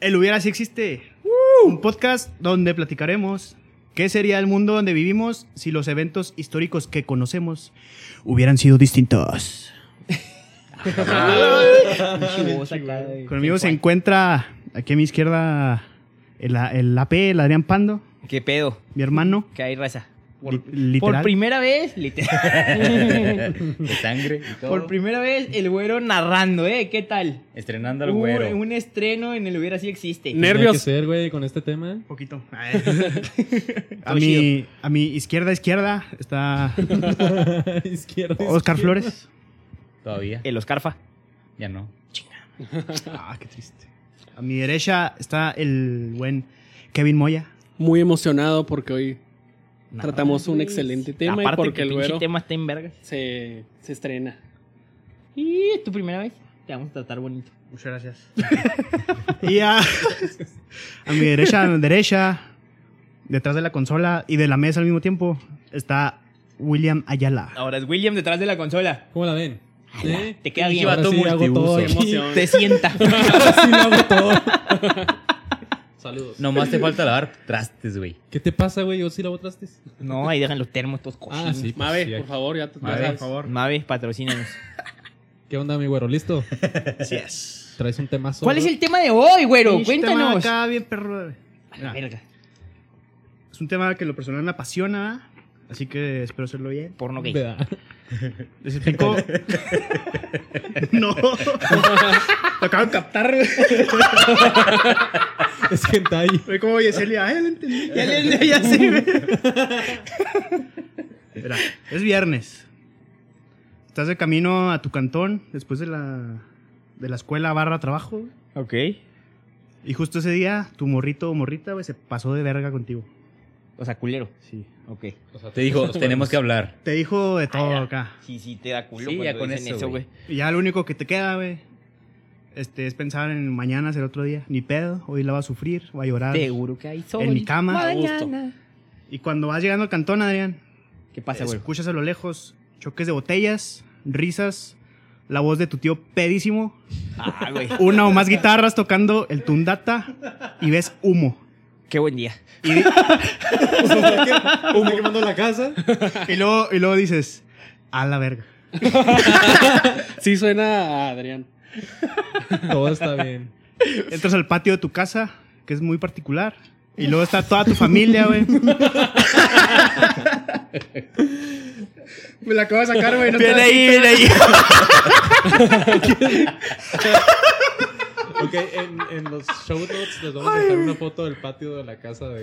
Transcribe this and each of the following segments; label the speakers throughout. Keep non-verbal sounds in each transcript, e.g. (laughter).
Speaker 1: El hubiera si existe. Un podcast donde platicaremos qué sería el mundo donde vivimos si los eventos históricos que conocemos hubieran sido distintos. Conmigo se encuentra aquí a mi izquierda el, el AP, el Adrián Pando,
Speaker 2: ¿Qué pedo?
Speaker 1: mi hermano.
Speaker 2: ¿Qué hay, raza?
Speaker 1: Li-
Speaker 3: Por
Speaker 1: literal.
Speaker 3: primera vez,
Speaker 4: (laughs)
Speaker 3: literal.
Speaker 4: De sangre. y todo.
Speaker 3: Por primera vez, el güero narrando, ¿eh? ¿Qué tal?
Speaker 4: Estrenando al
Speaker 3: Hubo
Speaker 4: güero.
Speaker 3: Un estreno en el hubiera sí existe.
Speaker 5: Tenía
Speaker 6: Nervios.
Speaker 5: que ser, güey, con este tema.
Speaker 1: poquito. (laughs) a, mi, a mi izquierda, izquierda (laughs) está
Speaker 5: Izquierda.
Speaker 1: Oscar Flores.
Speaker 4: Todavía.
Speaker 2: El Oscarfa.
Speaker 4: Ya no.
Speaker 1: Ah, qué triste. A mi derecha está el buen Kevin Moya.
Speaker 6: Muy emocionado porque hoy tratamos un excelente tema y
Speaker 2: Aparte
Speaker 6: porque
Speaker 2: que
Speaker 6: el
Speaker 2: pinche
Speaker 6: güero
Speaker 2: tema está en vergas.
Speaker 6: se, se estrena.
Speaker 3: Y es tu primera vez. Te vamos a tratar bonito.
Speaker 1: Muchas gracias. (laughs) y a, a mi derecha, a mi derecha, detrás de la consola y de la mesa al mismo tiempo, está William Ayala.
Speaker 3: Ahora es William detrás de la consola.
Speaker 5: ¿Cómo la ven? ¿Eh?
Speaker 3: Ah,
Speaker 5: (laughs)
Speaker 3: Te queda bien.
Speaker 4: Lleva
Speaker 5: Ahora
Speaker 4: todo
Speaker 5: sí hago todo
Speaker 4: multiuso.
Speaker 5: aquí.
Speaker 6: Emoción.
Speaker 3: Te sienta.
Speaker 5: Ahora sí lo hago todo.
Speaker 3: (laughs)
Speaker 5: Saludos.
Speaker 4: Nomás te falta lavar trastes, güey.
Speaker 5: ¿Qué te pasa, güey? Yo sí lavo trastes.
Speaker 2: No, ahí dejan los termos todos cochinos.
Speaker 5: Ah, sí. pues,
Speaker 6: Mabe,
Speaker 5: sí,
Speaker 6: por favor, ya te ya
Speaker 4: Mabe,
Speaker 6: sabes.
Speaker 2: Mave, patrocínanos.
Speaker 5: ¿Qué onda, mi güero? ¿Listo?
Speaker 1: Así es.
Speaker 5: Traes un temazo.
Speaker 3: ¿Cuál
Speaker 5: ¿no?
Speaker 3: es
Speaker 5: (laughs)
Speaker 3: el tema de hoy, güero?
Speaker 1: Pinche tema
Speaker 3: Cuéntanos.
Speaker 1: acá bien perro, güey. Mira,
Speaker 3: Verga.
Speaker 1: es un tema que lo personal me apasiona, así que espero hacerlo bien.
Speaker 2: Porno gay.
Speaker 5: ¿Verdad?
Speaker 1: Les explico. (laughs) no. Lo acabo de captar, güey.
Speaker 5: Es gente ahí.
Speaker 1: Fue como Yeselia. Ay, lo entendí. Ah, (laughs) Ya le entendí, ya sé, güey. (laughs) Mira, es viernes. Estás de camino a tu cantón después de la, de la escuela barra trabajo. güey.
Speaker 2: Ok.
Speaker 1: Y justo ese día, tu morrito o morrita, güey, se pasó de verga contigo.
Speaker 2: O sea, culero.
Speaker 1: Sí.
Speaker 2: Ok.
Speaker 4: Te dijo, tenemos que hablar.
Speaker 1: Te dijo de todo acá.
Speaker 2: Sí, sí, te da culo
Speaker 4: Sí, ya
Speaker 2: cuando
Speaker 4: con
Speaker 2: dicen
Speaker 4: eso,
Speaker 2: eso,
Speaker 4: güey.
Speaker 2: güey.
Speaker 1: Y ya lo único que te queda, güey, este, es pensar en mañana, es el otro día. Ni pedo, hoy la va a sufrir, va a llorar.
Speaker 2: Seguro que hay sol.
Speaker 1: En mi cama.
Speaker 2: Mañana.
Speaker 1: Y cuando vas llegando al cantón, Adrián,
Speaker 2: ¿Qué pasa, güey?
Speaker 1: Escuchas a lo lejos choques de botellas, risas, la voz de tu tío pedísimo,
Speaker 2: Ah, güey.
Speaker 1: (laughs) una o más guitarras tocando el tundata y ves humo.
Speaker 2: Qué buen día.
Speaker 5: Humo quemando la casa.
Speaker 1: Y luego, y luego dices, a la verga.
Speaker 6: Sí suena a Adrián.
Speaker 5: Todo está bien.
Speaker 1: Entras al patio de tu casa, que es muy particular, y luego está toda tu familia, güey. Me la acabo de sacar, güey.
Speaker 2: Viene ahí, viene ahí.
Speaker 5: Ok, en, en los show notes les vamos a dejar una foto del patio de la
Speaker 3: (laughs)
Speaker 5: casa de.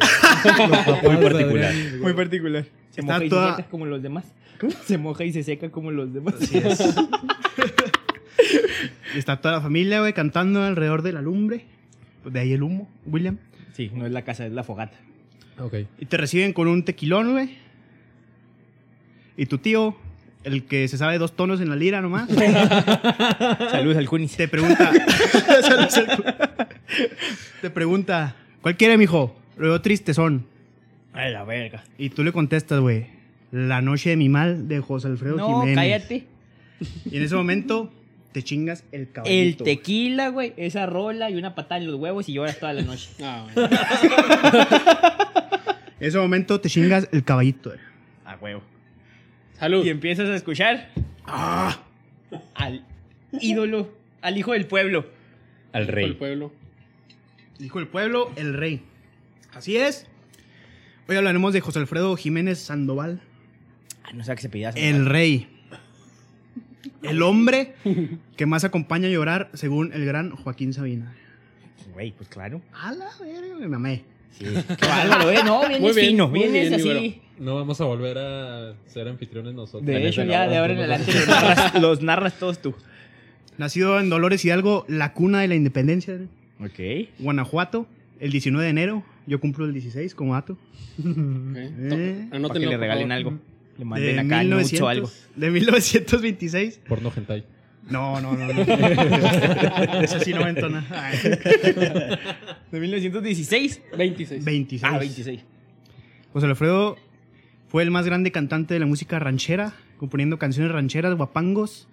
Speaker 5: Muy
Speaker 4: particular.
Speaker 5: Muy particular.
Speaker 1: particular.
Speaker 3: Se
Speaker 1: Está
Speaker 3: moja y se
Speaker 1: toda,
Speaker 3: seca como los demás. (laughs) Se moja y se seca como los demás.
Speaker 1: y está toda la familia, güey, cantando alrededor de la lumbre. De ahí el humo, William.
Speaker 3: Sí, no es la casa, es la fogata.
Speaker 5: Ok.
Speaker 1: Y te reciben con un tequilón, güey. Y tu tío, el que se sabe dos tonos en la lira nomás,
Speaker 2: Saludos al Junis.
Speaker 1: te pregunta. te pregunta, ¿cuál quiere, mijo? Luego triste son.
Speaker 2: A la verga.
Speaker 1: Y tú le contestas, güey, La noche de mi mal de José Alfredo
Speaker 3: No,
Speaker 1: Jiménez.
Speaker 3: cállate.
Speaker 1: Y en ese momento te chingas el
Speaker 3: El
Speaker 1: caballito.
Speaker 3: tequila, güey, esa rola y una patada en los huevos y lloras toda la noche.
Speaker 6: Ah, bueno.
Speaker 1: En ese momento te chingas el caballito. güey.
Speaker 2: A huevo.
Speaker 6: Salud.
Speaker 3: Y empiezas a escuchar ¡Ah! al ídolo, al hijo del pueblo.
Speaker 4: Al
Speaker 6: El
Speaker 4: rey.
Speaker 6: pueblo.
Speaker 1: Dijo el pueblo, el rey. Así es. Hoy hablaremos de José Alfredo Jiménez Sandoval.
Speaker 2: Ah, no sé que se pedía.
Speaker 1: El (laughs) rey. El hombre que más acompaña a llorar, según el gran Joaquín Sabina.
Speaker 2: Güey, pues claro.
Speaker 1: A la verga, me mamé.
Speaker 2: Sí. Qué bárbaro, ¿eh? No, vienes
Speaker 6: Muy bien,
Speaker 2: fino.
Speaker 6: muy
Speaker 3: Vienes
Speaker 6: bien, mi
Speaker 3: así.
Speaker 6: güero.
Speaker 5: No vamos a volver a ser anfitriones nosotros.
Speaker 3: De hecho,
Speaker 5: Desde
Speaker 3: ya de ahora en adelante los
Speaker 2: (laughs)
Speaker 3: narras, los narras todos tú.
Speaker 1: Nacido en Dolores Hidalgo, la cuna de la independencia, ¿eh?
Speaker 2: Ok.
Speaker 1: Guanajuato, el 19 de enero. Yo cumplo el 16 como dato.
Speaker 6: Ok.
Speaker 1: Eh,
Speaker 6: To- anótenlo,
Speaker 2: Para que le
Speaker 6: por
Speaker 2: regalen
Speaker 6: favor.
Speaker 2: algo. Le
Speaker 1: De,
Speaker 2: manden acá mucho
Speaker 1: 1900
Speaker 2: algo.
Speaker 1: de 1926.
Speaker 5: Porno hentai.
Speaker 1: No, no, no. no.
Speaker 2: (laughs)
Speaker 1: Eso sí no me entona.
Speaker 2: Ah,
Speaker 1: Ay,
Speaker 2: De 1916.
Speaker 6: 26.
Speaker 1: 26.
Speaker 2: Ah, 26.
Speaker 1: José Alfredo fue el más grande cantante de la música ranchera, componiendo canciones rancheras, guapangos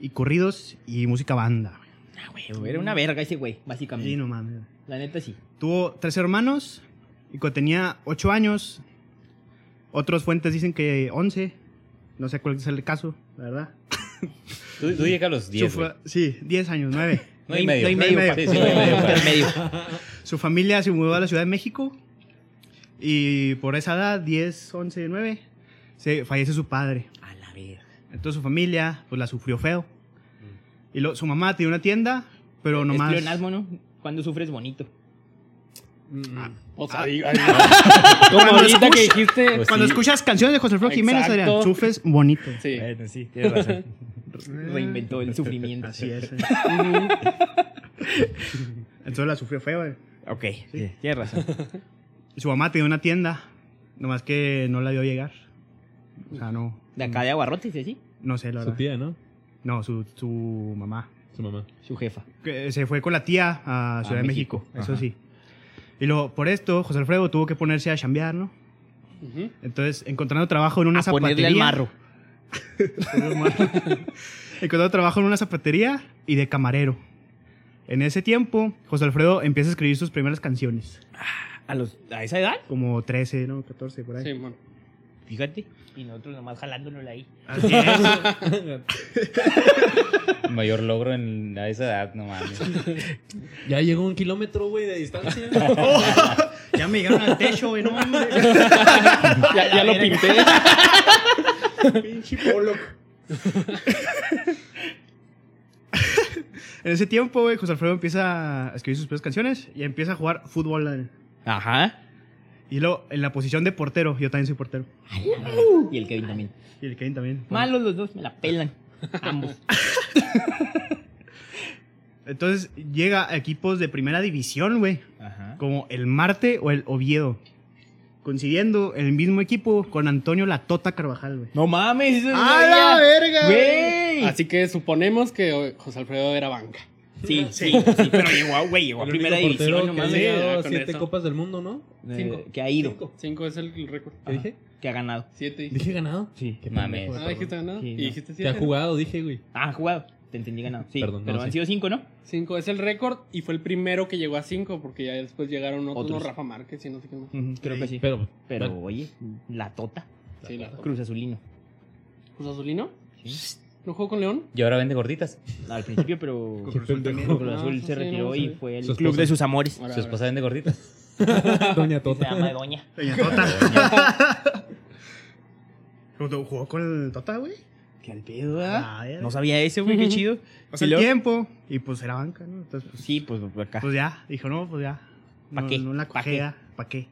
Speaker 1: y corridos y música banda.
Speaker 2: Ah, güey, era una verga ese güey, básicamente.
Speaker 1: Sí, no mames.
Speaker 2: La neta sí.
Speaker 1: Tuvo tres hermanos y cuando tenía ocho años, otras fuentes dicen que once. No sé cuál es el caso, la verdad.
Speaker 4: Tú, tú llegas a los 10.
Speaker 1: Su
Speaker 4: güey.
Speaker 1: fa- sí, diez años, (laughs) nueve.
Speaker 4: No hay medio.
Speaker 2: No hay medio.
Speaker 4: Sí, sí, no hay medio. para-
Speaker 2: medio.
Speaker 1: Su familia se mudó a la Ciudad de México y por esa edad, 10, 11, 9, se fallece su padre.
Speaker 2: A la verga.
Speaker 1: Entonces su familia pues la sufrió feo. Y lo- su mamá tenía una tienda, pero nomás...
Speaker 2: Es pleonasmo, ¿no? Cuando sufres bonito.
Speaker 6: O sea, ahí-
Speaker 1: Cuando,
Speaker 6: Como ahorita
Speaker 1: escucha-
Speaker 6: que dijiste.
Speaker 4: Pues
Speaker 1: cuando
Speaker 4: sí.
Speaker 1: escuchas canciones de José Flor Jiménez,
Speaker 6: Exacto.
Speaker 1: Adrián, sufres bonito.
Speaker 6: Sí.
Speaker 7: Bueno, sí, tienes razón.
Speaker 2: Reinventó el sufrimiento.
Speaker 1: Así es. eh. Entonces la sufrió feo. eh.
Speaker 7: ok, sí, tienes razón.
Speaker 1: Su mamá tenía una tienda, nomás que no la vio llegar. O sea, no,
Speaker 2: De acá de Aguarrotes, ¿sí? así?
Speaker 1: no sé la
Speaker 5: Su
Speaker 1: verdad.
Speaker 5: tía, ¿no?
Speaker 1: No, su, su mamá.
Speaker 5: Su mamá.
Speaker 2: Su jefa.
Speaker 1: que se fue con la tía
Speaker 2: Ah,
Speaker 1: a Ciudad de México,
Speaker 7: México,
Speaker 1: eso
Speaker 7: ajá.
Speaker 1: sí. Y luego, por esto, José Alfredo tuvo que ponerse a chambear, ¿no?
Speaker 6: Ujú.
Speaker 1: Entonces, encontrando trabajo en una
Speaker 2: a
Speaker 1: zapatería.
Speaker 2: ponerle al
Speaker 1: (laughs)
Speaker 2: marro.
Speaker 1: encontrando trabajo en una zapatería y de camarero. En ese tiempo, José Alfredo empieza a escribir sus primeras canciones,
Speaker 7: ¿A, los, ¿A esa edad?
Speaker 1: como 13, ¿no? 14, por ahí.
Speaker 6: Sí, bueno.
Speaker 2: Fíjate. Y nosotros nomás jalándonos ahí.
Speaker 1: Así es.
Speaker 4: El mayor logro en, a esa edad, no mames.
Speaker 5: Ya llegó un kilómetro, güey, de distancia.
Speaker 1: ya me llegaron al techo, güey, no, hombre.
Speaker 6: Ya, ya lo pinté.
Speaker 5: Pinche polo.
Speaker 1: (laughs) En ese tiempo, güey, José Alfredo empieza a escribir sus primeras canciones y empieza a jugar fútbol. eh.
Speaker 7: Ajá.
Speaker 1: Y luego, en la posición de portero, yo también soy portero.
Speaker 2: Y el Kevin también.
Speaker 1: Y el Kevin también.
Speaker 2: Malos los dos, me la pelan. Ambos.
Speaker 1: Entonces llega a equipos de primera división, güey,
Speaker 7: Ajá.
Speaker 1: como el Marte o el Oviedo, coincidiendo el mismo equipo con Antonio La Tota Carvajal, güey.
Speaker 7: No mames. eso es
Speaker 1: ¡A
Speaker 7: una
Speaker 1: la
Speaker 7: idea.
Speaker 1: verga,
Speaker 7: Güey.
Speaker 2: Ah,
Speaker 6: Así que suponemos que José Alfredo era banca.
Speaker 2: Sí, sí, sí, pero llegó a, güey, llegó a
Speaker 5: El
Speaker 2: primera
Speaker 5: único portero
Speaker 2: división, no
Speaker 5: que ha
Speaker 2: mames.
Speaker 6: sí, ya
Speaker 5: llegado a
Speaker 6: con
Speaker 5: siete
Speaker 6: eso.
Speaker 5: copas del mundo, ¿no?
Speaker 2: Eh,
Speaker 5: Cinco.
Speaker 2: que ha ido,
Speaker 5: Cinco.
Speaker 6: Cinco es el récord.
Speaker 5: ¿Qué dije?
Speaker 2: que ha ganado.
Speaker 6: Siete.
Speaker 5: Dije ganado.
Speaker 7: Sí.
Speaker 5: Qué
Speaker 4: Mames.
Speaker 5: pendejo,
Speaker 6: Ah, dijiste nada.
Speaker 2: Sí,
Speaker 6: y
Speaker 2: no.
Speaker 6: dijiste
Speaker 5: Que
Speaker 6: siete.
Speaker 5: ha jugado, dije, güey.
Speaker 2: Ah, ha jugado. Te entendí ganado. Sí,
Speaker 5: Perdón, no,
Speaker 2: pero han
Speaker 5: sí.
Speaker 2: sido cinco, ¿no?
Speaker 6: Cinco es el récord y fue el primero que llegó a cinco porque ya después llegaron otros,
Speaker 2: Otros.
Speaker 6: Rafa Márquez y no sé qué más.
Speaker 2: Creo que sí. Pero,
Speaker 5: Pero, bueno,
Speaker 2: oye, la tota.
Speaker 6: Sí, la
Speaker 2: Cruz Azulino.
Speaker 6: Cruz Azulino.
Speaker 2: Sí.
Speaker 6: ¿No jugó con León?
Speaker 4: Y ahora vende gorditas.
Speaker 2: Al principio, pero
Speaker 5: qué pendejo.
Speaker 2: Cruz
Speaker 6: Ah,
Speaker 2: Azul
Speaker 6: sí,
Speaker 2: se
Speaker 6: no,
Speaker 2: retiró
Speaker 6: sí.
Speaker 2: y fue
Speaker 5: Su
Speaker 2: el
Speaker 5: esposa.
Speaker 2: club de sus
Speaker 6: (laughs)
Speaker 2: amores.
Speaker 6: Ahora,
Speaker 4: Su
Speaker 6: ahora.
Speaker 4: esposa vende gorditas.
Speaker 5: Doña
Speaker 2: Se llama
Speaker 5: Tota.
Speaker 2: Doña.
Speaker 1: Doña Tota. ¿Jugó con el Tota, güey?
Speaker 2: Qué al pedo, ¿ah?
Speaker 1: A ver.
Speaker 2: No sabía eso, güey, qué chido.
Speaker 1: O sea,
Speaker 2: ¿Y
Speaker 1: el
Speaker 2: luego?
Speaker 1: tiempo. Y pues era banca, ¿no? Entonces, pues,
Speaker 2: Sí, pues acá.
Speaker 1: pues ya. Dijo, no, pues ya.
Speaker 2: ¿Pa
Speaker 1: no,
Speaker 2: qué?
Speaker 1: No la
Speaker 2: ¿Pa qué?
Speaker 1: cogea. ¿Para qué?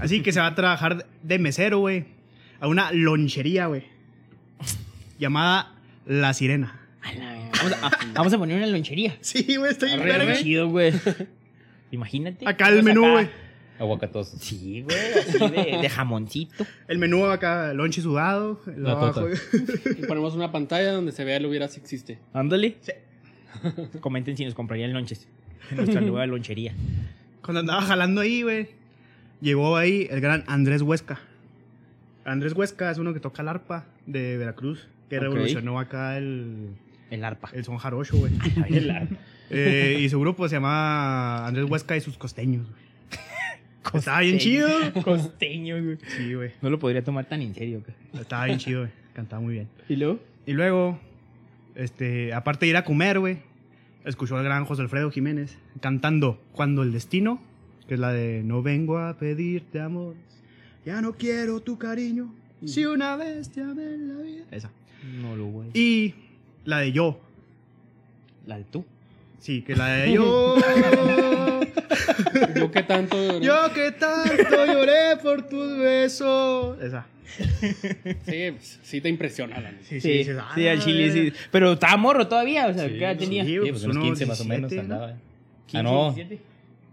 Speaker 1: Así que se va a trabajar de mesero, güey. A una lonchería, güey. Llamada La Sirena.
Speaker 2: A la verga. Vamos a, a- vamos a poner una lonchería.
Speaker 1: Sí, güey, estoy
Speaker 2: Arre,
Speaker 1: verga.
Speaker 2: Qué chido, güey. (laughs) Imagínate. Pues
Speaker 1: Acá el menú,
Speaker 2: Acá-
Speaker 1: güey.
Speaker 4: Aguacatosos.
Speaker 2: Sí, güey, así de,
Speaker 1: (laughs)
Speaker 2: de jamoncito.
Speaker 1: El menú acá, lonche sudado.
Speaker 4: La
Speaker 1: abajo,
Speaker 4: tota.
Speaker 1: güey.
Speaker 6: Y ponemos una pantalla donde se vea el hubiera si existe.
Speaker 2: Ándale. Comenten si nos comprarían lonches. En nuestra nueva lonchería.
Speaker 1: Cuando andaba jalando ahí, güey, llegó ahí el gran Andrés Huesca. Andrés Huesca es uno que toca el arpa de Veracruz, que
Speaker 2: Ok.
Speaker 1: revolucionó acá el,
Speaker 2: El arpa.
Speaker 1: el son jarocho, güey.
Speaker 2: El arpa.
Speaker 1: Eh, y su grupo se llama Andrés Huesca y sus costeños, güey. Estaba bien chido.
Speaker 2: Costeño, güey.
Speaker 1: Sí, güey.
Speaker 2: No lo podría tomar tan en serio, güey.
Speaker 1: Estaba bien chido, güey. Cantaba muy bien.
Speaker 2: ¿Y luego?
Speaker 1: Y luego, este, aparte de ir a comer, güey, escuchó al gran José Alfredo Jiménez cantando Cuando el destino, que es la de No vengo a pedirte amor, ya no quiero tu cariño, si una vez te amé en la vida. Esa.
Speaker 2: No lo voy.
Speaker 1: Y la de Yo,
Speaker 2: La de tú.
Speaker 1: sí, que la de Yo.
Speaker 6: Yo qué tanto.
Speaker 1: (laughs)
Speaker 6: ¿no?
Speaker 1: Yo que tanto lloré por tus besos. Esa.
Speaker 6: Sí, pues, sí te impresiona, la neta.
Speaker 1: Sí,
Speaker 2: Sí, sí,
Speaker 1: dices,
Speaker 2: al
Speaker 1: "Ah,
Speaker 2: chile, sí.
Speaker 1: verga".
Speaker 2: Pero estaba morro todavía, o sea,
Speaker 5: Sí,
Speaker 2: ¿qué edad tenía?
Speaker 1: Sí,
Speaker 4: Sí,
Speaker 1: pues
Speaker 4: pues unos
Speaker 1: unos
Speaker 4: 15 más o menos
Speaker 1: 17, ¿no?
Speaker 4: andaba. Ah, no.
Speaker 2: 17.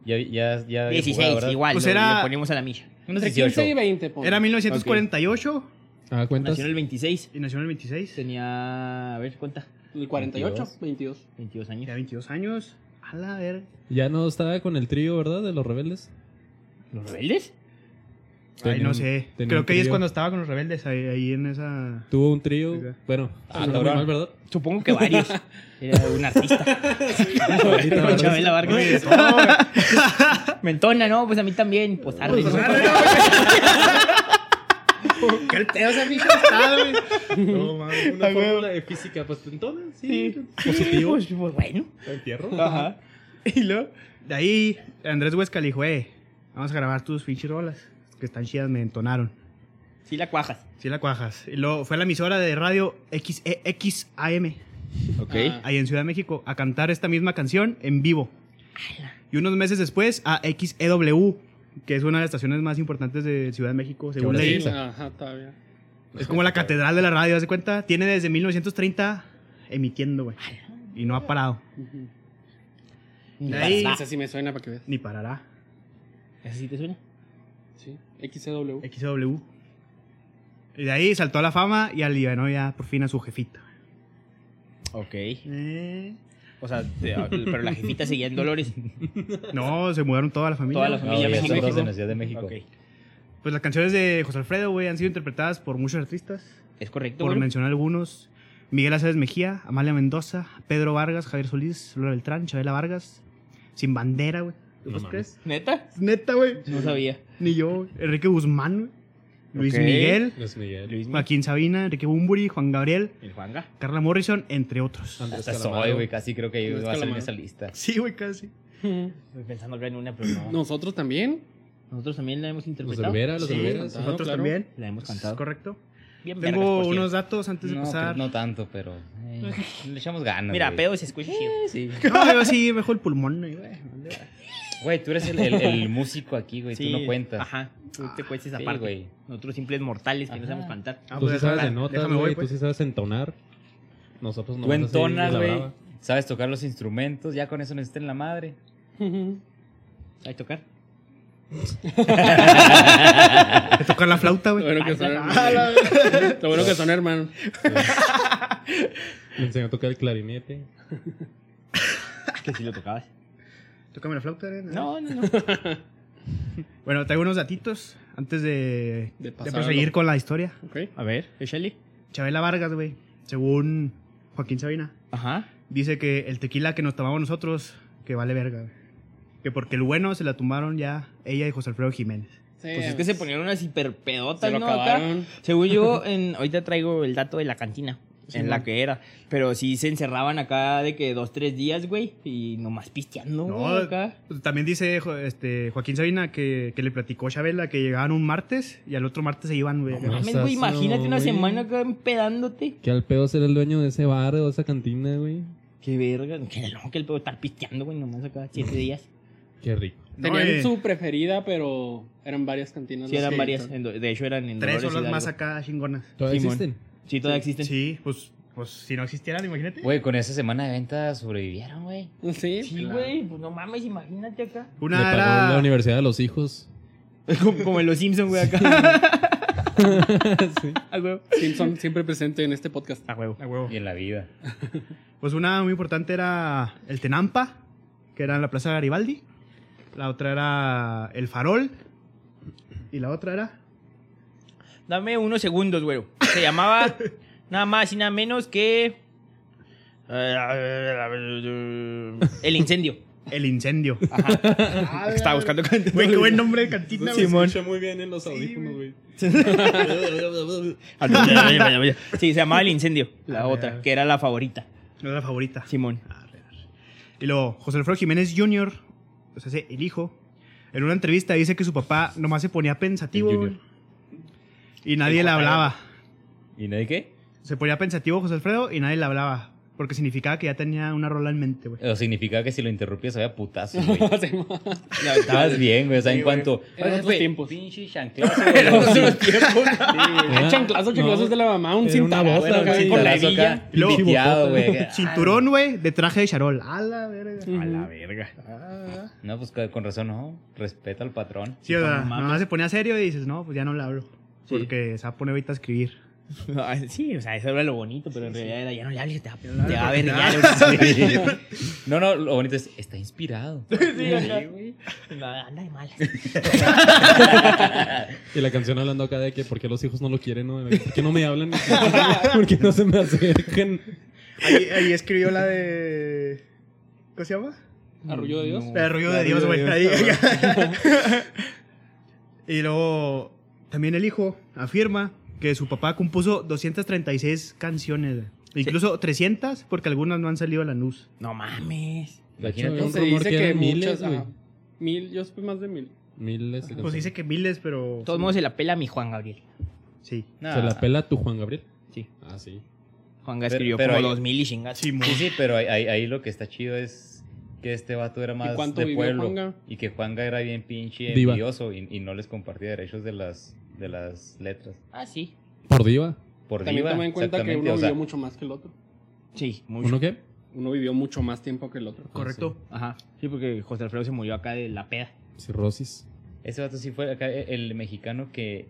Speaker 4: Ya, ya, ya. había
Speaker 2: 16,
Speaker 4: jugado, ¿verdad?
Speaker 2: igual.
Speaker 1: Pues
Speaker 2: lo-
Speaker 1: era-
Speaker 2: lo ponemos a la milla.
Speaker 4: Unos
Speaker 6: Entre 15 y
Speaker 4: 18.
Speaker 6: 20, pon.
Speaker 1: Era 1948
Speaker 5: Ah, cuentas.
Speaker 2: Nació en el 26.
Speaker 1: y nació en el 26.
Speaker 2: Tenía, a ver, ¿cuánta?
Speaker 6: El 48, 22.
Speaker 2: 22
Speaker 1: Ya
Speaker 2: años.
Speaker 1: 22 años. A la verga.
Speaker 5: Ya no estaba con el trío, ¿verdad? De los rebeldes.
Speaker 2: ¿Los rebeldes?
Speaker 1: Ay, no sé.
Speaker 5: Tenía
Speaker 1: Creo
Speaker 5: un
Speaker 1: que ahí es
Speaker 5: trío.
Speaker 1: cuando estaba con los rebeldes, ahí, ahí en esa...
Speaker 5: Tuvo un trío.
Speaker 1: Ajá.
Speaker 5: Bueno,
Speaker 4: Ah,
Speaker 5: sonó muy
Speaker 4: cabrón.
Speaker 5: mal, ¿verdad?
Speaker 2: Supongo que varios. (laughs) Era un (laughs) artista.
Speaker 5: Ahorita, ¿verdad?
Speaker 3: Chabela Vargas.
Speaker 2: (laughs)
Speaker 1: Oye, de todo, güey.
Speaker 2: Mentona, no, pues a mí también. Pues arre.
Speaker 1: ¿Qué el pedo se ha estado, güey? (laughs) No, mames.
Speaker 5: Una fórmula de física, pues entonces, sí. Positivo.
Speaker 2: Pues, pues, bueno.
Speaker 5: Entierro.
Speaker 2: Ajá.
Speaker 1: (laughs) Y luego, de ahí, Andrés Huesca le dijo, eh, vamos a grabar tus pinches rolas, que están chidas, me entonaron.
Speaker 2: Sí la cuajas.
Speaker 1: Sí la cuajas. Y luego fue a la emisora de radio E XEXAM,
Speaker 4: Ok.
Speaker 6: Ah.
Speaker 1: ahí en Ciudad de México, a cantar esta misma canción en vivo. Y unos meses después a XEW, que es una de las estaciones más importantes de Ciudad de México, según
Speaker 5: ahora
Speaker 1: leí.
Speaker 5: sí,
Speaker 6: Ajá, todavía.
Speaker 1: Es como la catedral de la radio, ¿haz de cuenta? Tiene desde 1930 emitiendo, güey. Y no ha parado.
Speaker 6: Ujú.
Speaker 1: De ahí,
Speaker 6: Esa sí me suena para que veas.
Speaker 1: ni parará.
Speaker 2: ¿Esa sí te suena?
Speaker 6: Sí. XCW.
Speaker 1: XW. E Y de ahí saltó a la fama y alivianó ya por fin a su jefita.
Speaker 2: Ok. O sea, te- ah, pero la jefita seguía en (laughs) Dolores.
Speaker 1: No, se mudaron toda la familia.
Speaker 2: Toda la
Speaker 4: No,
Speaker 2: familia
Speaker 4: Ah, ya están
Speaker 2: México.
Speaker 4: todos en la Ciudad de México.
Speaker 2: Ok.
Speaker 1: Pues las canciones de José Alfredo, güey, han sido interpretadas por muchos artistas.
Speaker 2: Es correcto.
Speaker 1: Por
Speaker 2: güey?
Speaker 1: mencionar algunos. Miguel Aceves Mejía, Amalia Mendoza, Pedro Vargas, Javier Solís, Lola Beltrán, Chabela Vargas. Sin bandera, güey. ¿Tú
Speaker 5: No
Speaker 1: pues
Speaker 5: mames.
Speaker 1: crees?
Speaker 2: ¿Neta?
Speaker 1: Neta, güey.
Speaker 2: No sabía.
Speaker 1: Ni yo. güey. Enrique Guzmán, güey. Luis
Speaker 2: Ok.
Speaker 1: Miguel,
Speaker 5: Luis Miguel.
Speaker 2: Luis Miguel.
Speaker 1: Joaquín Sabina, Enrique Bumburi, Juan Gabriel,
Speaker 2: El Juanga.
Speaker 1: Carla Morrison, entre otros.
Speaker 5: Andrés
Speaker 4: Hasta
Speaker 5: Calamaro.
Speaker 4: soy, güey. Casi creo que
Speaker 6: Luis
Speaker 4: va a ser en
Speaker 6: Calamaro.
Speaker 4: esa lista.
Speaker 1: Sí, güey, casi.
Speaker 2: Estoy pensando acá en una, pero no.
Speaker 6: Nosotros también.
Speaker 2: Nosotros también la hemos
Speaker 1: Pues,
Speaker 5: Los
Speaker 2: interpretado.
Speaker 5: Olvera, los
Speaker 1: Sí,
Speaker 5: Olvera.
Speaker 6: cantado,
Speaker 1: nosotros
Speaker 6: claro.
Speaker 1: también.
Speaker 2: La hemos
Speaker 1: Es
Speaker 2: cantado. pues,
Speaker 1: correcto.
Speaker 2: Bien vergas,
Speaker 1: Tengo
Speaker 2: por cierto.
Speaker 1: unos datos antes de
Speaker 4: No,
Speaker 1: pasar. (laughs)
Speaker 4: pero no tanto, pero. eh, le echamos ganas.
Speaker 2: Mira,
Speaker 4: güey.
Speaker 2: pedo se escucha chido.
Speaker 4: Sí.
Speaker 1: No, yo sí, mejor el pulmón. güey. Ah,
Speaker 4: Güey, tú eres el, el- el músico aquí, güey.
Speaker 2: Sí,
Speaker 4: Tú no cuentas.
Speaker 2: Ajá. Tú te puedes esa
Speaker 4: Sí,
Speaker 2: parte.
Speaker 4: güey.
Speaker 2: Nosotros simples mortales que no
Speaker 4: Ajá.
Speaker 2: sabemos cantar.
Speaker 1: Ah,
Speaker 5: Tú sí
Speaker 1: pues,
Speaker 5: sabes de
Speaker 1: déjame-
Speaker 5: notas,
Speaker 1: déjame voy,
Speaker 5: güey. Tú
Speaker 1: pues.
Speaker 5: sí sabes entonar. Nosotros no.
Speaker 4: Tú entonas, güey. Sabes tocar los instrumentos. Ya con eso nos está en la madre.
Speaker 1: (laughs)
Speaker 2: ¿Sabes tocar?
Speaker 1: Te toca la flauta,
Speaker 6: Lo (laughs)
Speaker 1: güey.
Speaker 6: bueno que son hermanos. Lo bueno que son hermanos.
Speaker 5: Me enseñó a tocar el clarinete.
Speaker 2: (laughs) Que sí lo tocabas.
Speaker 1: Tócame la flauta, güey.
Speaker 2: No, no, no.
Speaker 1: Bueno, traigo unos datitos antes de, de
Speaker 6: De pasar
Speaker 1: proseguir
Speaker 6: algo.
Speaker 1: con la historia.
Speaker 6: Ok.
Speaker 2: A ver, échale.
Speaker 1: Chabela Vargas, güey, según Joaquín Sabina,
Speaker 2: Ajá.
Speaker 1: dice que el tequila que nos tomamos nosotros, que vale verga, güey. Que porque el bueno se la tumbaron ya ella y José Alfredo Jiménez.
Speaker 6: Sí,
Speaker 2: Pues es que se ponieron unas
Speaker 6: se
Speaker 2: hiperpedotas,
Speaker 6: lo
Speaker 2: ¿no? Acá.
Speaker 6: acabaron.
Speaker 2: Según yo, en, ahorita traigo el dato de la cantina.
Speaker 1: Sí,
Speaker 2: en la
Speaker 1: man.
Speaker 2: que era. Pero sí se encerraban acá de que dos, tres días, güey. Y nomás pisteando,
Speaker 1: No,
Speaker 2: güey, acá.
Speaker 1: Pues, También dice jo- este, Joaquín Sabina que, que le platicó a Chabela que llegaban un martes y al otro martes se iban, güey.
Speaker 5: No,
Speaker 2: Mames,
Speaker 5: seas-
Speaker 2: güey, imagínate
Speaker 5: no,
Speaker 2: una
Speaker 5: güey.
Speaker 2: semana acá empedándote.
Speaker 5: Que al pedo ser el dueño de ese bar o esa cantina, güey.
Speaker 2: Qué verga. Qué loco que el pedo estar pisteando, güey, nomás acá siete días.
Speaker 5: Qué rico.
Speaker 1: No,
Speaker 6: Tenían
Speaker 1: eh,
Speaker 6: su preferida, pero eran varias cantinas.
Speaker 2: Sí,
Speaker 6: las
Speaker 2: eran
Speaker 6: que
Speaker 2: varias.
Speaker 6: estaban.
Speaker 2: en do- de hecho, eran en
Speaker 1: tres
Speaker 2: Dolores
Speaker 1: horas más
Speaker 2: Hidalgo.
Speaker 1: acá, chingonas.
Speaker 5: ¿Todavía
Speaker 2: Simón.
Speaker 5: existen?
Speaker 2: Sí, todavía existen.
Speaker 1: Sí, pues, pues si no existieran, imagínate.
Speaker 4: Güey, con esa semana de venta sobrevivieron, güey.
Speaker 6: Sí.
Speaker 2: Sí, güey. Pues no mames, imagínate acá.
Speaker 5: Le
Speaker 1: Una
Speaker 5: pagó la
Speaker 1: era.
Speaker 5: universidad a los hijos.
Speaker 2: como, como en los Simpsons, güey, acá.
Speaker 5: sí.
Speaker 2: A huevo.
Speaker 6: Simpson siempre presente en este podcast. (laughs)
Speaker 2: A huevo.
Speaker 1: Ah, huevo.
Speaker 4: Y en la vida.
Speaker 1: Pues una muy importante era el Tenampa, que era en la Plaza Garibaldi. La otra era el Farol. Y la otra era.
Speaker 2: Dame unos segundos, güey. Se llamaba nada más y nada menos que. eh, El incendio.
Speaker 1: El
Speaker 4: (laughs)
Speaker 1: Incendio.
Speaker 2: Estaba buscando.
Speaker 1: Güey, qué buen nombre de cantina, güey.
Speaker 5: escucha muy bien en los audífonos, güey.
Speaker 2: Ah, Sí, se llamaba El incendio. La
Speaker 1: Ah,
Speaker 2: otra,
Speaker 1: ya.
Speaker 2: que era la favorita.
Speaker 1: No era la favorita.
Speaker 2: Simón.
Speaker 1: Y luego, José Alfredo Jiménez Jr., o sea, el hijo, en una entrevista dice que su papá nomás se ponía pensativo.
Speaker 4: El Junior.
Speaker 1: Y nadie
Speaker 2: El
Speaker 1: le
Speaker 2: JR.
Speaker 1: hablaba.
Speaker 4: ¿Y nadie qué?
Speaker 1: Se ponía pensativo José Alfredo y nadie le hablaba. Porque significaba que ya tenía una rola en mente, güey.
Speaker 4: O significaba que si lo interrumpías había putazo, güey.
Speaker 6: Sí, mo-
Speaker 2: La-
Speaker 4: Estabas bien, güey. O sea,
Speaker 2: Sí,
Speaker 4: en cuanto.
Speaker 6: Eran otros
Speaker 4: Güey,
Speaker 6: tiempos.
Speaker 4: Pinche chanclazo,
Speaker 2: Pero
Speaker 4: güey.
Speaker 2: otros tiempos.
Speaker 6: Ah, Chanclazos, chanclazos de la mamá, un
Speaker 5: Era una
Speaker 6: cintarazo
Speaker 5: bota,
Speaker 6: acá,
Speaker 5: un
Speaker 6: con la
Speaker 4: Chanclazo
Speaker 6: hebilla.
Speaker 4: acá,
Speaker 1: Y luego-
Speaker 4: piteado, güey.
Speaker 1: Cinturón, güey, de traje de charol. A la verga.
Speaker 4: A la verga. No, pues con razón, no. Respeta al patrón.
Speaker 1: Sí, o sea, nomás se ponía serio y dices, no, pues ya no le hablo. Porque se va a poner ahorita a escribir.
Speaker 2: Ah, sí, o sea, eso era lo bonito, pero en realidad era, ya no le hables, te va, te va a
Speaker 1: porque
Speaker 2: ver
Speaker 1: te
Speaker 2: (laughs)
Speaker 1: va
Speaker 4: (laughs) No, no, lo bonito es, está inspirado.
Speaker 2: Anda de malas.
Speaker 5: Y la canción hablando acá de que por qué los hijos no lo quieren, ¿no? ¿Por qué no me hablan? (laughs) ¿Por qué no se me acercan?
Speaker 1: Ahí, ahí escribió la de. ¿Cómo se llama?
Speaker 6: Arrullo de Dios.
Speaker 1: La de Rollo de Dios, güey. (laughs) Ahí- y luego también el hijo afirma que su papá compuso 236 canciones, güey. incluso 300 porque algunas no han salido a la luz.
Speaker 2: No mames.
Speaker 5: Había
Speaker 4: Imagínate.
Speaker 5: un
Speaker 6: Se
Speaker 5: rumor
Speaker 6: dice
Speaker 5: que
Speaker 6: que
Speaker 5: eran
Speaker 6: muchas.
Speaker 5: miles, güey.
Speaker 6: ajá. Mil, yo supe más de mil.
Speaker 5: Miles
Speaker 1: Pues
Speaker 5: de canciones.
Speaker 1: dice que miles, pero
Speaker 2: De todos modos se la pela a mi Juan Gabriel.
Speaker 1: sí.
Speaker 4: Nah.
Speaker 5: ¿Se la pela tu Juan Gabriel?
Speaker 2: Sí.
Speaker 5: Ah, sí.
Speaker 2: Juan
Speaker 4: Pero-
Speaker 2: Gabriel escribió
Speaker 4: pero
Speaker 2: como
Speaker 4: ahí-
Speaker 2: 2000 y chingados.
Speaker 4: Sí, sí, pero ahí, ahí- ahí lo que está chido es que este vato era más
Speaker 6: cuánto
Speaker 4: de
Speaker 6: vivió
Speaker 4: pueblo.
Speaker 6: Juanga?
Speaker 4: Y que Juanga era bien pinche
Speaker 5: Diva.
Speaker 4: envidioso y, y no les compartía derechos de las, de las letras.
Speaker 2: Ah, sí.
Speaker 5: Por diva.
Speaker 4: Por
Speaker 6: También
Speaker 4: diva,
Speaker 6: toma en cuenta que
Speaker 4: exactamente,
Speaker 6: uno
Speaker 4: o sea,
Speaker 6: vivió mucho más que el otro.
Speaker 2: Sí, mucho.
Speaker 5: ¿Uno qué?
Speaker 6: Uno vivió mucho más tiempo que el
Speaker 4: Ah,
Speaker 6: otro.
Speaker 1: Correcto.
Speaker 2: Ajá. Sí, porque José Alfredo se murió acá de la peda.
Speaker 5: Cirrosis.
Speaker 4: Ese vato sí fue acá, eh, el mexicano que,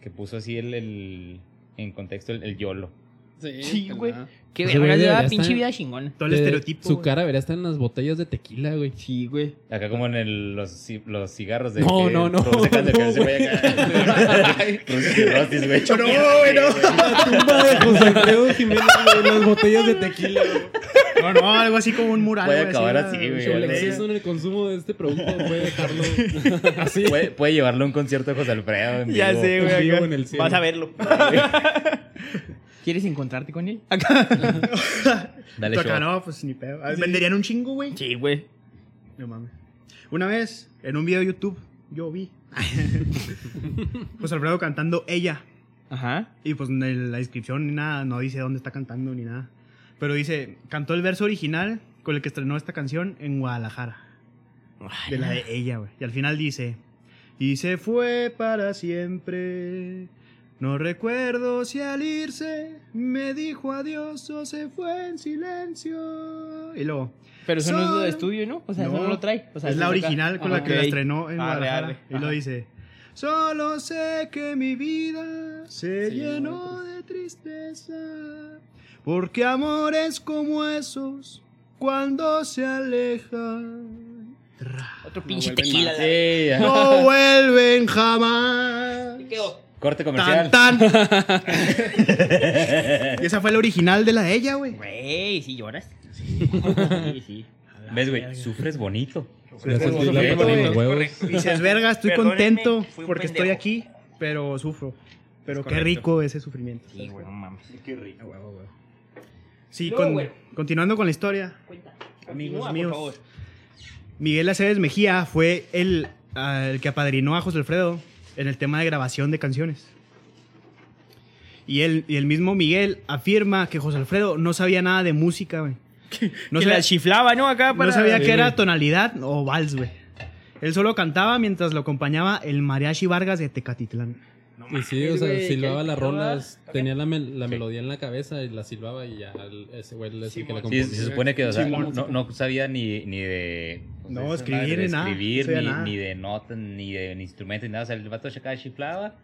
Speaker 4: que puso así el, el- en contexto el, el yolo.
Speaker 6: Sí,
Speaker 2: Sí, güey.
Speaker 6: ¿verdad?
Speaker 2: Qué
Speaker 5: Ese
Speaker 2: verga,
Speaker 5: güey
Speaker 2: llevaba
Speaker 5: debería
Speaker 2: pinche
Speaker 5: estar-
Speaker 2: vida chingona.
Speaker 1: Todo el
Speaker 5: Eh,
Speaker 1: estereotipo.
Speaker 5: Su
Speaker 1: güey.
Speaker 5: cara debería estar en las botellas de tequila, (laughs) güey.
Speaker 2: Sí, güey.
Speaker 4: Acá como en el- los, ci- los cigarros de
Speaker 5: No,
Speaker 4: que
Speaker 5: no, no,
Speaker 4: produce cáncer,
Speaker 5: no,
Speaker 4: que se vaya acá. (laughs) Produce cirrosis, güey.
Speaker 1: No, güey, no.
Speaker 4: (laughs)
Speaker 5: tumba de José Alfredo Jiménez, güey, las botellas de tequila, güey.
Speaker 1: No, no, algo así como un mural.
Speaker 4: Puede
Speaker 1: güey,
Speaker 4: acabar
Speaker 1: la-
Speaker 4: así, güey.
Speaker 5: El exceso en el consumo de este producto puede (laughs) dejarlo así.
Speaker 4: Puede, puede llevarlo a un concierto de José Alfredo. en
Speaker 2: Ya
Speaker 4: vivo.
Speaker 2: sé,
Speaker 5: En
Speaker 2: güey.
Speaker 5: vivo
Speaker 2: acá.
Speaker 5: en el cielo.
Speaker 2: Vas a verlo. ¿Quieres encontrarte con él?
Speaker 4: Dale
Speaker 1: Tú acá,
Speaker 4: show.
Speaker 1: no, pues ni pedo. Ah, Venderían un chingo, güey.
Speaker 2: Sí, güey.
Speaker 1: No mames. Una vez, en un video de YouTube, yo vi. pues Alfredo cantando ella.
Speaker 2: Ajá.
Speaker 1: Y pues en la descripción ni nada, no dice dónde está cantando ni nada. Pero dice, cantó el verso original con el que estrenó esta canción en Guadalajara. De la de ella, güey. Y al final dice, y se fue para siempre. No recuerdo si al irse me dijo adiós o se fue en silencio. Y luego,
Speaker 2: Pero eso no es lo de
Speaker 1: Sol.
Speaker 2: estudio, ¿no? O sea, eso
Speaker 1: No.
Speaker 2: no lo trae. O sea,
Speaker 1: es
Speaker 2: eso
Speaker 1: la
Speaker 2: acá.
Speaker 1: original con
Speaker 2: Ah,
Speaker 1: la que la
Speaker 2: ok.
Speaker 1: estrenó en
Speaker 2: Arre,
Speaker 1: Guadalajara.
Speaker 2: arre.
Speaker 1: Y lo
Speaker 2: Ajá.
Speaker 1: dice: Solo sé que mi vida se
Speaker 6: Sí,
Speaker 1: llenó de tristeza, porque amores como esos, cuando se alejan,
Speaker 2: (laughs) Otro
Speaker 6: No
Speaker 2: pinche
Speaker 6: vuelven
Speaker 2: tequila.
Speaker 6: más.
Speaker 2: la-
Speaker 4: Sí, ya.
Speaker 1: no vuelven jamás.
Speaker 4: Corte comercial.
Speaker 1: Tan, tan.
Speaker 2: (laughs)
Speaker 1: y esa fue la original de la de ella, güey.
Speaker 2: Güey, ¿sí lloras? Sí, sí.
Speaker 4: ¿Ves, güey? Sufres bonito.
Speaker 5: Gracias,
Speaker 4: Sufres
Speaker 5: Dylan,
Speaker 4: bonito,
Speaker 5: por
Speaker 4: güey.
Speaker 5: los huevos.
Speaker 1: Dices, verga, estoy
Speaker 2: Perdónenme,
Speaker 1: contento
Speaker 2: fui un
Speaker 1: porque estoy
Speaker 2: pendejo".
Speaker 1: aquí, pero sufro. Pero qué
Speaker 4: correcto.
Speaker 1: rico ese sufrimiento.
Speaker 2: Sí, güey, no mames.
Speaker 1: A huevo, güey. Sí,
Speaker 2: Luego,
Speaker 1: con-
Speaker 2: güey.
Speaker 1: continuando con la historia,
Speaker 2: Cuenta.
Speaker 1: amigos
Speaker 2: Continúa, por
Speaker 1: míos.
Speaker 2: favor.
Speaker 1: Miguel Aceves Mejía fue el, ah, el que apadrinó a José Alfredo en el tema de grabación de canciones. Y, él, y el mismo Miguel afirma que José Alfredo no sabía nada de música,
Speaker 2: (laughs)
Speaker 1: güey. No,
Speaker 2: que
Speaker 1: sabía-
Speaker 2: la chiflaba, ¿no? Acá para...
Speaker 1: no sabía que era tonalidad o vals, güey. Él solo cantaba mientras lo acompañaba el mariachi Vargas de
Speaker 2: (laughs)
Speaker 1: Tecatitlán.
Speaker 5: Y sí, o sea,
Speaker 2: güey,
Speaker 5: silbaba
Speaker 2: que-
Speaker 5: las
Speaker 2: que no va-
Speaker 5: rolas, tenía la, mel- la melodía en la cabeza y la silbaba y ya el- ese güey le decía que la
Speaker 4: Sí,
Speaker 5: componía.
Speaker 4: se supone que o sea,
Speaker 6: Sí, la
Speaker 4: no,
Speaker 6: música.
Speaker 4: no sabía ni, ni de... pues,
Speaker 1: No,
Speaker 4: esa
Speaker 1: escribir
Speaker 4: madre de
Speaker 1: ni nada, no
Speaker 4: escribir,
Speaker 1: sabía
Speaker 4: ni,
Speaker 1: nada.
Speaker 4: ni de notas, ni de instrumentos, ni nada. O sea, el vato chacaba chiflaba.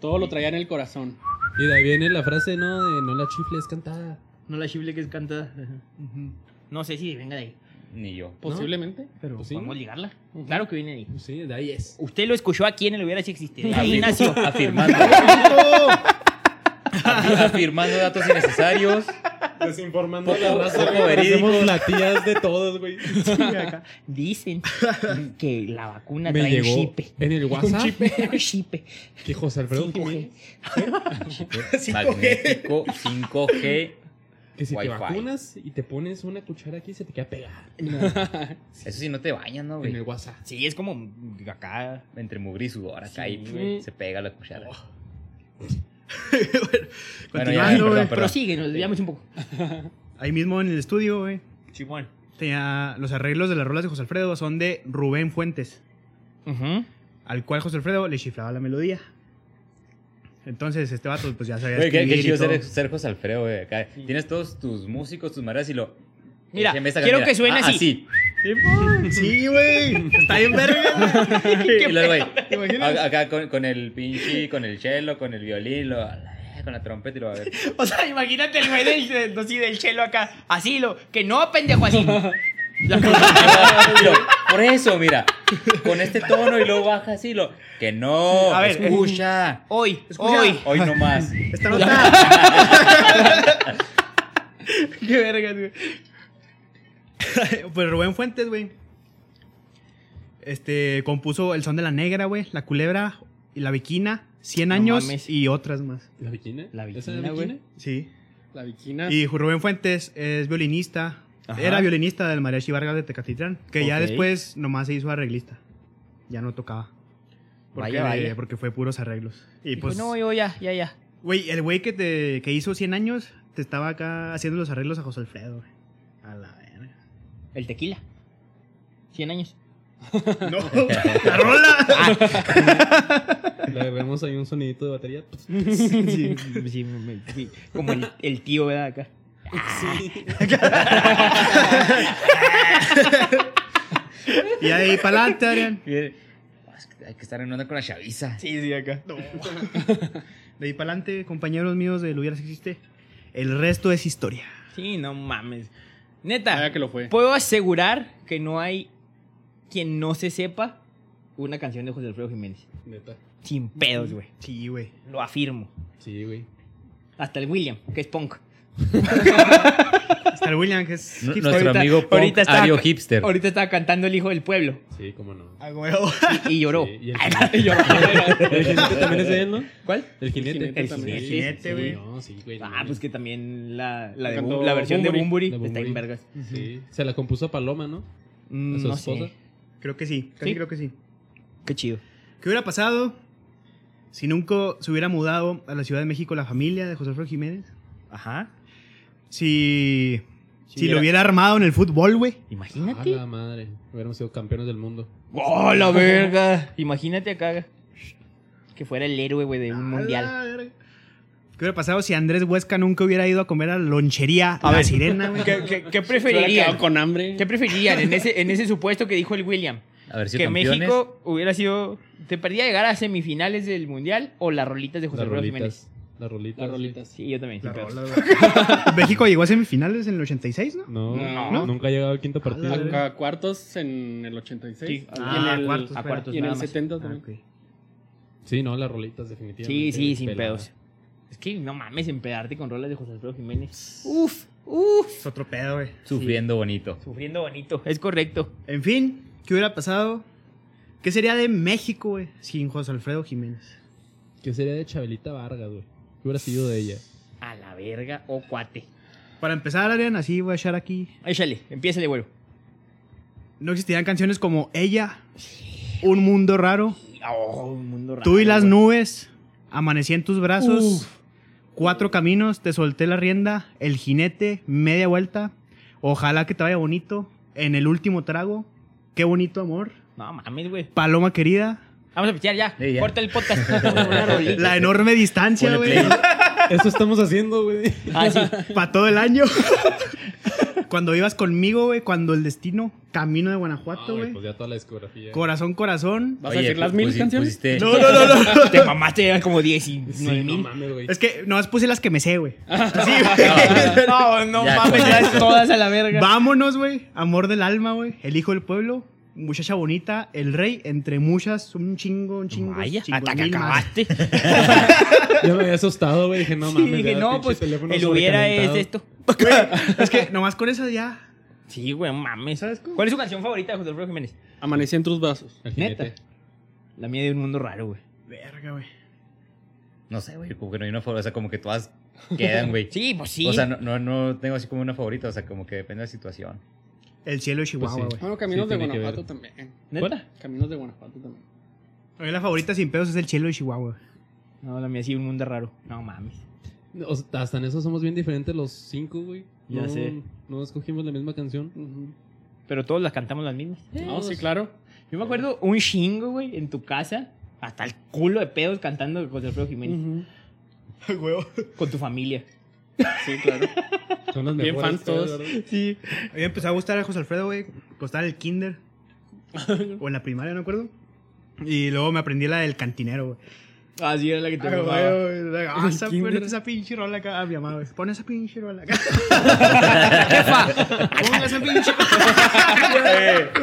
Speaker 6: Todo lo traía en el corazón.
Speaker 5: Y de ahí viene la frase, ¿no? De no la chifles cantada.
Speaker 2: No la chifle que es cantada. No sé si venga de ahí.
Speaker 4: Ni yo.
Speaker 6: Posiblemente.
Speaker 1: Pero
Speaker 5: Pues sí,
Speaker 2: ¿Podemos ligarla? Claro que viene de ahí.
Speaker 5: sí, de ahí es.
Speaker 2: Usted lo escuchó aquí en el hubiera si existido.
Speaker 5: Ah,
Speaker 2: Ahí
Speaker 4: Afir-
Speaker 5: (laughs)
Speaker 2: nació.
Speaker 4: Afirmando. Afi- afirmando datos innecesarios.
Speaker 5: Desinformando
Speaker 4: la raza, güey.
Speaker 5: Hacemos latías de todos, güey. (laughs)
Speaker 2: Dicen que la vacuna
Speaker 5: Me
Speaker 2: trae (laughs) un
Speaker 5: llegó
Speaker 2: chipe.
Speaker 5: en el WhatsApp
Speaker 2: Un chipe.
Speaker 5: que José Alfredo Jiménez,
Speaker 4: Magnético 5G.
Speaker 5: que si te
Speaker 4: Wi-Fi.
Speaker 5: vacunas y te pones una cuchara aquí se te queda pegada
Speaker 4: Eso sí, no te bañas, ¿no,
Speaker 5: en el
Speaker 4: güey?
Speaker 5: WhatsApp.
Speaker 2: Sí, es como acá.
Speaker 4: Entre mugre y sudor acá
Speaker 2: Sí,
Speaker 4: y pff,
Speaker 6: güey.
Speaker 4: se pega la cuchara. (laughs) Bueno, ya,
Speaker 1: Continuando, güey.
Speaker 4: perdón, perdón.
Speaker 2: Prosigue, nos desviamos un poco.
Speaker 1: Ahí mismo en el estudio, güey.
Speaker 2: Chimón.
Speaker 1: tenía- los arreglos de las rolas de José Alfredo son de Rubén Fuentes, al cual José Alfredo le chiflaba la melodía. Entonces este vato pues ya sabía
Speaker 4: Oye, qué,
Speaker 1: escribir
Speaker 4: qué
Speaker 1: y
Speaker 4: chido
Speaker 1: todo.
Speaker 4: ser, ser José Alfredo, güey. Acá tienes todos tus músicos, tus mareas y lo.
Speaker 2: Mira,
Speaker 4: Échame esta
Speaker 2: quiero que
Speaker 4: canción.
Speaker 2: suene
Speaker 4: Ah,
Speaker 2: así.
Speaker 4: así.
Speaker 1: Sí, güey. Está bien
Speaker 5: (laughs)
Speaker 1: verga.
Speaker 4: Y luego, güey,
Speaker 1: ¿Te imaginas?
Speaker 4: a- acá con, con el pinche, con el cello, con el violín. lo- a la verga, Ay, con la trompeta y lo va
Speaker 2: (laughs)
Speaker 4: a ver.
Speaker 2: O sea, imagínate el güey del, del, así del chelo acá. Así lo. Que no, pendejo,
Speaker 5: (laughs)
Speaker 2: así. Ya (laughs) con-
Speaker 4: Pero, por eso, mira, con este tono y luego baja así lo. Que no,
Speaker 2: A ver,
Speaker 4: escucha.
Speaker 2: Hoy,
Speaker 1: Escucha.
Speaker 2: hoy.
Speaker 4: Hoy nomás.
Speaker 1: Esta
Speaker 2: (laughs)
Speaker 1: nota.
Speaker 2: Qué verga, güey.
Speaker 1: pues Rubén Fuentes, güey. Este compuso El son de la negra, güey, La culebra y La viquina, 100
Speaker 2: No
Speaker 1: años
Speaker 2: mames.
Speaker 1: y otras más.
Speaker 5: ¿La bikina?
Speaker 2: La
Speaker 5: ¿Esa
Speaker 2: bikina, güey.
Speaker 1: Sí.
Speaker 6: La viquina.
Speaker 1: Y Rubén Fuentes es violinista.
Speaker 4: Ajá.
Speaker 1: Era violinista del Mariachi Vargas de Tecatitlán, que ya
Speaker 4: Ok.
Speaker 1: después nomás se hizo arreglista. Ya no tocaba. Porque,
Speaker 2: Vaya, vaya.
Speaker 1: porque fue puros arreglos. Y
Speaker 2: Dijo,
Speaker 1: pues,
Speaker 2: no, yo ya, ya, ya.
Speaker 1: güey, el güey que te que hizo 100 años te estaba acá haciendo los arreglos a José Alfredo, güey. A la
Speaker 2: (laughs)
Speaker 1: verga.
Speaker 2: El tequila. 100 años.
Speaker 1: No, la rola.
Speaker 5: Le vemos ahí un sonidito de batería. pues,
Speaker 2: (laughs)
Speaker 5: (laughs)
Speaker 2: sí, sí, me- sí. Como el, el tío, ¿verdad? Acá. Ah.
Speaker 1: (laughs) y ahí para adelante, Adrián.
Speaker 4: Mire, es que Hay que estar en onda con la chaviza.
Speaker 2: Sí, sí, acá.
Speaker 1: (laughs) De ahí para adelante, compañeros míos del Hubiera Si Existe. El resto es historia.
Speaker 2: Sí, no mames.
Speaker 6: Vaya
Speaker 2: Neta,
Speaker 6: que lo fue.
Speaker 2: puedo asegurar que no hay quien no se sepa una canción de José Alfredo Jiménez.
Speaker 5: Neta.
Speaker 2: Sin pedos, güey.
Speaker 1: Sí, güey.
Speaker 2: Lo afirmo.
Speaker 5: Sí, güey.
Speaker 2: Hasta el William, que es punk.
Speaker 1: Hasta el William, que es
Speaker 4: N-
Speaker 1: hipster.
Speaker 4: Nuestro
Speaker 2: Ahorita-
Speaker 4: amigo Punk,
Speaker 2: ahorita está-
Speaker 4: Ario Hipster.
Speaker 2: Ahorita estaba cantando El Hijo del Pueblo
Speaker 5: Sí, cómo no.
Speaker 1: A huevo.
Speaker 2: y, (laughs) y
Speaker 5: (laughs)
Speaker 2: lloró.
Speaker 5: Sí, y el, jinete- el jinete también es de él, ¿no?
Speaker 2: ¿Cuál?
Speaker 5: El jinete.
Speaker 6: jinete
Speaker 2: El
Speaker 6: también.
Speaker 2: jinete.
Speaker 1: Jinete,
Speaker 5: Sí,
Speaker 1: güey.
Speaker 5: no, sí, güey.
Speaker 2: Ah, pues que también la, la, de
Speaker 6: Cantó
Speaker 2: Bum- la versión de Bumburi
Speaker 6: Bunbury.
Speaker 5: De
Speaker 2: está
Speaker 5: Bunbury.
Speaker 2: en vergas.
Speaker 5: Sí. Se la compuso a Paloma, ¿no?
Speaker 2: Mm,
Speaker 5: A su
Speaker 2: no
Speaker 5: esposa.
Speaker 2: sé.
Speaker 1: Creo que sí, casi
Speaker 2: ¿Sí?
Speaker 1: creo que sí.
Speaker 2: Qué chido.
Speaker 1: ¿Qué hubiera pasado si nunca se hubiera mudado a la Ciudad de México la familia de José Alfredo Jiménez?
Speaker 2: Ajá.
Speaker 1: Si, si,
Speaker 2: hubiera-
Speaker 1: lo hubiera armado en el fútbol, güey.
Speaker 5: A
Speaker 2: Imagínate.
Speaker 5: la madre. Hubiéramos sido campeones del mundo.
Speaker 2: ¡Oh, (laughs) la verga! Imagínate acá que fuera el héroe, güey, de un
Speaker 1: A
Speaker 2: mundial.
Speaker 1: la verga. ¿Qué hubiera pasado si Andrés Huesca nunca hubiera ido a comer a la lonchería a
Speaker 2: A
Speaker 1: la
Speaker 2: ver.
Speaker 1: sirena, güey?
Speaker 2: ¿Qué, qué- qué
Speaker 6: Se hubiera
Speaker 2: preferirían?
Speaker 6: quedado con hambre.
Speaker 2: ¿Qué preferirían en ese, en ese supuesto que dijo el William?
Speaker 4: A ver si
Speaker 2: que
Speaker 4: campeones.
Speaker 2: México hubiera sido... ¿Te perdía llegar a semifinales del mundial o las rolitas de José
Speaker 5: Las
Speaker 2: Alfredo Jiménez?
Speaker 5: rolitas. Las rolitas.
Speaker 6: Las rolitas.
Speaker 2: Sí, yo también.
Speaker 1: La
Speaker 2: sin pedos.
Speaker 1: rola, güey.
Speaker 2: (laughs)
Speaker 1: México llegó a semifinales en el 86, ¿no?
Speaker 5: No,
Speaker 6: No.
Speaker 5: no, nunca ha llegado al quinto partido.
Speaker 1: verga.
Speaker 6: A, a cuartos en el 86.
Speaker 2: Sí.
Speaker 6: Y
Speaker 1: Ah,
Speaker 6: en el,
Speaker 1: cuartos,
Speaker 2: a cuartos
Speaker 6: Y en
Speaker 2: nada
Speaker 6: el
Speaker 2: más.
Speaker 6: 70
Speaker 1: Ah,
Speaker 6: también.
Speaker 1: ok.
Speaker 5: Sí, no, las rolitas definitivamente.
Speaker 2: Sí, sí, sin
Speaker 5: Pelada.
Speaker 2: pedos. Es que no mames empedarte con rolas de José Alfredo Jiménez. Uf, uf.
Speaker 1: Es otro pedo, güey.
Speaker 4: Sufriendo bonito.
Speaker 2: Sufriendo bonito. Es correcto.
Speaker 1: En fin, ¿qué hubiera pasado? ¿Qué sería de México, güey, sin José Alfredo Jiménez?
Speaker 5: ¿Qué sería de Chabelita Vargas, güey? ¿Qué hubiera sido de ella?
Speaker 2: A la verga o cuate.
Speaker 1: Para empezar, Adrián, así voy a echar aquí
Speaker 2: Échale, empieza de güero.
Speaker 1: No existirían canciones como Ella, Un Mundo Raro,
Speaker 2: Oh, un mundo raro.
Speaker 1: Tú y las
Speaker 2: güey.
Speaker 1: nubes, Amanecí en tus brazos,
Speaker 2: Uf.
Speaker 1: Cuatro Caminos, Te solté la rienda, El Jinete, Media Vuelta, Ojalá que te vaya bonito, En el último trago, Qué bonito amor,
Speaker 2: No mames, güey.
Speaker 1: Paloma querida,
Speaker 2: Vamos a pichar ya.
Speaker 4: Sí, ya.
Speaker 2: Corta el podcast.
Speaker 1: La enorme distancia,
Speaker 4: Ponle
Speaker 1: güey,
Speaker 4: play.
Speaker 5: Eso estamos haciendo, güey.
Speaker 2: ah, sí.
Speaker 1: para todo el año. (laughs) cuando ibas conmigo, güey, cuando el destino, Camino de Guanajuato,
Speaker 5: Ah,
Speaker 1: güey,
Speaker 5: Pues ya toda la discografía.
Speaker 1: Corazón, corazón.
Speaker 6: (laughs) ¿Vas a decir
Speaker 5: pues,
Speaker 6: las mil
Speaker 4: pusi-
Speaker 6: canciones?
Speaker 4: pusiste-
Speaker 1: No,
Speaker 4: (laughs)
Speaker 1: no, no, no.
Speaker 2: Te mamaste, eran
Speaker 5: (laughs)
Speaker 2: como 19
Speaker 5: Sí, no
Speaker 2: mil.
Speaker 5: mames, güey.
Speaker 1: Es que nomás puse las que me sé, güey.
Speaker 2: (laughs) No, no
Speaker 4: Ya,
Speaker 2: mames,
Speaker 4: con-
Speaker 2: ya es todas a la verga.
Speaker 1: Vámonos, güey. Amor del alma, güey. El hijo del pueblo. Muchacha bonita. El rey. Entre muchas. Un chingo, un chingo.
Speaker 2: Vaya,
Speaker 1: chingos
Speaker 2: hasta que
Speaker 1: mil más.
Speaker 2: acabaste.
Speaker 5: Yo me había asustado, güey. Dije, no
Speaker 2: Sí,
Speaker 5: mames.
Speaker 2: dije,
Speaker 5: ya,
Speaker 2: (laughs) no,
Speaker 5: pinche
Speaker 2: pues
Speaker 5: teléfono
Speaker 2: el hubiera es
Speaker 5: sobrecalentado.
Speaker 2: esto.
Speaker 1: Es que nomás con esas ya.
Speaker 2: Sí, güey, mames.
Speaker 1: ¿Sabes cómo?
Speaker 2: ¿Cuál es su canción favorita de José Alfredo Jiménez?
Speaker 6: Amanecí en tus brazos.
Speaker 5: El jinete.
Speaker 2: La mía de un mundo raro, güey.
Speaker 1: Verga, güey.
Speaker 4: No sé, güey. Como que no hay una favorita. O sea, como que todas quedan, güey.
Speaker 2: Sí, pues sí.
Speaker 4: O sea, no, no, no tengo así como una favorita. O sea, como que depende de la situación.
Speaker 1: El cielo de Chihuahua,
Speaker 5: Pues sí.
Speaker 1: güey.
Speaker 6: Bueno, Caminos
Speaker 5: Sí,
Speaker 6: de
Speaker 5: tiene que
Speaker 6: Guanajuato
Speaker 5: ver.
Speaker 6: también.
Speaker 2: ¿Neta?
Speaker 6: Caminos de Guanajuato también.
Speaker 1: A mí la favorita sin pedos es el cielo de Chihuahua. güey.
Speaker 2: No, la mía sí, un mundo raro. No mames.
Speaker 5: O sea, hasta en eso somos bien diferentes los cinco, güey.
Speaker 2: Ya
Speaker 5: no,
Speaker 2: sé.
Speaker 5: No escogimos la misma canción.
Speaker 2: Pero todos las cantamos las mismas.
Speaker 6: No, sí, claro.
Speaker 2: Yo me acuerdo un chingo, güey, en tu casa, hasta el culo de pedos cantando José Alfredo Jiménez con tu familia.
Speaker 6: Sí,
Speaker 5: (laughs)
Speaker 6: claro.
Speaker 5: Son las
Speaker 6: Bien
Speaker 5: mejores,
Speaker 6: fans todos.
Speaker 5: güey,
Speaker 2: Sí.
Speaker 1: A mí me empezó a gustar a José Alfredo, güey. Cuando estaba en el kinder. o en la primaria, no me acuerdo. Y luego me aprendí la del cantinero, güey.
Speaker 2: Ah, sí, era la que te
Speaker 1: Ay, güey,
Speaker 2: mamaba.
Speaker 1: güey, ah, esa, pon esa pinche rola acá. Ah, mi mamá, güey, pon esa pinche rola acá. Jefa, pon esa pinche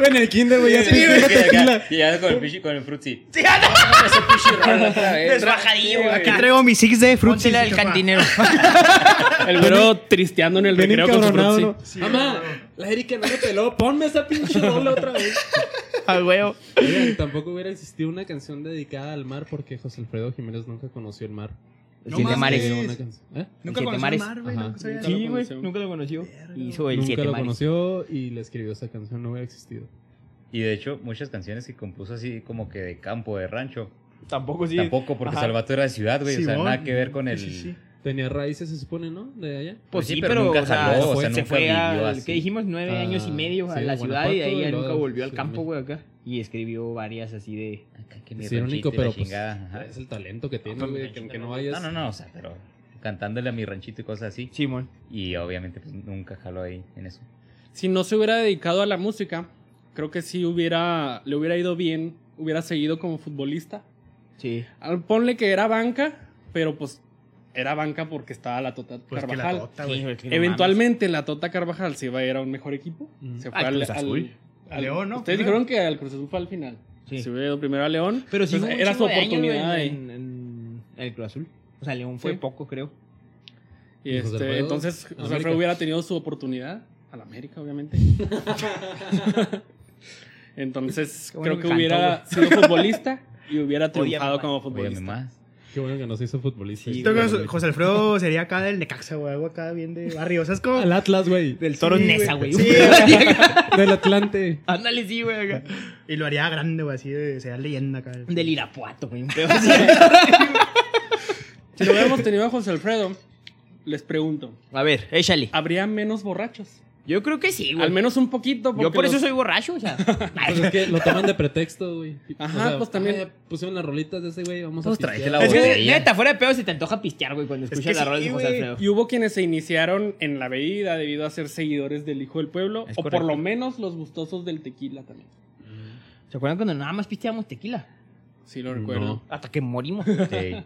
Speaker 5: En el kinder, güey, ya
Speaker 4: Sí,
Speaker 5: te-
Speaker 4: güey,
Speaker 5: ya
Speaker 4: que
Speaker 5: te-
Speaker 4: acá- Y ya con el pichi, con el frutzi. Sí, ese pichi rola otra vez.
Speaker 3: Desfajadillo, güey.
Speaker 1: Aquí traigo mi six de frutas.
Speaker 3: Póntela al cantinero.
Speaker 6: El güero tristeando en el
Speaker 5: Bien
Speaker 6: recreo con su
Speaker 5: encabronado,
Speaker 6: frutzi.
Speaker 5: ¿no? Mamá, la Erika no me peló. Ponme esa pinche rola otra vez.
Speaker 3: Al huevo.
Speaker 5: Oigan, tampoco hubiera existido una canción dedicada al mar porque José Alfredo Jiménez nunca conoció el mar.
Speaker 3: El
Speaker 1: No
Speaker 3: siete
Speaker 1: mames.
Speaker 3: mares.
Speaker 5: Una canción- ¿eh?
Speaker 1: Nunca
Speaker 3: Siete
Speaker 1: conocí el
Speaker 3: mares.
Speaker 1: mar, güey.
Speaker 5: Ajá.
Speaker 1: nunca sabía
Speaker 6: Nunca
Speaker 1: eso.
Speaker 6: lo
Speaker 2: Sí, güey,
Speaker 6: conoció.
Speaker 2: nunca lo conoció.
Speaker 3: Hizo el
Speaker 5: Nunca
Speaker 3: siete
Speaker 5: lo
Speaker 3: mares.
Speaker 5: conoció y le escribió esa canción. No hubiera existido.
Speaker 4: Y de hecho, muchas canciones que compuso así como que de campo, de rancho.
Speaker 2: Tampoco sí.
Speaker 4: Tampoco, porque
Speaker 2: Ajá.
Speaker 4: Salvato era de ciudad, güey. o sea,
Speaker 1: Simón.
Speaker 4: nada que ver con el.
Speaker 1: Sí, sí, sí.
Speaker 5: Tenía raíces, se supone, ¿no? De allá.
Speaker 2: Pues
Speaker 4: Sí,
Speaker 2: sí,
Speaker 4: pero
Speaker 2: pero,
Speaker 4: nunca
Speaker 2: o sea,
Speaker 4: jaló, o
Speaker 2: fue-
Speaker 4: sea,
Speaker 2: se
Speaker 4: nunca
Speaker 2: fue
Speaker 4: vivió
Speaker 2: al,
Speaker 4: así.
Speaker 2: ¿qué dijimos? Nueve
Speaker 5: Ah,
Speaker 2: años y medio
Speaker 5: sí,
Speaker 2: a la
Speaker 5: a
Speaker 2: ciudad y de ahí
Speaker 5: Guanajuato,
Speaker 2: ya
Speaker 5: luego
Speaker 2: nunca
Speaker 5: a
Speaker 2: volvió al
Speaker 5: Ciudad de
Speaker 2: campo,
Speaker 5: México.
Speaker 2: güey, acá. Y escribió varias así de...
Speaker 4: Acá que mi
Speaker 5: Sí, era único,
Speaker 4: ranchito y
Speaker 5: pero
Speaker 4: la
Speaker 5: pues,
Speaker 4: chingada, ajá.
Speaker 5: es el talento que tiene, güey, que aunque no vayas...
Speaker 4: No, no, no, o sea, pero cantándole a mi ranchito y cosas así.
Speaker 2: Simón.
Speaker 4: Y obviamente, pues nunca jaló ahí en eso.
Speaker 6: Si no se hubiera dedicado a la música, creo que sí hubiera, le hubiera ido bien, hubiera seguido como futbolista.
Speaker 2: Sí.
Speaker 6: Ah, Ponle que era banca, pero pues era banca porque estaba la Tota
Speaker 1: Pues que la
Speaker 6: Carvajal.
Speaker 1: tota, güey.
Speaker 6: Eventualmente la Tota Carvajal se iba a ir a un mejor equipo.
Speaker 5: Mm.
Speaker 6: Se fue
Speaker 2: Al
Speaker 6: al,
Speaker 2: Cruz
Speaker 6: al-
Speaker 2: Azul.
Speaker 1: A León, ¿no?
Speaker 6: Ustedes
Speaker 1: Primero.
Speaker 6: dijeron que al Cruz Azul fue al final.
Speaker 2: Sí.
Speaker 6: Se hubiera ido primero a León.
Speaker 2: Pero sí
Speaker 6: Entonces,
Speaker 2: fue un
Speaker 6: era su
Speaker 2: chingo de años, güey,
Speaker 6: oportunidad. y-
Speaker 2: en, en- en el Cruz Azul. O sea, León fue
Speaker 6: Sí.
Speaker 2: poco, creo.
Speaker 6: Y
Speaker 5: José
Speaker 6: este,
Speaker 5: Alfredo,
Speaker 6: entonces José
Speaker 5: América.
Speaker 6: Alfredo hubiera tenido su oportunidad a la América, obviamente. entonces
Speaker 2: Qué bueno que
Speaker 6: creo que
Speaker 2: cantó,
Speaker 6: hubiera sido futbolista y hubiera
Speaker 2: Oye,
Speaker 6: triunfado
Speaker 2: mamá.
Speaker 6: como
Speaker 4: Óyeme
Speaker 6: futbolista.
Speaker 4: más.
Speaker 5: Qué bueno que no se hizo futbolista.
Speaker 1: Yo creo que José Alfredo sería acá del Necaxa, güey. Algo acá bien de barrio. O sea, es como.
Speaker 5: Al Atlas, güey.
Speaker 2: Del Toro
Speaker 1: Sí,
Speaker 2: Nesa, güey.
Speaker 1: Sí,
Speaker 5: Del Atlante.
Speaker 2: Ándale, sí, güey, acá.
Speaker 1: Y lo haría grande, güey. Así de. Sería leyenda acá.
Speaker 2: Del Irapuato, güey. un pedo.
Speaker 6: Si lo hubiéramos tenido a José Alfredo, les pregunto,
Speaker 3: A ver, échale.
Speaker 6: ¿habría menos borrachos?
Speaker 3: Yo creo que sí,
Speaker 6: Al
Speaker 3: güey.
Speaker 6: menos un poquito.
Speaker 3: Yo
Speaker 6: porque
Speaker 3: por eso
Speaker 6: los-
Speaker 3: soy borracho,
Speaker 2: (laughs)
Speaker 3: o sea.
Speaker 5: Pues es que lo toman de pretexto, güey.
Speaker 6: Ajá, pues también.
Speaker 5: "Ay, pusieron las rolitas de ese güey, vamos
Speaker 4: Pues
Speaker 5: a pistear".
Speaker 4: tráete la
Speaker 2: Es que,
Speaker 4: Botella.
Speaker 2: neta, fuera de pedo se te antoja pistear, güey, cuando
Speaker 1: Es
Speaker 2: escuchas
Speaker 1: que
Speaker 2: la
Speaker 1: sí,
Speaker 2: rola de José
Speaker 1: güey.
Speaker 2: Alfredo.
Speaker 6: Y hubo quienes se iniciaron en la bebida debido a ser seguidores del Hijo del Pueblo,
Speaker 4: Es
Speaker 6: o por
Speaker 4: correcto.
Speaker 6: lo menos los gustosos del tequila también.
Speaker 2: ¿Se acuerdan cuando nada más pisteamos tequila?
Speaker 6: Sí, lo recuerdo.
Speaker 5: No.
Speaker 3: Hasta que morimos.
Speaker 4: Sí.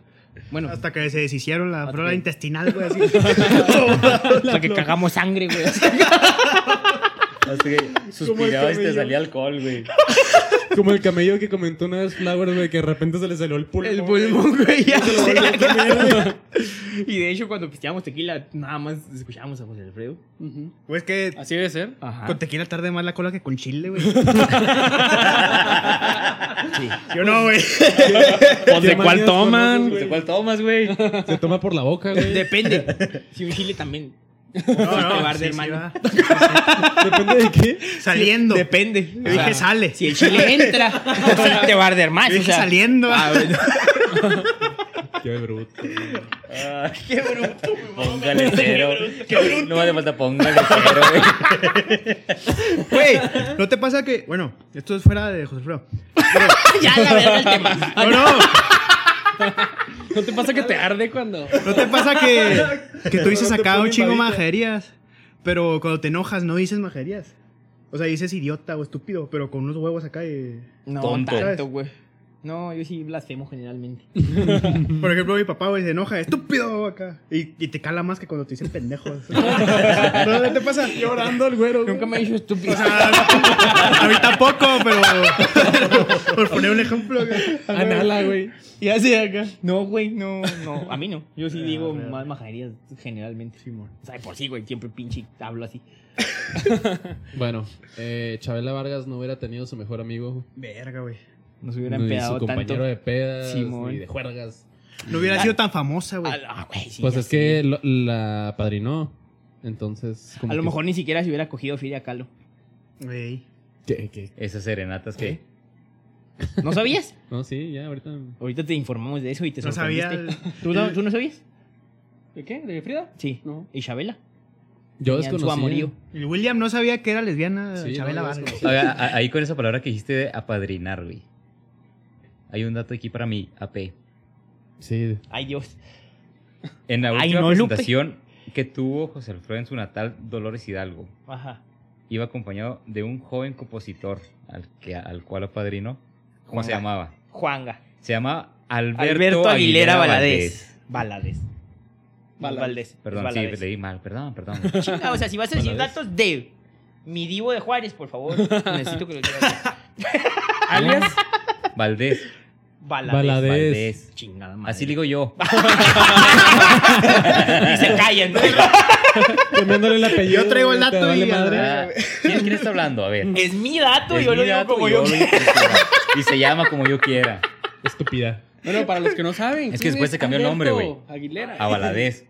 Speaker 2: Bueno,
Speaker 1: Hasta que se deshicieron la
Speaker 2: Hasta
Speaker 1: flora
Speaker 2: que-
Speaker 1: intestinal, güey.
Speaker 2: (laughs)
Speaker 1: Así.
Speaker 2: hasta que cagamos sangre, güey.
Speaker 4: Así que suspirabas y te
Speaker 1: camello.
Speaker 4: salía alcohol, güey.
Speaker 5: Como el camello que comentó una vez Flower, güey, que de repente se le salió el pulmón.
Speaker 2: El pulmón, güey, ya
Speaker 5: Se lo volvió a
Speaker 2: (laughs)
Speaker 5: comer,
Speaker 2: Y de hecho, cuando pisteábamos tequila, nada más escuchábamos a José Alfredo.
Speaker 6: Ujú.
Speaker 1: Güey, es que.
Speaker 6: Así debe ser.
Speaker 2: Ajá.
Speaker 1: Con tequila tarde más la cola que con chile, güey.
Speaker 2: Sí.
Speaker 1: Yo no,
Speaker 2: (laughs)
Speaker 1: güey.
Speaker 6: Pues de
Speaker 5: ¿Qué
Speaker 6: cuál
Speaker 5: manías
Speaker 6: toman.
Speaker 5: conoces,
Speaker 4: ¿De cuál tomas, güey?
Speaker 5: güey. Se toma por la boca, güey.
Speaker 2: Depende. Si un chile también.
Speaker 1: No,
Speaker 2: Este bar de
Speaker 1: sí, sí,
Speaker 2: hermano. (laughs)
Speaker 1: va.
Speaker 5: Depende de qué.
Speaker 1: Saliendo.
Speaker 2: Depende.
Speaker 1: Yo dije, sale.
Speaker 2: Si el chile entra, (laughs) o sea, te va a arder más.
Speaker 1: Yo
Speaker 2: o
Speaker 1: dije,
Speaker 2: sea.
Speaker 1: saliendo.
Speaker 2: Ah, bueno.
Speaker 5: Qué bruto.
Speaker 4: Ah, qué bruto, Póngale cero. No me hace falta póngale cero, güey.
Speaker 1: (laughs) Güey, ¿no te pasa que.? Bueno, esto es fuera de José Alfredo.
Speaker 2: ya la verdad el tema.
Speaker 1: No, no.
Speaker 6: ¿No te pasa que te arde cuando.?
Speaker 1: ¿No te pasa que, que tú dices
Speaker 5: No te
Speaker 1: acá un
Speaker 5: ponen
Speaker 1: chingo
Speaker 5: babita.
Speaker 1: majerías? Pero cuando te enojas no dices majerías. O sea, dices idiota o estúpido, pero con unos huevos acá de...
Speaker 2: No,
Speaker 4: Tonto.
Speaker 2: tanto, güey. No, yo sí blasfemo generalmente.
Speaker 1: Por ejemplo, mi papá, güey, se enoja, estúpido acá. Y, y te cala más que cuando te dicen
Speaker 2: (laughs)
Speaker 1: pendejos. ¿No, ¿No te pasa?
Speaker 5: Llorando el güero. güey.
Speaker 2: Nunca me he dicho estúpido.
Speaker 1: O sea, a mí tampoco, pero... Por poner un ejemplo. güey.
Speaker 5: Anala, güey.
Speaker 2: ya sé acá. No, güey, no, no. A mí no.
Speaker 5: (laughs)
Speaker 2: Yo
Speaker 5: Ah,
Speaker 2: sí digo
Speaker 1: real.
Speaker 2: más majaderías generalmente. O sea, de por sí, güey, siempre pinche hablo así.
Speaker 5: Bueno, eh, Chabela Vargas no hubiera tenido su mejor amigo.
Speaker 1: Verga, güey.
Speaker 2: Nos hubieran
Speaker 5: ni
Speaker 2: pedado
Speaker 5: su compañero
Speaker 2: tanto.
Speaker 5: de pedas
Speaker 2: Simón.
Speaker 5: y de juergas.
Speaker 1: No hubiera sido tan famosa, güey.
Speaker 2: Ah, ah, güey, sí,
Speaker 5: Pues
Speaker 2: ya
Speaker 5: es
Speaker 2: sé.
Speaker 5: que lo- la padrinó. Entonces, como
Speaker 2: A lo
Speaker 5: que-
Speaker 2: mejor ni siquiera se hubiera cogido Frida Kahlo.
Speaker 1: Güey.
Speaker 5: ¿Qué, qué?
Speaker 4: Esas serenatas que.
Speaker 2: ¿No
Speaker 5: (laughs)
Speaker 2: sabías?
Speaker 5: No, sí, ya ahorita.
Speaker 2: Ahorita te informamos de eso y te
Speaker 1: No sabía...
Speaker 2: sorprendiste. ¿Tú, no, tú no sabías?
Speaker 6: ¿De qué? ¿De Frida?
Speaker 2: Sí.
Speaker 6: No.
Speaker 2: Isabela.
Speaker 5: Yo ¿eh?
Speaker 2: Tenían su
Speaker 5: desconocía.
Speaker 2: amorío.
Speaker 1: El William no sabía que era lesbiana
Speaker 5: Sí,
Speaker 1: Chabela
Speaker 5: no, yo
Speaker 1: Vargas.
Speaker 5: desconocía.
Speaker 4: Oiga, a- ahí con esa palabra que dijiste de apadrinar, güey. Hay un dato aquí para mí, AP.
Speaker 5: (laughs) Sí,
Speaker 2: Ay, Dios.
Speaker 4: En la
Speaker 2: Ay,
Speaker 4: última
Speaker 2: no, Lupe.
Speaker 4: presentación que tuvo José Alfredo en su natal, Dolores Hidalgo,
Speaker 2: Ajá.
Speaker 4: iba acompañado de un joven compositor al, que, al cual apadrinó. ¿Cómo se
Speaker 2: Juanga.
Speaker 4: llamaba?
Speaker 2: Juanga.
Speaker 4: Se llamaba Alberto,
Speaker 2: Alberto Aguilera
Speaker 4: Valadez.
Speaker 2: Valadez. Valadez.
Speaker 6: Valadez.
Speaker 2: Valdés. Es
Speaker 4: Perdón,
Speaker 2: Valadez.
Speaker 4: sí, leí mal,
Speaker 2: (laughs)
Speaker 4: perdón, perdón.
Speaker 2: Chinga, o sea, si vas a decir
Speaker 4: Valadez.
Speaker 2: datos de mi divo de Juárez, por favor, necesito que lo digas.
Speaker 6: Alias,
Speaker 4: Valdés.
Speaker 2: Valadez.
Speaker 5: Valadez.
Speaker 4: Valdés.
Speaker 2: Chingada madre.
Speaker 4: Así le
Speaker 2: (laughs)
Speaker 4: digo yo.
Speaker 2: Y se callan. ¿no?
Speaker 5: Quemándole el apellido.
Speaker 1: Yo traigo el
Speaker 5: güey, te
Speaker 1: dato
Speaker 5: vale
Speaker 1: y-
Speaker 5: madre.
Speaker 4: Ah, ¿Quién, quién está hablando? A ver.
Speaker 2: (laughs) Es mi dato,
Speaker 4: Es
Speaker 2: yo
Speaker 4: mi
Speaker 2: lo digo
Speaker 4: dato
Speaker 2: como
Speaker 4: y
Speaker 2: yo.
Speaker 4: lo digo como quiera. Y se llama como yo quiera.
Speaker 5: Estúpida.
Speaker 6: bueno, para los que no saben.
Speaker 4: Es que
Speaker 6: ¿quién
Speaker 4: después se cambió el nombre, güey. Ah,
Speaker 6: Alberto Aguilera.
Speaker 4: A Valadez.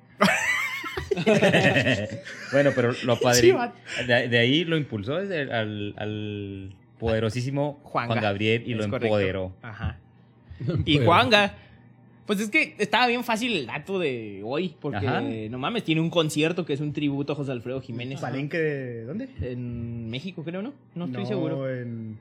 Speaker 4: bueno, pero lo padre. De, de ahí lo impulsó desde el- al, al poderosísimo Juan,
Speaker 2: Juanga.
Speaker 4: Gabriel y lo
Speaker 2: Es correcto.
Speaker 4: empoderó. (laughs)
Speaker 2: Ajá. Y Juanga. Pues es que estaba bien fácil el dato de hoy, porque
Speaker 4: Ajá.
Speaker 2: no mames, tiene un concierto que es un tributo a José Alfredo Jiménez.
Speaker 1: ¿Palenque de dónde?
Speaker 2: En México, creo, ¿no? No estoy seguro.
Speaker 1: En...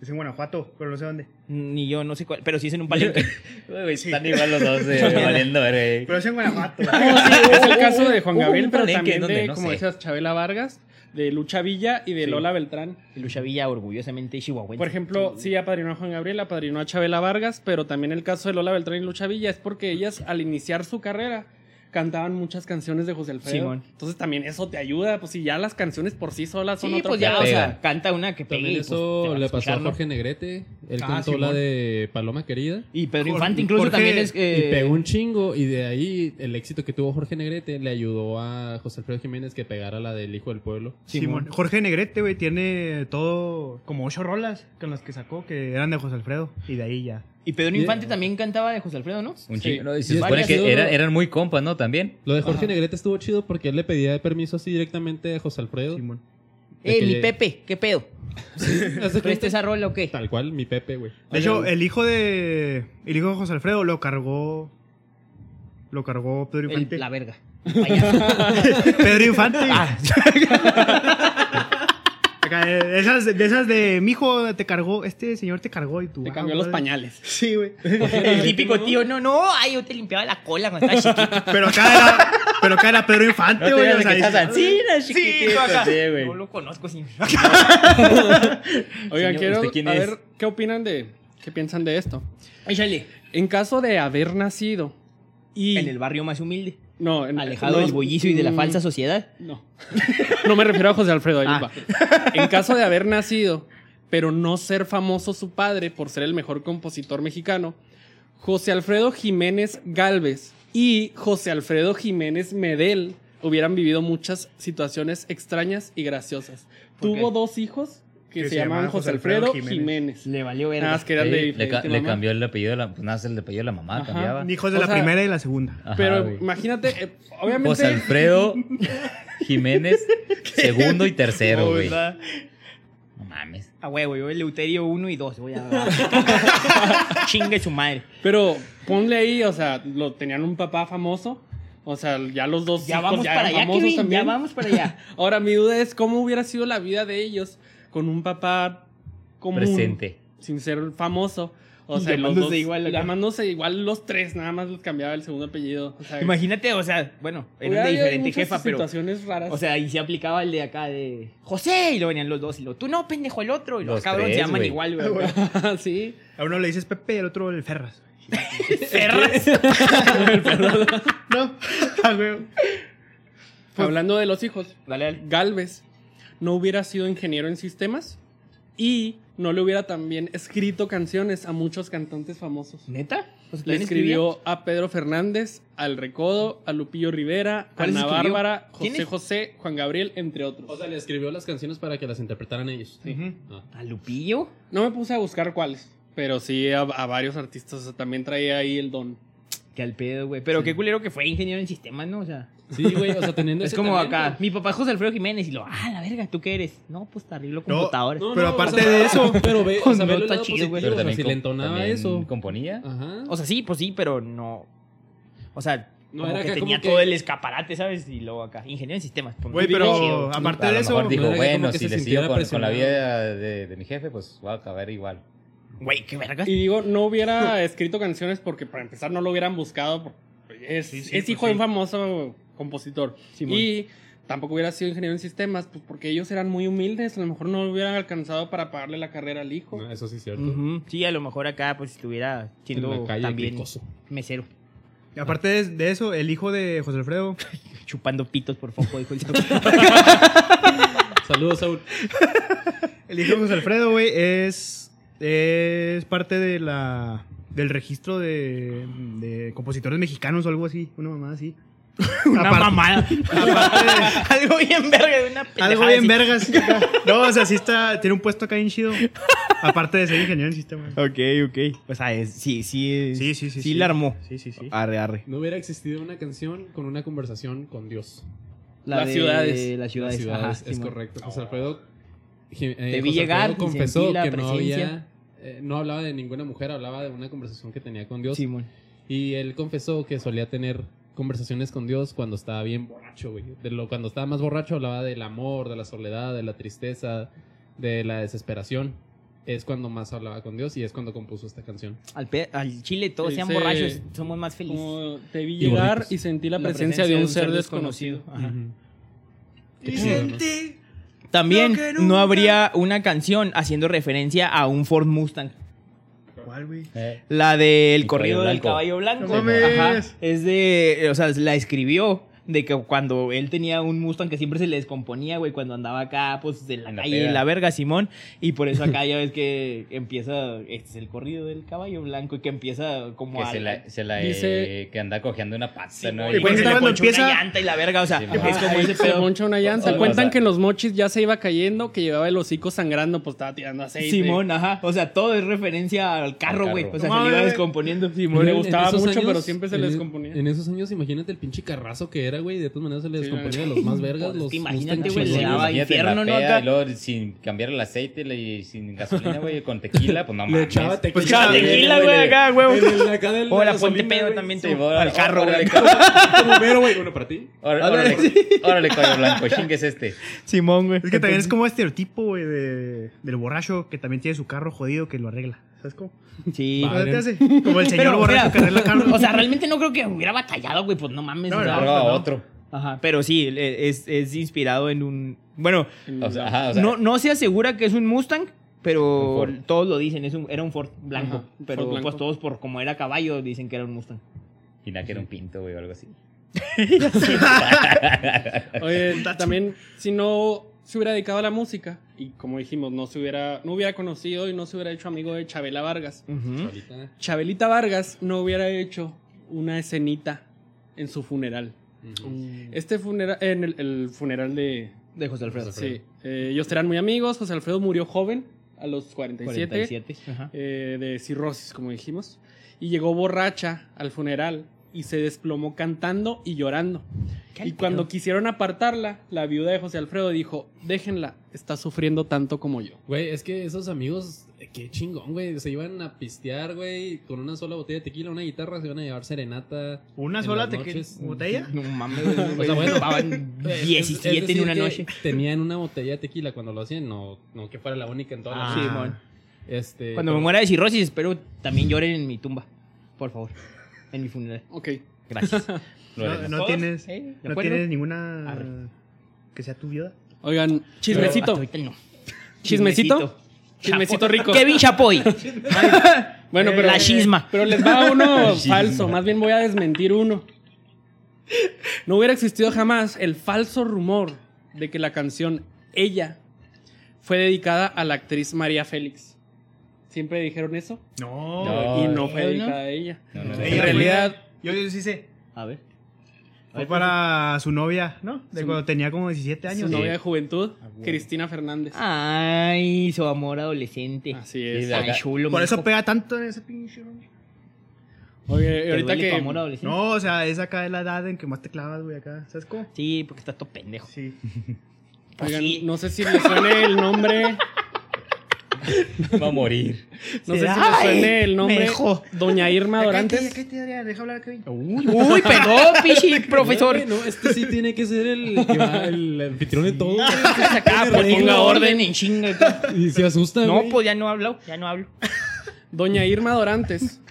Speaker 1: Es en Guanajuato, pero no sé dónde.
Speaker 2: Ni yo, no sé cuál, pero sí es en un
Speaker 4: (laughs)
Speaker 2: palenque.
Speaker 4: Uy, güey, Están igual los dos (laughs) eh, valiendo, güey.
Speaker 1: Pero es en Guanajuato.
Speaker 6: Es el caso de Juan
Speaker 4: Hubo
Speaker 6: Gabriel,
Speaker 4: un
Speaker 6: pero
Speaker 4: Uh, palenque
Speaker 6: también
Speaker 4: donde
Speaker 6: de,
Speaker 4: no
Speaker 6: como
Speaker 4: sé.
Speaker 6: decías, Chabela Vargas, de Lucha Villa y de
Speaker 2: Sí.
Speaker 6: Lola Beltrán.
Speaker 2: Lucha Villa, orgullosamente chihuahuense.
Speaker 6: Por ejemplo, sí apadrinó a Juan Gabriel, apadrinó a Chabela Vargas, pero también el caso de Lola Beltrán y Lucha Villa es porque ellas al iniciar su carrera cantaban muchas canciones de José Alfredo.
Speaker 2: Simón.
Speaker 6: Entonces también eso te ayuda, pues si ya las canciones por sí solas son
Speaker 2: Sí,
Speaker 6: otro
Speaker 2: pues
Speaker 6: pedo.
Speaker 2: ya, o
Speaker 4: pedo.
Speaker 2: sea, canta una que pegue.
Speaker 5: También
Speaker 2: y pues, te
Speaker 5: eso
Speaker 2: vas
Speaker 5: le
Speaker 2: a
Speaker 5: pasó a
Speaker 2: escuchar, ¿no?
Speaker 5: Jorge Negrete. Él
Speaker 1: Ah,
Speaker 5: cantó la
Speaker 1: Simón.
Speaker 5: de Paloma Querida.
Speaker 2: Y Pedro
Speaker 1: Jorge-
Speaker 2: Infante incluso
Speaker 1: Jorge-
Speaker 2: también es... eh,
Speaker 5: Y pegó un chingo y de ahí el éxito que tuvo Jorge Negrete le ayudó a José Alfredo Jiménez que pegara la del Hijo del Pueblo.
Speaker 1: Simón. Jorge Negrete, güey, tiene todo como ocho rolas con las que sacó que eran de José Alfredo. Y de ahí ya.
Speaker 2: Y Pedro
Speaker 5: Y-
Speaker 2: Infante también cantaba de José Alfredo, ¿no?
Speaker 4: Un
Speaker 6: Sí.
Speaker 4: chico. No, y
Speaker 5: Y
Speaker 4: se
Speaker 5: es
Speaker 4: supone que
Speaker 5: parecido-
Speaker 4: era- eran muy compas, ¿no? También.
Speaker 5: Lo de Jorge Negrete estuvo chido porque él le pedía permiso así directamente a José Alfredo. (laughs)
Speaker 1: Simón.
Speaker 5: De
Speaker 2: Eh,
Speaker 5: que
Speaker 2: mi
Speaker 5: le-
Speaker 2: Pepe, ¿qué pedo?
Speaker 5: Haz de
Speaker 2: ¿Presta
Speaker 5: cuenta-
Speaker 2: esa rola o qué?
Speaker 5: Tal cual, mi Pepe, güey.
Speaker 1: De
Speaker 2: eh,
Speaker 1: hecho, el hijo de. El hijo de José Alfredo lo cargó. Lo cargó Pedro
Speaker 2: El-
Speaker 1: Infante.
Speaker 2: la verga. Payaso.
Speaker 1: Pedro Infante. Acá, eh, de esas, de esas de mi hijo te cargó, este señor te cargó y tú.
Speaker 6: Te
Speaker 1: ah,
Speaker 6: cambió los
Speaker 1: madre".
Speaker 6: pañales.
Speaker 1: Sí, güey.
Speaker 2: (laughs) El típico tío, no, no, ay, yo te limpiaba la cola cuando estaba chiquito.
Speaker 1: Pero acá era, pero acá era Pedro Infante,
Speaker 4: No te
Speaker 1: güey.
Speaker 4: digas
Speaker 1: o sea,
Speaker 4: que estás
Speaker 1: dices,
Speaker 4: así,
Speaker 2: Mira,
Speaker 4: Sí,
Speaker 2: chiquitito acá.
Speaker 4: sí, güey.
Speaker 2: No lo conozco sin...
Speaker 6: Oigan,
Speaker 4: Señor,
Speaker 6: quiero
Speaker 4: ¿usted quién
Speaker 6: a
Speaker 4: es?
Speaker 6: ver qué opinan de qué piensan de esto.
Speaker 2: Échale.
Speaker 6: En caso de haber nacido y
Speaker 2: En el barrio más humilde,
Speaker 6: no, en-
Speaker 2: alejado
Speaker 6: no,
Speaker 2: del bullicio y de la
Speaker 6: mm,
Speaker 2: falsa sociedad.
Speaker 6: No. (laughs) No me refiero a José Alfredo, ahí les
Speaker 2: Ah.
Speaker 6: va. En caso de haber nacido, pero no ser famoso su padre por ser el mejor compositor mexicano, José Alfredo Jiménez Galvez y José Alfredo Jiménez Medel hubieran vivido muchas situaciones extrañas y graciosas.
Speaker 2: ¿Por
Speaker 6: Tuvo
Speaker 2: qué?
Speaker 6: dos hijos que, se, llamaban José Alfredo Jiménez.
Speaker 2: Le valió
Speaker 6: Nada
Speaker 2: verga.
Speaker 6: más que eran de
Speaker 4: Sí, le, ca-
Speaker 6: diferente
Speaker 4: le
Speaker 6: mamá.
Speaker 4: cambió el apellido de la, pues, nada, el apellido de la mamá,
Speaker 6: Ajá.
Speaker 4: cambiaba.
Speaker 1: Hijos de
Speaker 6: O
Speaker 1: la
Speaker 6: sea-
Speaker 1: primera y la segunda.
Speaker 4: Ajá,
Speaker 6: Pero
Speaker 4: güey.
Speaker 6: imagínate, eh, obviamente...
Speaker 4: José Alfredo Jiménez, segundo y tercero, güey.
Speaker 2: ¿verdad?
Speaker 4: No mames.
Speaker 2: A huevo, yo el Euterio 1 y 2. Voy a. (laughs) Chingue su madre.
Speaker 6: Pero ponle ahí, o sea, lo tenían un papá famoso. O sea, ya los dos
Speaker 2: Ya
Speaker 6: hijos
Speaker 2: vamos para
Speaker 6: eran
Speaker 2: allá,
Speaker 6: famosos
Speaker 2: Kevin. Ya
Speaker 6: también.
Speaker 2: vamos para allá.
Speaker 6: Ahora, mi duda es cómo hubiera sido la vida de ellos con un papá común,
Speaker 4: Presente.
Speaker 6: sin ser famoso. O sea, los
Speaker 2: Llamándose
Speaker 6: dos,
Speaker 2: igual, acá.
Speaker 6: llamándose igual los tres, nada más les cambiaba el segundo apellido. O sea,
Speaker 2: (laughs) Imagínate, o sea, bueno,
Speaker 6: hubiera
Speaker 2: era de
Speaker 6: habido
Speaker 2: diferente
Speaker 6: muchas
Speaker 2: jefa, pero.
Speaker 6: situaciones raras. (laughs)
Speaker 2: O sea, ahí se aplicaba el de acá de José y lo venían los dos y lo tú no, pendejo el otro y los,
Speaker 4: Los
Speaker 2: cabrones
Speaker 4: tres,
Speaker 2: se llaman
Speaker 4: güey.
Speaker 2: igual,
Speaker 6: Ah,
Speaker 2: güey.
Speaker 6: sí.
Speaker 1: A uno le dices Pepe y al otro el Ferras.
Speaker 2: (laughs) Ferras.
Speaker 6: (laughs)
Speaker 1: (laughs) No, a huevo.
Speaker 6: Hablando de los hijos,
Speaker 2: Dale, dale.
Speaker 6: Galvez no hubiera sido ingeniero en sistemas y no le hubiera también escrito canciones a muchos cantantes famosos.
Speaker 2: ¿Neta? O sea,
Speaker 6: Pues, Le
Speaker 2: ¿también
Speaker 6: escribió a Pedro Fernández, al Recodo, a Lupillo Rivera, a
Speaker 2: ¿Cuáles
Speaker 6: Ana
Speaker 2: escribió?
Speaker 6: Bárbara,
Speaker 2: ¿Quién
Speaker 6: José
Speaker 2: es?
Speaker 6: José, Juan Gabriel, entre otros.
Speaker 5: O sea, le escribió las canciones para que las interpretaran ellos. Ah.
Speaker 2: escribía? ¿A Lupillo?
Speaker 6: no me puse a buscar cuáles, pero sí a, a varios artistas. o sea, también traía ahí el don.
Speaker 2: Que al pedo, güey. Pero qué culero que fue ingeniero en sistemas, ¿no? O sea,
Speaker 5: Sí, güey, o sea, teniendo
Speaker 2: es
Speaker 5: ese
Speaker 2: como
Speaker 5: talento.
Speaker 2: acá. Mi papá es José Alfredo Jiménez y lo, ah, la verga, ¿tú qué eres? No, pues te arreglo
Speaker 1: No,
Speaker 2: computadores.
Speaker 5: No,
Speaker 1: Pero
Speaker 5: no,
Speaker 1: aparte
Speaker 5: o sea,
Speaker 1: de
Speaker 5: (laughs)
Speaker 1: eso-
Speaker 5: Pero ve, o sea,
Speaker 2: No,
Speaker 5: ve el
Speaker 2: está
Speaker 5: lado
Speaker 2: chido, güey.
Speaker 5: positivo, o sea, si
Speaker 4: com-
Speaker 5: le entonaba
Speaker 4: también
Speaker 5: eso.
Speaker 4: componía.
Speaker 5: Ajá.
Speaker 2: O sea, sí, pues sí, pero no. O sea,
Speaker 5: No,
Speaker 2: como
Speaker 5: era
Speaker 2: que
Speaker 5: acá
Speaker 2: tenía
Speaker 5: como que-
Speaker 2: todo el escaparate, ¿sabes? Y luego acá, ingeniero en sistemas. pues,
Speaker 1: Güey,
Speaker 2: bien
Speaker 1: pero
Speaker 2: chido.
Speaker 1: aparte
Speaker 4: a
Speaker 1: de
Speaker 4: lo
Speaker 1: eso.
Speaker 4: mejor dijo,
Speaker 5: No era que como
Speaker 4: bueno,
Speaker 5: que
Speaker 4: si
Speaker 5: se
Speaker 4: le
Speaker 5: sintiera
Speaker 4: sigo con, con la vida
Speaker 5: presionado.
Speaker 4: de, de mi jefe, pues voy a acabar igual.
Speaker 2: Güey, qué verga.
Speaker 6: Y digo, no hubiera escrito canciones porque para empezar no lo hubieran buscado. porque Es,
Speaker 1: Sí, sí,
Speaker 6: es
Speaker 1: pues
Speaker 6: hijo de un
Speaker 1: sí.
Speaker 6: famoso compositor.
Speaker 2: Simón.
Speaker 6: Y tampoco hubiera sido ingeniero en sistemas, pues porque ellos eran muy humildes, a lo mejor no hubieran alcanzado para pagarle la carrera al hijo.
Speaker 5: Ah, Eso sí es cierto.
Speaker 2: Ujú, Sí, a lo mejor acá pues estuviera
Speaker 5: En la
Speaker 2: siendo
Speaker 5: calle,
Speaker 2: también
Speaker 5: cricoso.
Speaker 2: mesero.
Speaker 1: Y aparte de, de eso, el hijo de José Alfredo,
Speaker 2: Chupando pitos por foco, dijo el
Speaker 5: Saludos, Saúl.
Speaker 1: el hijo de José Alfredo, güey, es, es parte de la, del registro de, de compositores mexicanos o algo así, una mamada así.
Speaker 2: Una
Speaker 1: Aparte-
Speaker 2: mamada.
Speaker 1: aparte de-
Speaker 2: (laughs) Algo bien verga de una pendejada
Speaker 1: Algo bien
Speaker 2: así.
Speaker 1: vergas. No, o sea, sí está. Tiene un puesto acá bien chido. Aparte de ser ingeniero en sistemas.
Speaker 3: Ok, ok. O sea, es- sí, sí.
Speaker 1: Sí, sí, Ah, sí,
Speaker 3: Sí,
Speaker 1: sí.
Speaker 3: la armó.
Speaker 1: Sí, sí, sí.
Speaker 3: Arre, arre.
Speaker 5: No hubiera existido una canción con una conversación con Dios.
Speaker 6: Las ciudades.
Speaker 2: Las
Speaker 5: Las
Speaker 2: ciudades.
Speaker 5: ciudades,
Speaker 2: ajá,
Speaker 5: es
Speaker 2: Simón.
Speaker 5: correcto. José Alfredo, eh,
Speaker 2: Te vi
Speaker 5: José
Speaker 2: llegar,
Speaker 5: Alfredo
Speaker 2: sentí
Speaker 5: confesó
Speaker 2: la
Speaker 5: que no había,
Speaker 2: presencia.
Speaker 5: eh, no hablaba de ninguna mujer, hablaba de una conversación que tenía con Dios.
Speaker 2: Simón.
Speaker 5: Y él confesó que solía tener conversaciones con Dios cuando estaba bien borracho, güey. De lo, cuando estaba más borracho hablaba del amor, de la soledad, de la tristeza, de la desesperación. Es cuando más hablaba con Dios y es cuando compuso esta canción.
Speaker 2: Al, pe- al chile todos sean
Speaker 6: Dice-
Speaker 2: borrachos, somos más felices.
Speaker 6: Como te vi
Speaker 5: Y
Speaker 6: llegar
Speaker 5: gorditos.
Speaker 6: y sentí pues, la, presencia, de un ser desconocido.
Speaker 2: Ajá.
Speaker 5: Ujú. Qué chido, ¿no?
Speaker 2: También
Speaker 1: Lo que nunca-
Speaker 2: no habría una canción haciendo referencia a un Ford Mustang.
Speaker 1: ¿Cuál, güey?
Speaker 4: Eh,
Speaker 2: La del
Speaker 4: El
Speaker 2: corrido
Speaker 4: caballo
Speaker 2: del
Speaker 4: blanco.
Speaker 2: caballo blanco.
Speaker 1: No mames.
Speaker 2: Es de. O sea, la escribió. De que cuando él tenía un Mustang que siempre se le descomponía, güey, cuando andaba acá, pues, de la
Speaker 4: En la
Speaker 2: calle,
Speaker 4: peda.
Speaker 2: la verga, Simón. Y por eso
Speaker 4: (laughs)
Speaker 2: acá ya ves que empieza, este es el corrido del caballo blanco, y que empieza como
Speaker 4: que
Speaker 2: a...
Speaker 4: se la, se la,
Speaker 6: Dice-
Speaker 4: eh, que anda cojeando una pata, ¿no?
Speaker 1: güey,
Speaker 4: Y-
Speaker 1: cuando-
Speaker 2: se le
Speaker 1: cuando
Speaker 2: ponchó una
Speaker 1: empieza-
Speaker 2: llanta y la verga, o sea,
Speaker 4: Sí,
Speaker 2: es como
Speaker 6: Ahí
Speaker 2: ese
Speaker 6: se
Speaker 2: pedo.
Speaker 6: moncha una llanta.
Speaker 4: O- o
Speaker 6: Cuentan
Speaker 4: sea-
Speaker 6: que en los mochis ya se iba cayendo, que llevaba el hocico sangrando, pues estaba tirando aceite.
Speaker 2: Simón, ajá. O sea, todo es referencia al carro,
Speaker 4: Al
Speaker 2: güey.
Speaker 4: carro.
Speaker 2: O sea,
Speaker 1: No
Speaker 2: se le iba
Speaker 1: mames.
Speaker 2: descomponiendo.
Speaker 6: Le
Speaker 2: Simón.
Speaker 6: gustaba
Speaker 5: esos
Speaker 6: mucho, pero siempre se le
Speaker 5: en- e-,
Speaker 6: descomponía.
Speaker 5: En esos años, imagínate el pinche carrazo que era, güey. De todas maneras se le
Speaker 6: Sí, la
Speaker 5: descomponía a los más vergas.
Speaker 2: Pues,
Speaker 5: los
Speaker 2: imagínate,
Speaker 5: Mustang
Speaker 2: güey, le
Speaker 5: chingones.
Speaker 2: daba
Speaker 4: imagínate en la
Speaker 2: infierno, ¿no?
Speaker 4: peda,
Speaker 2: Acá.
Speaker 4: y luego sin cambiar el aceite le- y sin gasolina, güey, con tequila, pues no
Speaker 5: Le
Speaker 4: mames.
Speaker 5: echaba tequila.
Speaker 1: Pues echaba
Speaker 2: tequila, güey, acá, güey.
Speaker 5: En el- acá del-
Speaker 2: Hola,
Speaker 5: de la
Speaker 2: ponte
Speaker 5: solita,
Speaker 2: pedo
Speaker 5: güey. (laughs)
Speaker 2: también
Speaker 5: Sí,
Speaker 2: tú.
Speaker 5: órale,
Speaker 2: Al carro,
Speaker 5: órale,
Speaker 2: güey.
Speaker 5: carro. Primero, güey, uno para ti.
Speaker 4: Órale, órale, órale, cuello blanco,
Speaker 5: (laughs)
Speaker 4: chingues este.
Speaker 2: Simón, güey.
Speaker 1: Es que también es como estereotipo, güey, de, del borracho que también tiene su carro jodido que lo arregla. ¿Sabes cómo?
Speaker 2: Sí.
Speaker 5: Vale.
Speaker 1: ¿No te hace? Como el señor
Speaker 2: Pero,
Speaker 1: borracho
Speaker 2: mira,
Speaker 1: que arregla carros.
Speaker 2: (laughs) O sea, realmente no creo que hubiera batallado, güey, pues no mames.
Speaker 1: No,
Speaker 2: o sea,
Speaker 1: no.
Speaker 4: Luego a otro.
Speaker 2: Ajá, pero sí, le- es, es inspirado en un... Bueno,
Speaker 4: O (laughs) sea, ajá, Ah, o sea,
Speaker 2: no, no se asegura que es un Mustang, pero
Speaker 4: Un Ford.
Speaker 2: todos lo dicen, es un, era un Ford blanco.
Speaker 6: Ajá,
Speaker 2: pero
Speaker 6: Ford blanco.
Speaker 2: pues todos, por como era caballo, dicen que era un Mustang.
Speaker 4: Y nada, que era un pinto, güey, o algo así.
Speaker 6: Oye, también si no se hubiera dedicado a la música y como dijimos, no se hubiera no hubiera conocido y no se hubiera hecho amigo de Chabela Vargas.
Speaker 5: Ahorita.
Speaker 6: Chabelita Vargas no hubiera hecho una escenita en su funeral. Este funeral en el, el funeral de
Speaker 2: De José Alfredo.
Speaker 6: sí, eh, ellos eran muy amigos, José Alfredo murió joven a los 47,
Speaker 2: 47. Ajá.
Speaker 6: eh, de cirrosis, como dijimos, y llegó borracha al funeral y se desplomó cantando y llorando. Y cuando quisieron apartarla, la viuda de José Alfredo dijo, déjenla, está sufriendo tanto como yo.
Speaker 5: Güey, es que esos amigos, eh, qué chingón, güey. Se iban a pistear, güey, con una sola botella de tequila, una guitarra, se iban a llevar serenata.
Speaker 1: ¿Una
Speaker 5: en
Speaker 1: sola
Speaker 5: las
Speaker 1: te
Speaker 5: noches.
Speaker 1: botella?
Speaker 2: No mames, güey.
Speaker 5: (laughs) O sea, bueno,
Speaker 2: Tomaban
Speaker 5: Es- es-
Speaker 2: 17
Speaker 5: es
Speaker 2: en
Speaker 5: decir
Speaker 2: una
Speaker 5: que
Speaker 2: noche.
Speaker 5: Tenían una botella de tequila cuando lo hacían, no, no que fuera la única en toda la
Speaker 1: Ah.
Speaker 5: noche.
Speaker 2: Simón.
Speaker 5: Este,
Speaker 2: Cuando me
Speaker 5: pero-
Speaker 2: muera de cirrosis, espero también lloren en mi tumba. Por favor. En mi funeral.
Speaker 6: Ok.
Speaker 2: Gracias.
Speaker 4: Lo
Speaker 1: No,
Speaker 4: haremos.
Speaker 1: no
Speaker 2: ¿Todos?
Speaker 1: tienes,
Speaker 2: ¿Eh? ¿De
Speaker 1: no
Speaker 2: acuerdo?
Speaker 1: tienes ninguna
Speaker 2: Arre.
Speaker 1: que sea tu viuda.
Speaker 6: Oigan,
Speaker 2: Pero hasta
Speaker 6: chismecito.
Speaker 2: ahorita no.
Speaker 6: Chismecito. Chismecito
Speaker 2: Chapo-
Speaker 6: rico.
Speaker 2: Kevin Chapoy.
Speaker 6: Bueno, pero...
Speaker 2: Eh, La chisma.
Speaker 6: Pero les
Speaker 2: (laughs)
Speaker 6: va uno
Speaker 4: Chisma.
Speaker 6: falso, más bien voy a desmentir uno. No hubiera existido jamás el falso rumor de que la canción Ella fue dedicada a la actriz María Félix. Siempre dijeron eso
Speaker 1: No.
Speaker 4: No.
Speaker 6: y no fue
Speaker 2: ¿eh, no?
Speaker 6: dedicada a ella.
Speaker 4: No, no, no.
Speaker 1: Ella
Speaker 6: En realidad,
Speaker 1: Yo, yo sí sé.
Speaker 2: A ver.
Speaker 1: Fue para su novia, ¿no? De
Speaker 6: Su-
Speaker 1: cuando tenía como 17 años.
Speaker 6: su
Speaker 1: ¿no?
Speaker 6: novia de juventud,
Speaker 2: Ah,
Speaker 1: huevo.
Speaker 6: Cristina Fernández.
Speaker 2: Ay, su amor adolescente.
Speaker 6: Así
Speaker 4: Sí,
Speaker 6: es.
Speaker 4: de
Speaker 2: Tan
Speaker 4: acá.
Speaker 2: chulo,
Speaker 1: Por
Speaker 2: mi
Speaker 1: eso
Speaker 2: hijo.
Speaker 1: pega tanto en ese pinche. hombre.
Speaker 6: Oye,
Speaker 2: ¿Te
Speaker 6: ahorita
Speaker 2: duele tu
Speaker 6: que
Speaker 2: amor adolescente?
Speaker 1: No, o sea, es acá de la edad en que más te clavas, güey, acá. ¿Sabes cómo?
Speaker 2: Sí, porque estás todo
Speaker 1: (laughs)
Speaker 2: pendejo.
Speaker 1: Sí.
Speaker 2: Pues
Speaker 6: oigan,
Speaker 2: sí.
Speaker 6: no sé si les suene el nombre,
Speaker 4: (laughs) Va a morir.
Speaker 6: no sé si
Speaker 2: Será,
Speaker 6: les suene
Speaker 2: eh,
Speaker 6: el nombre
Speaker 2: mejo.
Speaker 6: Doña Irma
Speaker 1: Ya
Speaker 6: Dorantes.
Speaker 1: cállate, ya cállate, Adrián, deja hablar a Kevin. (laughs)
Speaker 2: Uy, pegó, (laughs) pichi, profesor.
Speaker 5: Güey, no, este sí tiene que ser el, que va-
Speaker 2: (laughs)
Speaker 5: el anfitrión de todo. güey.
Speaker 2: Acá, pues ponga orden en chinga.
Speaker 5: Y se asusta,
Speaker 2: No,
Speaker 5: (laughs) güey.
Speaker 2: pues ya no hablo, ya no hablo.
Speaker 6: Doña Irma Dorantes.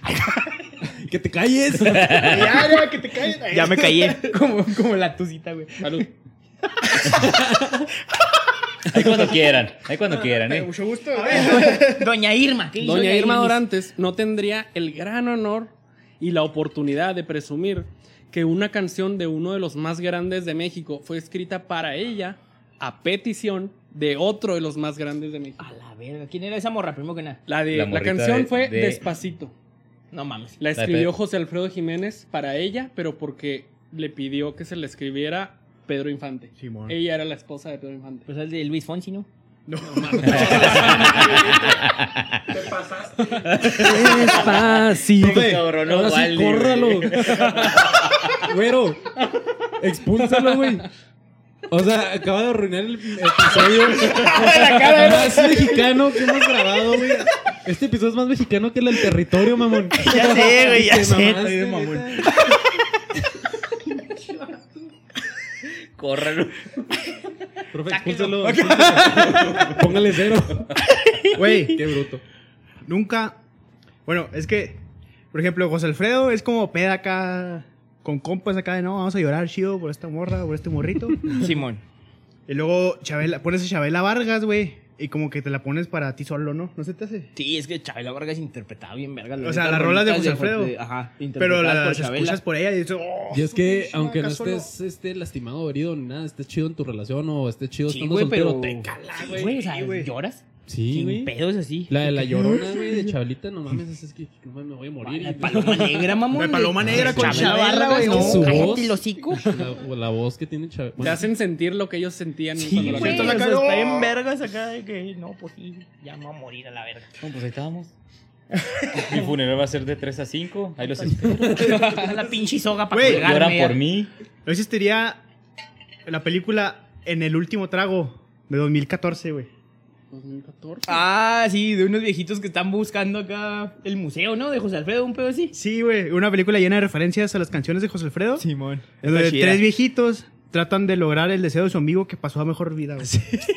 Speaker 5: Que te calles.
Speaker 1: Ya, ya, que te calles.
Speaker 2: Ya me callé. Como, como la tucita, güey.
Speaker 6: Salud.
Speaker 4: Ahí cuando quieran, ahí cuando quieran, ¿eh?
Speaker 1: Mucho gusto.
Speaker 2: Doña Irma. ¿qué hizo
Speaker 6: Doña Irma
Speaker 2: Irmis?
Speaker 6: Dorantes no tendría el gran honor y la oportunidad de presumir que una canción de uno de los más grandes de México fue escrita para ella a petición de otro de los más grandes de México.
Speaker 2: A la verga. ¿Quién era esa morra? Primero que nada.
Speaker 6: La, de,
Speaker 4: La
Speaker 6: la,
Speaker 4: morrita
Speaker 6: canción
Speaker 4: de-
Speaker 6: fue
Speaker 4: de-
Speaker 6: Despacito.
Speaker 2: No mames.
Speaker 6: La
Speaker 4: La
Speaker 6: escribió
Speaker 4: Pe-
Speaker 6: José Alfredo Jiménez para ella, pero porque le pidió que se la escribiera Pedro Infante.
Speaker 1: Simón. (laughs)
Speaker 6: Ella era la esposa de Pedro Infante.
Speaker 2: Pues es de Luis Fonsi, ¿no?
Speaker 1: No,
Speaker 6: Despacito.
Speaker 4: Profe, cabrón, no
Speaker 5: ahora sí,
Speaker 4: vale,
Speaker 5: córralo. Güero, expúlsalo, güey. O sea, acaba de arruinar el episodio más mexicano que hemos grabado, güey. Este episodio es más mexicano que el del territorio, mamón.
Speaker 2: Ya sé, güey, ya
Speaker 5: Te
Speaker 2: sé.
Speaker 5: mamaste,
Speaker 4: Mamón.
Speaker 5: neta.
Speaker 4: Córralo.
Speaker 5: Profe, expúlsalo. expúlsalo. Póngale cero.
Speaker 1: Güey,
Speaker 5: Qué bruto.
Speaker 1: nunca. Bueno, es que, por ejemplo, José Alfredo es como peda acá, con compas acá de no, vamos a llorar chido por esta morra, por este morrito.
Speaker 2: Simón.
Speaker 1: y luego Chabela, pones a Chabela Vargas, güey, y como que te la pones para ti solo, ¿no? ¿No se te hace?
Speaker 2: Sí, es que Chabela Vargas interpretaba bien verga.
Speaker 1: O sea,
Speaker 2: letras
Speaker 1: las rolas de
Speaker 2: bonitas
Speaker 1: José Alfredo.
Speaker 2: Ajá,
Speaker 1: Pero
Speaker 2: interpretadas por
Speaker 1: las
Speaker 2: Chabela.
Speaker 1: escuchas por ella y dices, oh,
Speaker 5: Y es que,
Speaker 1: chica,
Speaker 5: aunque no
Speaker 1: acá solo.
Speaker 5: estés este, lastimado o herido ni nada, estés chido en tu relación o estés chido
Speaker 2: Sí,
Speaker 5: estando
Speaker 2: güey,
Speaker 5: soltero,
Speaker 2: pero...
Speaker 5: te
Speaker 2: Sí,
Speaker 1: güey,
Speaker 2: güey, o
Speaker 1: sí,
Speaker 2: sea,
Speaker 1: güey.
Speaker 2: lloras.
Speaker 5: Sí,
Speaker 2: Sin
Speaker 5: güey.
Speaker 2: pedos así.
Speaker 5: La de la llorona, güey, de Chablita, no mames, es- es que no mames, me voy a morir.
Speaker 2: La de Paloma Negra, mamón.
Speaker 1: De Paloma Negra con Chabela,
Speaker 2: Vargas,
Speaker 1: güey,
Speaker 2: no,
Speaker 1: con
Speaker 5: su
Speaker 2: cállate
Speaker 5: voz.
Speaker 2: el hocico.
Speaker 5: La, la voz que tiene Chablita.
Speaker 4: Pues,
Speaker 6: Te hacen sentir lo que ellos sentían
Speaker 2: Sí, güey,
Speaker 6: cuando la
Speaker 2: o sea,
Speaker 1: siento la
Speaker 6: cantaron.
Speaker 1: cara. ¡No!
Speaker 2: está en vergas acá de que no, pues sí, ya me voy a morir a la verga.
Speaker 4: No, pues ahí estábamos. (laughs) Mi funeral va a ser de 3 a 5. Ahí los espero.
Speaker 2: (laughs) la pinche soga para
Speaker 1: Güey,
Speaker 2: colgarme.
Speaker 4: Lloran
Speaker 2: ya.
Speaker 4: por mí.
Speaker 1: No existiría la película En el último trago de 2014, güey.
Speaker 6: 2014.
Speaker 2: Ah, sí, de unos viejitos que están buscando acá el museo, ¿no? De José Alfredo, un pedo así.
Speaker 1: Sí, güey, una película llena de referencias a las canciones de José Alfredo.
Speaker 2: Simón.
Speaker 1: en donde tres viejitos tratan de lograr el deseo de su amigo que pasó a mejor vida, güey.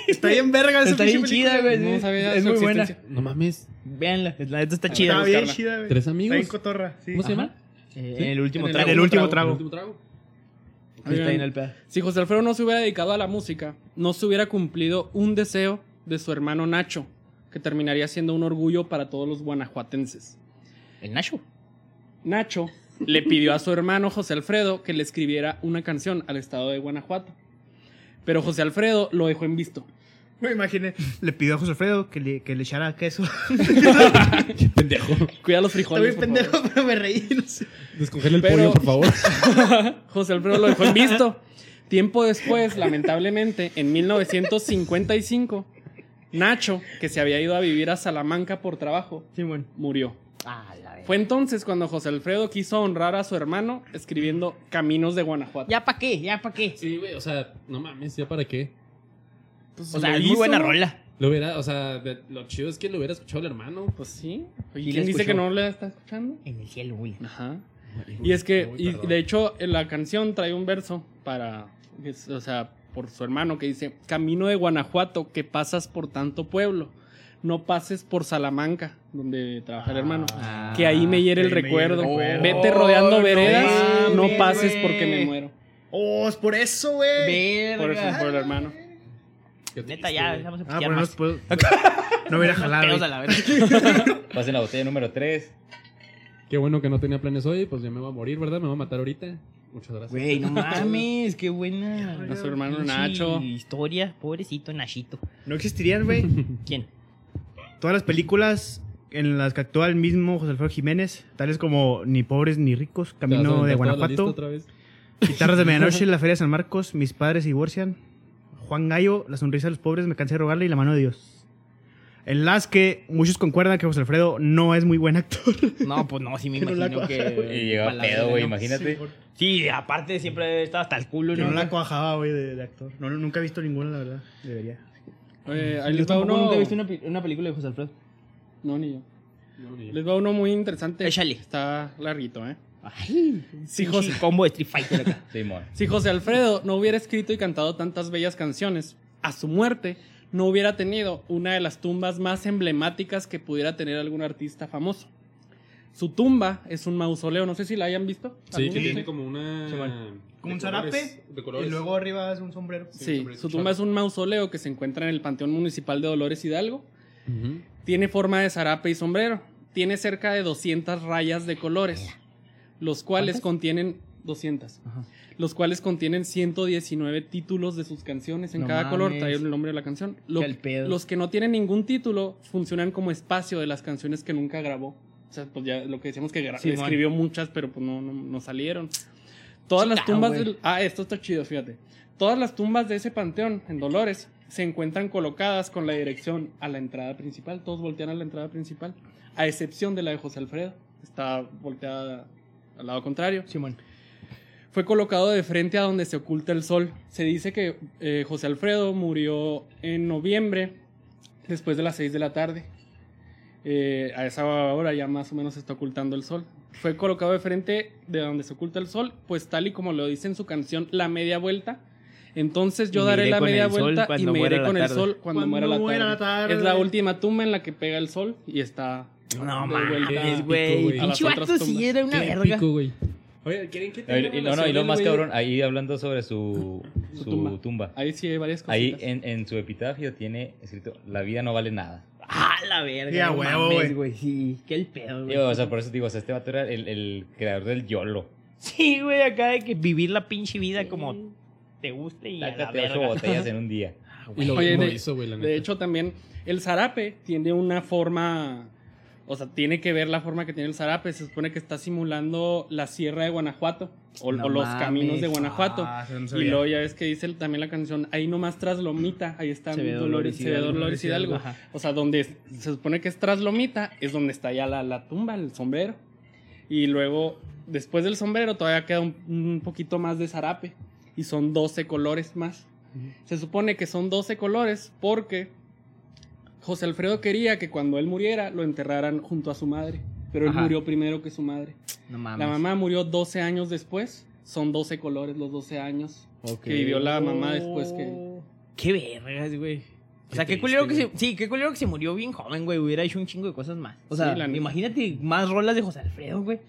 Speaker 1: Está bien verga esa
Speaker 2: Está
Speaker 1: pinche
Speaker 2: bien chida,
Speaker 1: película.
Speaker 2: güey.
Speaker 6: No
Speaker 2: sí.
Speaker 6: sabía
Speaker 2: es
Speaker 6: su
Speaker 2: muy buena.
Speaker 6: existencia.
Speaker 5: No mames,
Speaker 2: Veanla, la neta está
Speaker 1: Está
Speaker 2: chida.
Speaker 1: bien
Speaker 2: buscarla.
Speaker 1: chida, güey.
Speaker 5: tres
Speaker 1: Está
Speaker 5: amigos.
Speaker 1: bien cotorra, sí.
Speaker 5: ¿Cómo se llama?
Speaker 2: Eh, En el último
Speaker 6: En
Speaker 1: En
Speaker 2: trago.
Speaker 1: el último
Speaker 5: ¿El
Speaker 1: trago.
Speaker 5: último trago?
Speaker 2: Ahí Está bien el pedo.
Speaker 6: Si José Alfredo no se hubiera dedicado a la música, no se hubiera cumplido un deseo de su hermano Nacho, que terminaría siendo un orgullo para todos los guanajuatenses.
Speaker 2: El Nacho.
Speaker 6: Nacho le pidió a su hermano José Alfredo que le escribiera una canción al estado de Guanajuato. Pero José Alfredo lo dejó en visto.
Speaker 1: Me imaginé. Le pidió a José Alfredo que le, que le echara queso.
Speaker 5: Qué pendejo.
Speaker 6: Cuida los
Speaker 1: Está
Speaker 6: frijoles.
Speaker 1: bien
Speaker 6: por favor.
Speaker 1: pendejo, pero me reí. No sé.
Speaker 5: (laughs) Descongela el
Speaker 6: Pero-
Speaker 5: pollo, por favor.
Speaker 6: José Alfredo lo dejó en visto. Tiempo después, lamentablemente, en 1955, Nacho, que se había ido a vivir a Salamanca por trabajo, murió.
Speaker 2: Ah, la verga.
Speaker 6: Fue entonces cuando José Alfredo quiso honrar a su hermano escribiendo Caminos de Guanajuato.
Speaker 2: ¿Ya pa' qué? ¿Ya pa' qué?
Speaker 5: Sí, güey, o sea, no mames, ¿ya para qué?
Speaker 6: Pues,
Speaker 2: O sea,
Speaker 6: lo
Speaker 2: es muy
Speaker 6: hizo,
Speaker 2: buena
Speaker 6: ¿no?
Speaker 2: rola.
Speaker 5: Lo hubiera, o sea, de- lo chido es que lo hubiera escuchado el hermano.
Speaker 6: Pues sí.
Speaker 2: ¿Y
Speaker 6: ¿Y
Speaker 2: la
Speaker 6: quién dice
Speaker 2: escuchó?
Speaker 6: que no la está escuchando?
Speaker 2: En el cielo, güey.
Speaker 6: Ajá. Y es que,
Speaker 5: Uy,
Speaker 6: y
Speaker 5: perdón.
Speaker 6: de hecho, en la canción trae un verso para, es- o sea, por su hermano que dice, Camino de Guanajuato, que pasas por tanto pueblo, no pases por Salamanca, donde trabaja el hermano,
Speaker 2: Ah,
Speaker 6: que ahí me hiere
Speaker 1: que
Speaker 6: el
Speaker 1: ahí me hiere el
Speaker 6: recuerdo.
Speaker 1: recuerdo.
Speaker 6: Vete rodeando
Speaker 1: Oh, no
Speaker 6: veredas, no,
Speaker 2: mames,
Speaker 6: pases
Speaker 2: güey.
Speaker 6: porque me muero.
Speaker 1: Oh, es por eso, güey.
Speaker 2: Verga.
Speaker 6: Por eso, por el hermano.
Speaker 5: Qué
Speaker 2: Neta,
Speaker 5: triste,
Speaker 2: ya,
Speaker 5: güey.
Speaker 2: dejamos
Speaker 1: Ah,
Speaker 2: ya
Speaker 1: pero no,
Speaker 2: más. (laughs)
Speaker 1: puedo- no hubiera jalado.
Speaker 2: Pedos a
Speaker 1: güey.
Speaker 2: la verga.
Speaker 4: Pasen la botella número 3.
Speaker 5: Qué bueno que no tenía planes hoy, pues ya me va a morir, ¿verdad? Me va a matar ahorita. Muchas gracias.
Speaker 2: (laughs) Güey, no mames, qué buena.
Speaker 6: A su hermano
Speaker 2: Pinche
Speaker 6: Nacho.
Speaker 2: Historia, pobrecito Nachito.
Speaker 1: No existirían, güey.
Speaker 2: ¿Quién?
Speaker 1: Todas las películas en las que actúa el mismo José Alfredo Jiménez, tales como Ni pobres ni ricos,
Speaker 5: Te vas a
Speaker 1: Camino de
Speaker 5: aventar toda la lista
Speaker 1: Guanajuato,
Speaker 5: otra vez.
Speaker 2: (laughs)
Speaker 1: Guitarras de Medianoche, La Feria de San Marcos, Mis padres se divorcian, Juan Gallo, La sonrisa de los pobres, Me cansé de rogarle y La mano de Dios. En las que muchos concuerdan que José Alfredo no es muy buen actor.
Speaker 2: No, pues no, sí me
Speaker 1: Que no la
Speaker 2: (laughs) imagino que.
Speaker 4: Y llegaba
Speaker 2: para la
Speaker 4: pedo,
Speaker 2: verga,
Speaker 4: güey,
Speaker 2: ¿no?
Speaker 4: imagínate.
Speaker 2: Sí, aparte siempre estaba hasta el culo,
Speaker 1: Yo
Speaker 2: ¿no?
Speaker 1: no la cuajaba, güey, de, de actor. No, no, nunca he visto ninguna, la verdad. Debería.
Speaker 6: Eh, ahí
Speaker 2: Yo
Speaker 6: les va
Speaker 2: tampoco
Speaker 6: uno.
Speaker 2: nunca he visto una, pe- una película de José Alfredo.
Speaker 6: No, ni yo.
Speaker 5: No, ni-
Speaker 6: Les va uno muy interesante.
Speaker 2: Échale.
Speaker 6: Está larguito, ¿eh?
Speaker 2: Ay, sí,
Speaker 6: Sí, José.
Speaker 2: combo de Street Fighter acá.
Speaker 4: Simón.
Speaker 6: Si José Alfredo no hubiera escrito y cantado tantas bellas canciones, a su muerte no hubiera tenido una de las tumbas más emblemáticas que pudiera tener algún artista famoso. Su tumba es un mausoleo, no sé si la hayan visto.
Speaker 5: Sí, que
Speaker 6: ¿Alguno?
Speaker 5: tiene como una.
Speaker 1: Como un
Speaker 5: de colores,
Speaker 1: zarape,
Speaker 5: De colores.
Speaker 1: Y luego arriba es un sombrero.
Speaker 6: Sí, su tumba es un mausoleo que se encuentra en el Panteón Municipal de Dolores Hidalgo.
Speaker 5: Ujú.
Speaker 6: Tiene forma de zarape y sombrero. Tiene cerca de 200 rayas de colores, los cuales contienen 200.
Speaker 2: Ajá.
Speaker 6: Los cuales contienen 119 títulos de sus canciones en
Speaker 2: No
Speaker 6: cada color,
Speaker 2: mames.
Speaker 6: trae el nombre de la canción. Lo-
Speaker 2: Qué al pedo.
Speaker 6: los que no tienen ningún título funcionan como espacio de las canciones que nunca grabó. O sea, pues ya lo que decíamos que gra-
Speaker 2: Simón.
Speaker 6: escribió muchas, pero pues no, no, no salieron. Todas las
Speaker 2: Chingao,
Speaker 6: tumbas
Speaker 2: güey.
Speaker 6: del- Ah, esto está chido, fíjate. Todas las tumbas de ese panteón en Dolores se encuentran colocadas con la dirección a la entrada principal. Todos voltean a la entrada principal, a excepción de la de José Alfredo. Está volteada al lado contrario.
Speaker 2: Simón.
Speaker 6: Fue colocado de frente a donde se oculta el sol. Se dice que eh, José Alfredo murió en noviembre, después de las 6 de la tarde. Eh, a esa hora ya más o menos se está ocultando el sol. Fue colocado de frente de donde se oculta el sol, pues tal y como lo dice en su canción La Media Vuelta. Entonces yo
Speaker 2: Y me
Speaker 6: daré
Speaker 2: iré
Speaker 6: la
Speaker 2: con
Speaker 6: media
Speaker 2: el sol
Speaker 6: vuelta y
Speaker 2: cuando
Speaker 6: me iré
Speaker 2: muera la
Speaker 6: con el
Speaker 2: tarde.
Speaker 6: sol cuando,
Speaker 1: Cuando
Speaker 6: muera, la,
Speaker 1: muera la
Speaker 6: tarde.
Speaker 1: tarde.
Speaker 6: Es la última tumba en la que pega el sol y está.
Speaker 2: No
Speaker 6: de
Speaker 2: mames,
Speaker 6: vuelta
Speaker 2: güey.
Speaker 5: güey. A
Speaker 6: las
Speaker 2: Pinche
Speaker 6: otras
Speaker 2: vato sí
Speaker 6: tumbas.
Speaker 2: era una
Speaker 5: Qué
Speaker 2: verga.
Speaker 5: épico, güey.
Speaker 3: Oye, ¿quieren que
Speaker 4: No,
Speaker 3: tenga
Speaker 4: y, y- no, no, y lo
Speaker 3: relaciones,
Speaker 4: más
Speaker 3: güey?
Speaker 4: cabrón, ahí hablando sobre su, su
Speaker 6: tumba.
Speaker 4: tumba.
Speaker 6: Ahí sí hay varias cosas.
Speaker 4: Ahí en, en su epitafio tiene escrito, la vida no vale nada.
Speaker 2: Ah, la verga.
Speaker 1: Sí, a
Speaker 2: no
Speaker 1: huevo,
Speaker 2: mames,
Speaker 1: güey.
Speaker 2: güey. Sí, qué el pedo, güey.
Speaker 4: Digo, o sea, por eso te digo, o sea, este vato era el, el creador del YOLO.
Speaker 2: Sí, güey, acá de que vivir la pinche vida como te guste y a la
Speaker 4: Sácate ocho
Speaker 2: verga.
Speaker 4: botellas en un día.
Speaker 5: Y lo
Speaker 6: Oye,
Speaker 5: lo
Speaker 6: de-
Speaker 5: hizo, güey, la neta.
Speaker 6: De hecho, también el zarape tiene una forma. O sea, tiene que ver la forma que tiene el zarape. Se supone que está simulando la sierra de Guanajuato o,
Speaker 2: No
Speaker 6: o los
Speaker 2: mames.
Speaker 6: caminos de Guanajuato.
Speaker 1: Ah, eso no
Speaker 6: y
Speaker 1: sabía.
Speaker 6: luego ya ves que dice el- también la canción Ahí nomás tras Lomita. Ahí está
Speaker 2: Se ve
Speaker 6: Dolores,
Speaker 2: Dolores
Speaker 6: se ve
Speaker 2: Hidalgo.
Speaker 6: Dolores Hidalgo.
Speaker 2: Ajá.
Speaker 6: O sea, donde es- se supone que es tras Lomita es donde está ya la, la tumba, el sombrero. Y luego, después del sombrero, todavía queda un, un poquito más de zarape. Y son 12 colores más. Se supone que son 12 colores porque José Alfredo quería que cuando él muriera lo enterraran junto a su madre. Pero él
Speaker 2: Ajá. Ah,
Speaker 6: murió primero que su madre.
Speaker 2: No mames.
Speaker 6: La mamá murió 12 años después. Son 12 colores los 12 años
Speaker 2: Ok.
Speaker 6: que vivió la mamá después que...
Speaker 2: Qué vergas, güey. O sea,
Speaker 5: Qué triste,
Speaker 2: qué, culero que
Speaker 5: güey.
Speaker 2: se, sí, qué culero que se murió bien joven, güey. Hubiera hecho un chingo de cosas más. O sea,
Speaker 6: Sí, la neta.
Speaker 2: imagínate más rolas de José Alfredo, güey.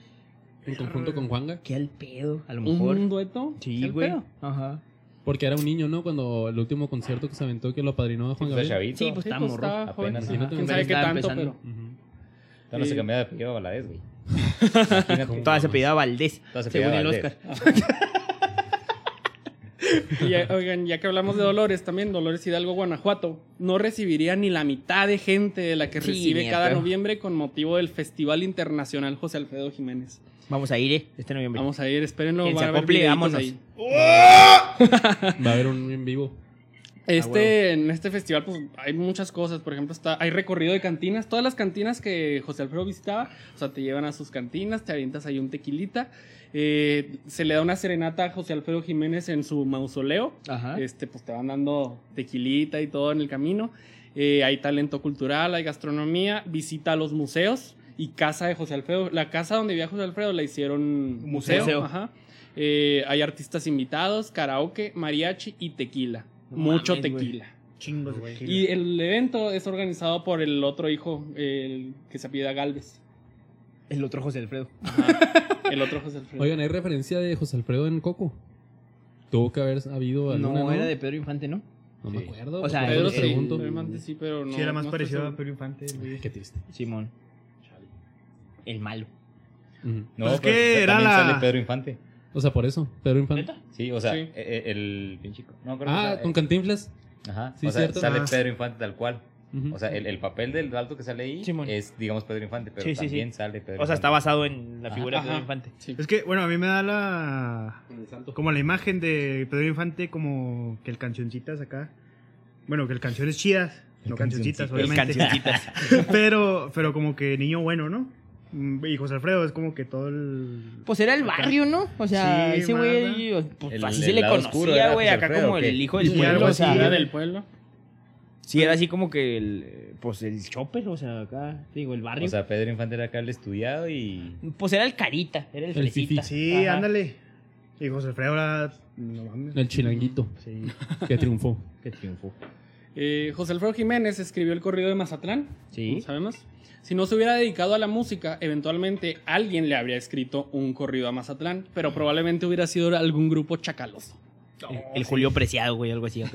Speaker 5: En conjunto con Juanga.
Speaker 2: Qué al pedo, a lo mejor.
Speaker 6: Un dueto. ¿Qué
Speaker 2: Sí,
Speaker 6: al
Speaker 2: güey.
Speaker 6: pedo?
Speaker 2: Ajá.
Speaker 5: Porque era un niño, ¿no? Cuando el último concierto que se aventó que lo apadrinó a Juan
Speaker 4: O sea,
Speaker 5: Gabriel.
Speaker 4: chavito.
Speaker 2: Sí, pues
Speaker 6: Sí,
Speaker 2: está
Speaker 6: pues,
Speaker 2: morro.
Speaker 6: estaba joven.
Speaker 4: apenas.
Speaker 6: Ajá.
Speaker 5: Sí, no
Speaker 6: Quién
Speaker 5: te-
Speaker 6: sabe qué
Speaker 2: estaba
Speaker 6: tanto,
Speaker 2: empezando.
Speaker 6: pero...
Speaker 5: Ujú.
Speaker 4: No se
Speaker 6: Sí.
Speaker 4: cambiaba de apellido a Valadez, güey.
Speaker 5: ¿Cómo?
Speaker 2: Toda se pedía Valdés,
Speaker 4: Todas se
Speaker 2: según
Speaker 4: apellidaba
Speaker 2: el
Speaker 4: Valdés.
Speaker 2: Oscar.
Speaker 6: Y ya- oigan, ya que hablamos de Dolores también, Dolores Hidalgo, Guanajuato, no recibiría ni la mitad de gente de la que
Speaker 2: Sí,
Speaker 6: recibe
Speaker 2: ni
Speaker 6: cada
Speaker 2: acá.
Speaker 6: noviembre con motivo del Festival Internacional José Alfredo Jiménez.
Speaker 2: Vamos a ir, eh, este noviembre.
Speaker 6: Vamos a ir, espérenlo.
Speaker 2: Quien
Speaker 6: van
Speaker 2: se
Speaker 6: a haber
Speaker 2: acople,
Speaker 6: videitos
Speaker 2: vámonos.
Speaker 6: ahí.
Speaker 5: Va a haber un en vivo.
Speaker 6: Este, en este festival, pues hay muchas cosas. Por ejemplo, está, hay recorrido de cantinas. Todas las cantinas que José Alfredo visitaba, o sea, te llevan a sus cantinas, te avientas ahí un tequilita. eh, se le da una serenata a José Alfredo Jiménez en su mausoleo.
Speaker 2: Ajá.
Speaker 6: Este, pues te van dando tequilita y todo en el camino. Eh, hay talento cultural, hay gastronomía, visita a los museos y casa de José Alfredo. La casa donde vivía José Alfredo la hicieron museo.
Speaker 2: Museo.
Speaker 6: ajá. Eh, hay artistas invitados, karaoke, mariachi y tequila.
Speaker 2: No
Speaker 6: Mucho
Speaker 2: mames, güey.
Speaker 6: tequila.
Speaker 2: Chingos de tequila.
Speaker 6: Y eh, el evento es organizado por el otro hijo, el que se apellida Galvez.
Speaker 2: el otro José Alfredo.
Speaker 6: El otro José Alfredo.
Speaker 5: Oigan, hay referencia de José Alfredo en Coco. Tuvo que haber habido
Speaker 2: No,
Speaker 5: alguna,
Speaker 2: era de Pedro Infante, ¿no?
Speaker 5: No me acuerdo.
Speaker 2: O
Speaker 5: pues,
Speaker 2: sea,
Speaker 5: por eso
Speaker 6: Pedro
Speaker 5: les
Speaker 6: sí,
Speaker 5: pregunto.
Speaker 6: Pedro Infante sí, pero no.
Speaker 1: sí, era más
Speaker 6: no estoy
Speaker 1: parecido a
Speaker 6: seguro.
Speaker 1: Pedro Infante. güey.
Speaker 5: Qué triste.
Speaker 2: Simón. El malo.
Speaker 5: Ujú.
Speaker 4: No,
Speaker 1: Pues es
Speaker 4: pero
Speaker 1: que era
Speaker 4: también
Speaker 1: la-
Speaker 4: sale Pedro Infante.
Speaker 5: O sea, por eso. Pedro Infante.
Speaker 4: Sí, o sea,
Speaker 6: Sí.
Speaker 4: e- e- el pinche... No, creo que
Speaker 5: Ah,
Speaker 4: sale-
Speaker 5: con Cantinflas.
Speaker 4: Ajá.
Speaker 5: Sí,
Speaker 4: o sea,
Speaker 5: cierto.
Speaker 4: sale
Speaker 1: Ah.
Speaker 4: Pedro Infante tal cual.
Speaker 5: Ujú.
Speaker 4: O sea, el, el papel del alto que sale ahí
Speaker 2: Simón.
Speaker 4: es, digamos, Pedro Infante, pero
Speaker 2: Sí, sí, sí.
Speaker 4: también sale Pedro
Speaker 2: O sea, está
Speaker 4: Infante.
Speaker 2: basado en la figura de
Speaker 6: Ajá.
Speaker 2: Pedro Infante.
Speaker 6: Sí.
Speaker 1: Es que, bueno, a mí me da la. Como la imagen de Pedro Infante, como que el cancioncitas acá. Bueno, que el canciones chidas.
Speaker 4: El
Speaker 1: no cancioncitas,
Speaker 4: cancioncitas.
Speaker 2: El
Speaker 1: obviamente.
Speaker 2: cancioncitas.
Speaker 1: (laughs) pero, pero como que niño bueno, ¿no? Mm, Y José Alfredo es como que todo el.
Speaker 2: (laughs) Pues era el barrio, ¿no? O sea,
Speaker 1: Sí,
Speaker 2: ese güey, pues,
Speaker 4: El-
Speaker 2: así
Speaker 4: el
Speaker 2: se le
Speaker 4: lado oscuro
Speaker 2: conocía,
Speaker 4: era
Speaker 2: güey,
Speaker 4: José
Speaker 2: acá
Speaker 4: Alfredo,
Speaker 2: como
Speaker 4: ¿o qué?
Speaker 2: el hijo del
Speaker 1: Sí,
Speaker 2: pueblo,
Speaker 1: algo
Speaker 2: o
Speaker 1: así,
Speaker 2: sea,
Speaker 6: Era del pueblo.
Speaker 2: sí era así como que el, eh, pues el chopper, o sea, acá, digo, el barrio.
Speaker 4: O sea, Pedro Infante era acá el estudiado y...
Speaker 2: pues era el carita, era el,
Speaker 5: El
Speaker 2: fresita.
Speaker 5: fifí.
Speaker 1: Sí,
Speaker 2: Ajá.
Speaker 1: ándale. Y José Alfredo era. No mames.
Speaker 5: El chilanguito.
Speaker 1: Sí.
Speaker 5: Que triunfó.
Speaker 4: Que triunfó.
Speaker 6: Eh, José Alfredo Jiménez escribió el corrido de Mazatlán.
Speaker 2: Sí.
Speaker 6: como Sabemos. Si no se hubiera dedicado a la música, eventualmente alguien le habría escrito un corrido a Mazatlán, pero probablemente hubiera sido algún grupo chacaloso.
Speaker 2: El, el Julio Preciado, güey, algo así. ok.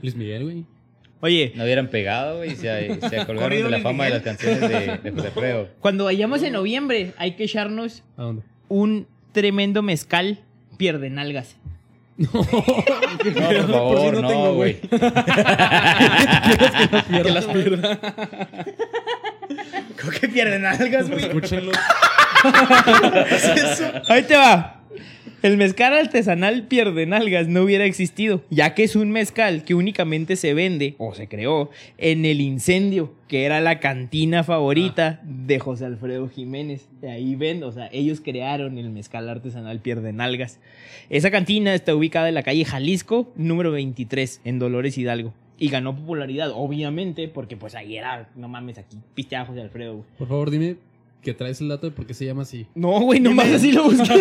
Speaker 5: Luis Miguel, güey.
Speaker 2: (laughs) Oye,
Speaker 4: No hubieran pegado, güey, y se, se colgaron
Speaker 1: Corrido
Speaker 4: de la
Speaker 1: Luis
Speaker 4: fama de las
Speaker 1: Miguel.
Speaker 4: canciones de, de José Alfredo.
Speaker 2: cuando vayamos en noviembre, hay que echarnos
Speaker 5: ¿A dónde?
Speaker 2: un tremendo mezcal pierde nalgas.
Speaker 4: No, por
Speaker 5: Por si
Speaker 4: favor,
Speaker 5: no
Speaker 4: no,
Speaker 5: tengo,
Speaker 4: güey.
Speaker 6: Que las pierda.
Speaker 1: Creo que pierden algas, güey.
Speaker 5: Escúchenlo.
Speaker 2: Ahí te va. El mezcal artesanal pierde nalgas no hubiera existido, ya que es un mezcal que únicamente se vende o se creó en el incendio, que era la cantina favorita de José Alfredo Jiménez. De ahí ven, o sea, ellos crearon el mezcal artesanal pierde nalgas. Esa cantina está ubicada en la calle Jalisco, número 23, en Dolores Hidalgo. Y ganó popularidad, obviamente, porque pues ahí era, no mames, aquí pisteaba José Alfredo. güey.
Speaker 5: Por favor, dime que traes el dato de por qué se llama así.
Speaker 2: No, güey, no mames, así lo (laughs) busqué.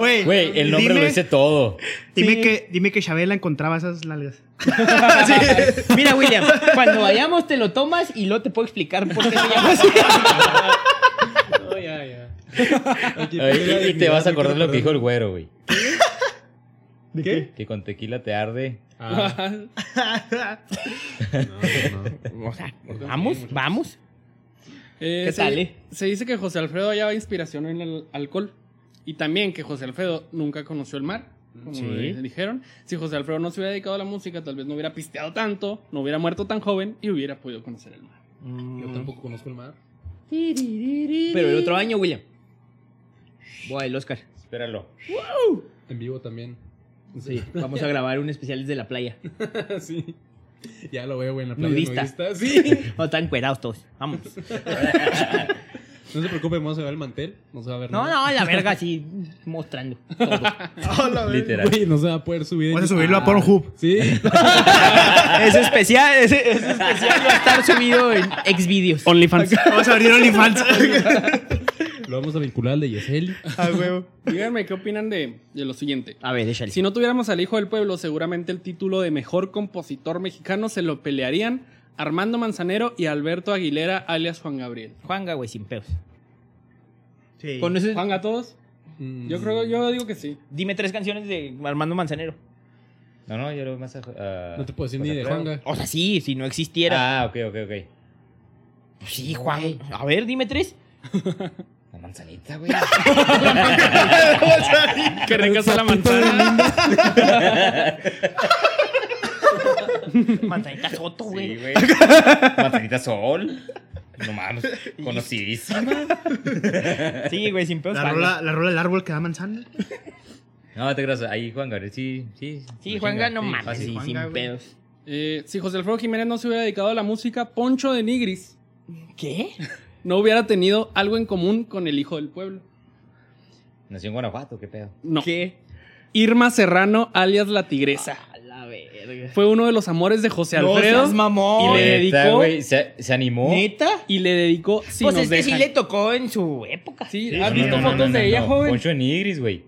Speaker 1: Güey,
Speaker 4: Güey,
Speaker 1: (laughs)
Speaker 4: el nombre
Speaker 1: dime,
Speaker 4: lo dice todo.
Speaker 1: Dime
Speaker 2: Sí.
Speaker 1: que, dime que Chabela encontraba esas nalgas.
Speaker 2: (laughs) Mira, William, cuando vayamos te lo tomas y luego te puedo explicar por qué se llama (laughs) así.
Speaker 5: No, ya, (laughs) ya.
Speaker 4: Ay, Y, y te vas a acordar lo que dijo el güero, güey.
Speaker 1: ¿De qué?
Speaker 4: Que con tequila te arde. (laughs)
Speaker 5: Ah,
Speaker 6: (laughs)
Speaker 5: no, no.
Speaker 2: O sea, vamos, vamos.
Speaker 6: Eh,
Speaker 2: ¿Qué
Speaker 6: se-
Speaker 2: tal, eh?
Speaker 6: Se dice que José Alfredo hallaba inspiración en el alcohol y también que José Alfredo nunca conoció el mar, como
Speaker 2: Sí.
Speaker 6: le dijeron. Si José Alfredo no se hubiera dedicado a la música, tal vez no hubiera pisteado tanto, no hubiera muerto tan joven y hubiera podido conocer el mar.
Speaker 5: Yo tampoco conozco el mar.
Speaker 2: Pero el otro año, William. Voy el Oscar.
Speaker 4: Espéralo.
Speaker 5: En vivo también. (laughs)
Speaker 2: Sí, vamos a grabar un especial desde la playa.
Speaker 5: sí. Ya lo veo, güey, en la playa
Speaker 2: Nudista.
Speaker 5: nudista. Sí.
Speaker 2: No están cuerados todos. Vamos.
Speaker 5: No se preocupe, vamos a ver el mantel. No se va a ver
Speaker 2: No,
Speaker 5: nada.
Speaker 2: no, la verga así mostrando.
Speaker 1: (laughs)
Speaker 2: todo.
Speaker 4: Literal.
Speaker 5: Güey, no se va a poder subir. en
Speaker 1: Vamos a
Speaker 5: YouTube.
Speaker 1: subirlo a Pornhub.
Speaker 5: Sí.
Speaker 2: (laughs)
Speaker 5: (laughs)
Speaker 2: Ese especial, ese, ese especial va a (laughs) estar subido en Xvideos.
Speaker 1: (laughs)
Speaker 6: OnlyFans.
Speaker 1: Vamos a abrir OnlyFans. (laughs)
Speaker 5: Lo vamos a vincular al de Yeseli.
Speaker 1: a huevo.
Speaker 6: Díganme, ¿qué opinan de, de lo siguiente?
Speaker 2: A ver, échale.
Speaker 6: Si no tuviéramos al hijo del pueblo, seguramente el título de mejor compositor mexicano se lo pelearían Armando Manzanero y Alberto Aguilera, alias Juan Gabriel.
Speaker 2: Juanga, güey, sin pedos.
Speaker 1: Sí.
Speaker 2: Con eso-
Speaker 6: ¿Juan a todos?
Speaker 5: Mm.
Speaker 6: Yo creo, yo digo que sí.
Speaker 2: dime tres canciones de Armando Manzanero.
Speaker 4: No, no, yo lo más a. a-
Speaker 5: No te puedo decir ni
Speaker 4: José
Speaker 5: de
Speaker 4: Alfredo.
Speaker 5: Juanga.
Speaker 2: O sea, sí, si no existiera.
Speaker 4: Ah, ok, ok, ok.
Speaker 2: Sí, Juan. A ver, dime tres.
Speaker 4: La manzanita,
Speaker 6: (laughs) Ah,
Speaker 4: güey.
Speaker 6: Que ricas a la manzana.
Speaker 2: Manzanita Soto, güey.
Speaker 6: (laughs)
Speaker 4: Sí, güey. Manzanita Sol. No mames. Conocidísima.
Speaker 2: Sí, güey, sin pedos.
Speaker 1: La
Speaker 2: Juanga.
Speaker 1: rola, la rola del árbol que da manzana.
Speaker 4: No, te creas. Ahí Juan Gabriel, sí, sí.
Speaker 2: Sí, Juanga, no
Speaker 4: Sí,
Speaker 2: mames,
Speaker 4: fácil.
Speaker 2: sí,
Speaker 1: Juanga,
Speaker 2: sin
Speaker 1: güey.
Speaker 2: pedos.
Speaker 6: Eh, si José Alfredo Jiménez no se hubiera dedicado a la música, Poncho de Nigris
Speaker 2: ¿Qué?
Speaker 6: no hubiera tenido algo en común con el hijo del pueblo.
Speaker 4: Nació en Guanajuato, qué pedo.
Speaker 6: No.
Speaker 2: ¿Qué?
Speaker 6: Irma Serrano, alias La Tigresa,
Speaker 2: A la verga.
Speaker 6: fue uno de los amores de José
Speaker 2: No
Speaker 6: Pues, Alfredo
Speaker 2: seas mamón.
Speaker 6: y le
Speaker 4: Neta,
Speaker 6: dedicó-
Speaker 4: güey, se, se animó.
Speaker 2: ¿Neta?
Speaker 6: y le dedicó Si
Speaker 2: pues
Speaker 6: nos
Speaker 2: es que sí
Speaker 6: dejan.
Speaker 2: le tocó en su época.
Speaker 6: Sí,
Speaker 1: Sí,
Speaker 6: ¿has
Speaker 1: no,
Speaker 6: visto
Speaker 1: no, no,
Speaker 6: fotos de ella, joven?
Speaker 4: Poncho en Igris, güey.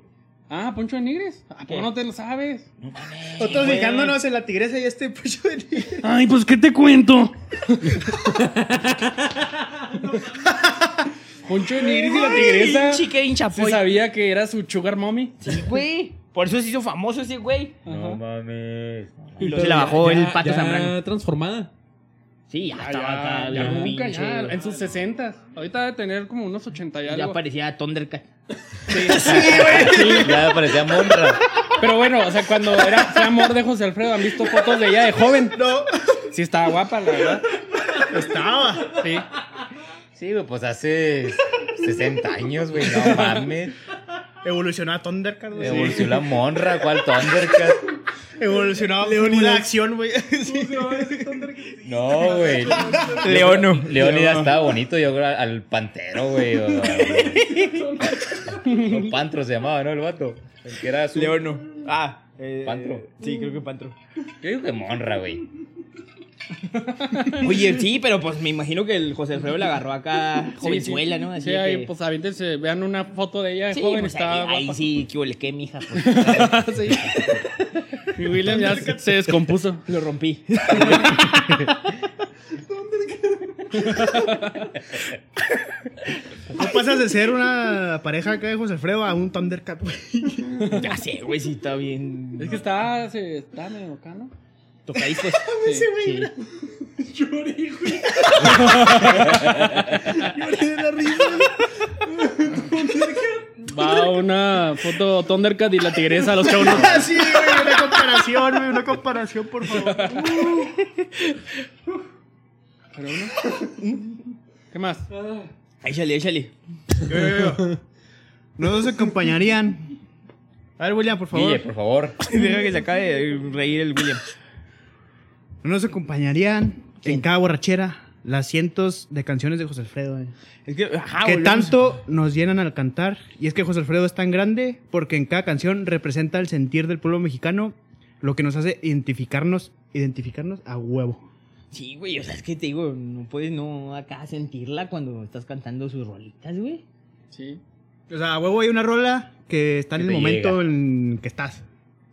Speaker 6: Ah, Poncho de Nigris. ¿A poco
Speaker 2: ¿Qué?
Speaker 6: no te lo sabes?
Speaker 1: Otros fijándonos en la tigresa y este pucho de tigre.
Speaker 6: Ay, pues, ¿qué te cuento? (laughs) Poncho de Nigris y La Tigresa
Speaker 2: Chiquerín
Speaker 6: se
Speaker 2: Chapoy.
Speaker 6: sabía que era su sugar mommy.
Speaker 2: Sí, güey. Por eso se hizo famoso ese güey.
Speaker 4: No
Speaker 6: Ajá.
Speaker 4: mames.
Speaker 2: Y luego se la bajó el pato
Speaker 5: ya
Speaker 2: Zambrano.
Speaker 5: transformada.
Speaker 2: Sí, ya,
Speaker 6: Ya,
Speaker 2: estaba
Speaker 6: ya,
Speaker 2: acá.
Speaker 6: ya,
Speaker 2: la
Speaker 6: nunca,
Speaker 2: pinche-
Speaker 6: ya, en sus 60 Ahorita debe tener como unos 80 y
Speaker 2: Ya
Speaker 6: algo.
Speaker 2: parecía Thundercat. (laughs)
Speaker 4: Ya parecía Monra.
Speaker 6: Pero bueno, o sea, cuando era fue amor de José Alfredo, han visto fotos de ella de joven.
Speaker 1: No.
Speaker 6: Sí, estaba guapa, la verdad.
Speaker 1: Estaba.
Speaker 6: Sí.
Speaker 4: Sí, güey, pues hace 60 años, güey. No mames.
Speaker 1: Evolucionó a Thundercat, güey.
Speaker 4: Evolucionó la Monra, ¿cuál Thundercat?
Speaker 1: Evolucionó a una acción, güey. (laughs)
Speaker 4: No, güey.
Speaker 6: (laughs)
Speaker 2: Leono.
Speaker 4: Leónidas estaba bonito, yo creo, al- al pantero, güey. o- o- o Pantro se llamaba, ¿no? El vato. El que era azul.
Speaker 2: Leono. Ah. eh,
Speaker 4: Pantro.
Speaker 2: Sí, creo que Pantro.
Speaker 4: Yo digo que Monra, güey.
Speaker 2: Oye, sí, pero pues me imagino que el José Alfredo la agarró acá jovenzuela,
Speaker 6: sí.
Speaker 2: ¿no? Así
Speaker 6: sí,
Speaker 2: de
Speaker 6: ahí,
Speaker 2: que-
Speaker 6: pues aviéntense, vean una foto de ella de
Speaker 2: Sí,
Speaker 6: joven,
Speaker 2: pues,
Speaker 6: estaba
Speaker 2: ahí, ahí
Speaker 6: guapa. (laughs)
Speaker 2: sí, que huele, qué mija. pues.
Speaker 6: Sí. Y William ya se se descompuso.
Speaker 2: (laughs) Lo rompí.
Speaker 1: No pasas de ser una pareja acá de José Alfredo a un Thundercat, güey.
Speaker 2: Ya sé, güey, sí está bien.
Speaker 6: Es que está, se, está medio acá, ¿no? pues.
Speaker 8: (laughs)
Speaker 2: Tocadiscos. Sí, sí.
Speaker 8: Lloré, güey.
Speaker 6: (laughs)
Speaker 8: Lloré de la risa.
Speaker 6: Va una foto Thundercat y la tigresa a los chavos.
Speaker 1: (laughs) Así, güey, una comparación, güey, una comparación, por favor.
Speaker 6: ¿Qué más?
Speaker 2: Échale, échale.
Speaker 1: No nos acompañarían. A ver, William, por favor.
Speaker 4: Guille, por favor.
Speaker 2: (laughs) Deja que se acabe de reír el William.
Speaker 1: No nos acompañarían en cada borrachera las cientos de canciones de José Alfredo, güey.
Speaker 2: Es que,
Speaker 4: Ah,
Speaker 2: ajá,
Speaker 1: que
Speaker 2: volvemos.
Speaker 1: tanto nos llenan al cantar. Y es que José Alfredo es tan grande porque en cada canción representa el sentir del pueblo mexicano, lo que nos hace identificarnos, identificarnos a huevo.
Speaker 2: Sí, güey, o sea, es que te digo, no puedes no acá sentirla cuando estás cantando sus rolitas, güey.
Speaker 6: Sí.
Speaker 1: O sea, a huevo hay una rola que está en
Speaker 4: Que
Speaker 1: el
Speaker 4: te
Speaker 1: momento
Speaker 4: llega.
Speaker 1: en que estás.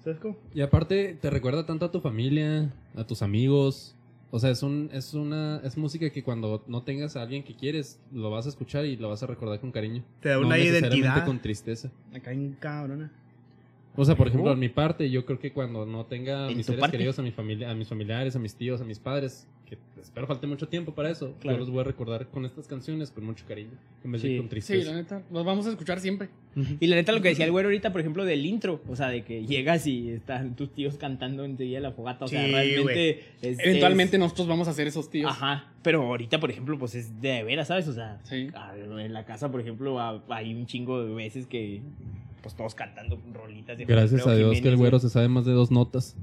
Speaker 1: ¿Sabes cómo?
Speaker 5: Y aparte, te recuerda tanto a tu familia, a tus amigos. O sea, es un, es una, es música que cuando no tengas a alguien que quieres, lo vas a escuchar y lo vas a recordar con cariño.
Speaker 1: Te da
Speaker 5: No
Speaker 1: una
Speaker 5: necesariamente
Speaker 1: identidad.
Speaker 5: con tristeza.
Speaker 1: Acá en cabrona.
Speaker 5: O sea, por ejemplo, en mi parte, yo creo que cuando no tenga a
Speaker 2: Oh. ¿En
Speaker 5: mis
Speaker 2: tu
Speaker 5: seres
Speaker 2: parte?
Speaker 5: queridos, a, mi familia, a mis familiares, a mis tíos, a mis padres, que espero falte mucho tiempo para eso,
Speaker 2: Claro.
Speaker 5: yo los voy a recordar con estas canciones con mucho cariño, en vez
Speaker 2: Sí.
Speaker 5: de con
Speaker 6: Sí,
Speaker 5: tristeza.
Speaker 6: la neta. Los vamos a escuchar siempre.
Speaker 2: Y la neta, lo que decía el güero ahorita, por ejemplo, del intro, o sea, de que llegas y están tus tíos cantando enseguida la fogata, o sea,
Speaker 1: Sí, güey.
Speaker 2: realmente. este, es-
Speaker 6: Eventualmente nosotros vamos a ser esos
Speaker 2: es-
Speaker 6: tíos.
Speaker 2: Ajá, pero ahorita, por ejemplo, pues es de veras, ¿sabes? O sea,
Speaker 6: Sí.
Speaker 2: a- en la casa, por ejemplo, a- hay un chingo de veces que, pues todos cantando rolitas de
Speaker 5: Gracias
Speaker 2: Alfredo
Speaker 5: a Dios que el
Speaker 2: Jiménez,
Speaker 5: güero se sabe más de dos
Speaker 2: (laughs)
Speaker 5: notas.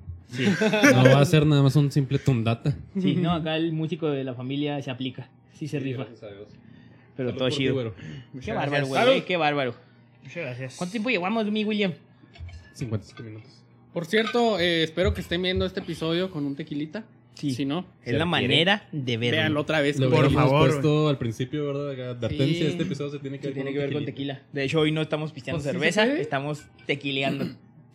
Speaker 5: No va a ser nada más un simple tundata.
Speaker 2: güey. Sí, no, acá el músico de la familia se aplica, sí se rifa,
Speaker 5: Gracias a Dios.
Speaker 2: pero
Speaker 5: Salud
Speaker 2: todo
Speaker 5: por ti,
Speaker 2: chido.
Speaker 5: güero.
Speaker 2: Qué bárbaro,
Speaker 1: gracias.
Speaker 2: güey, qué bárbaro.
Speaker 1: Muchas gracias.
Speaker 2: ¿Cuánto tiempo llevamos, mi William?
Speaker 5: 55 minutos.
Speaker 6: Por cierto, eh, espero que estén viendo este episodio con un tequilita.
Speaker 2: Sí.
Speaker 6: Si no,
Speaker 2: Es la manera de verlo.
Speaker 6: véanlo otra vez.
Speaker 5: Lo
Speaker 1: Por
Speaker 5: por
Speaker 1: favor,
Speaker 5: favor. puesto al principio, ¿verdad? Advertencia,
Speaker 6: Sí.
Speaker 5: este episodio se tiene que
Speaker 2: Que
Speaker 5: ver,
Speaker 2: tiene
Speaker 5: un
Speaker 2: que ver con
Speaker 5: tequilita.
Speaker 2: tequila. De hecho, hoy no estamos pisteando
Speaker 6: Pues sí se
Speaker 2: cerveza,
Speaker 6: puede.
Speaker 2: estamos tequileando.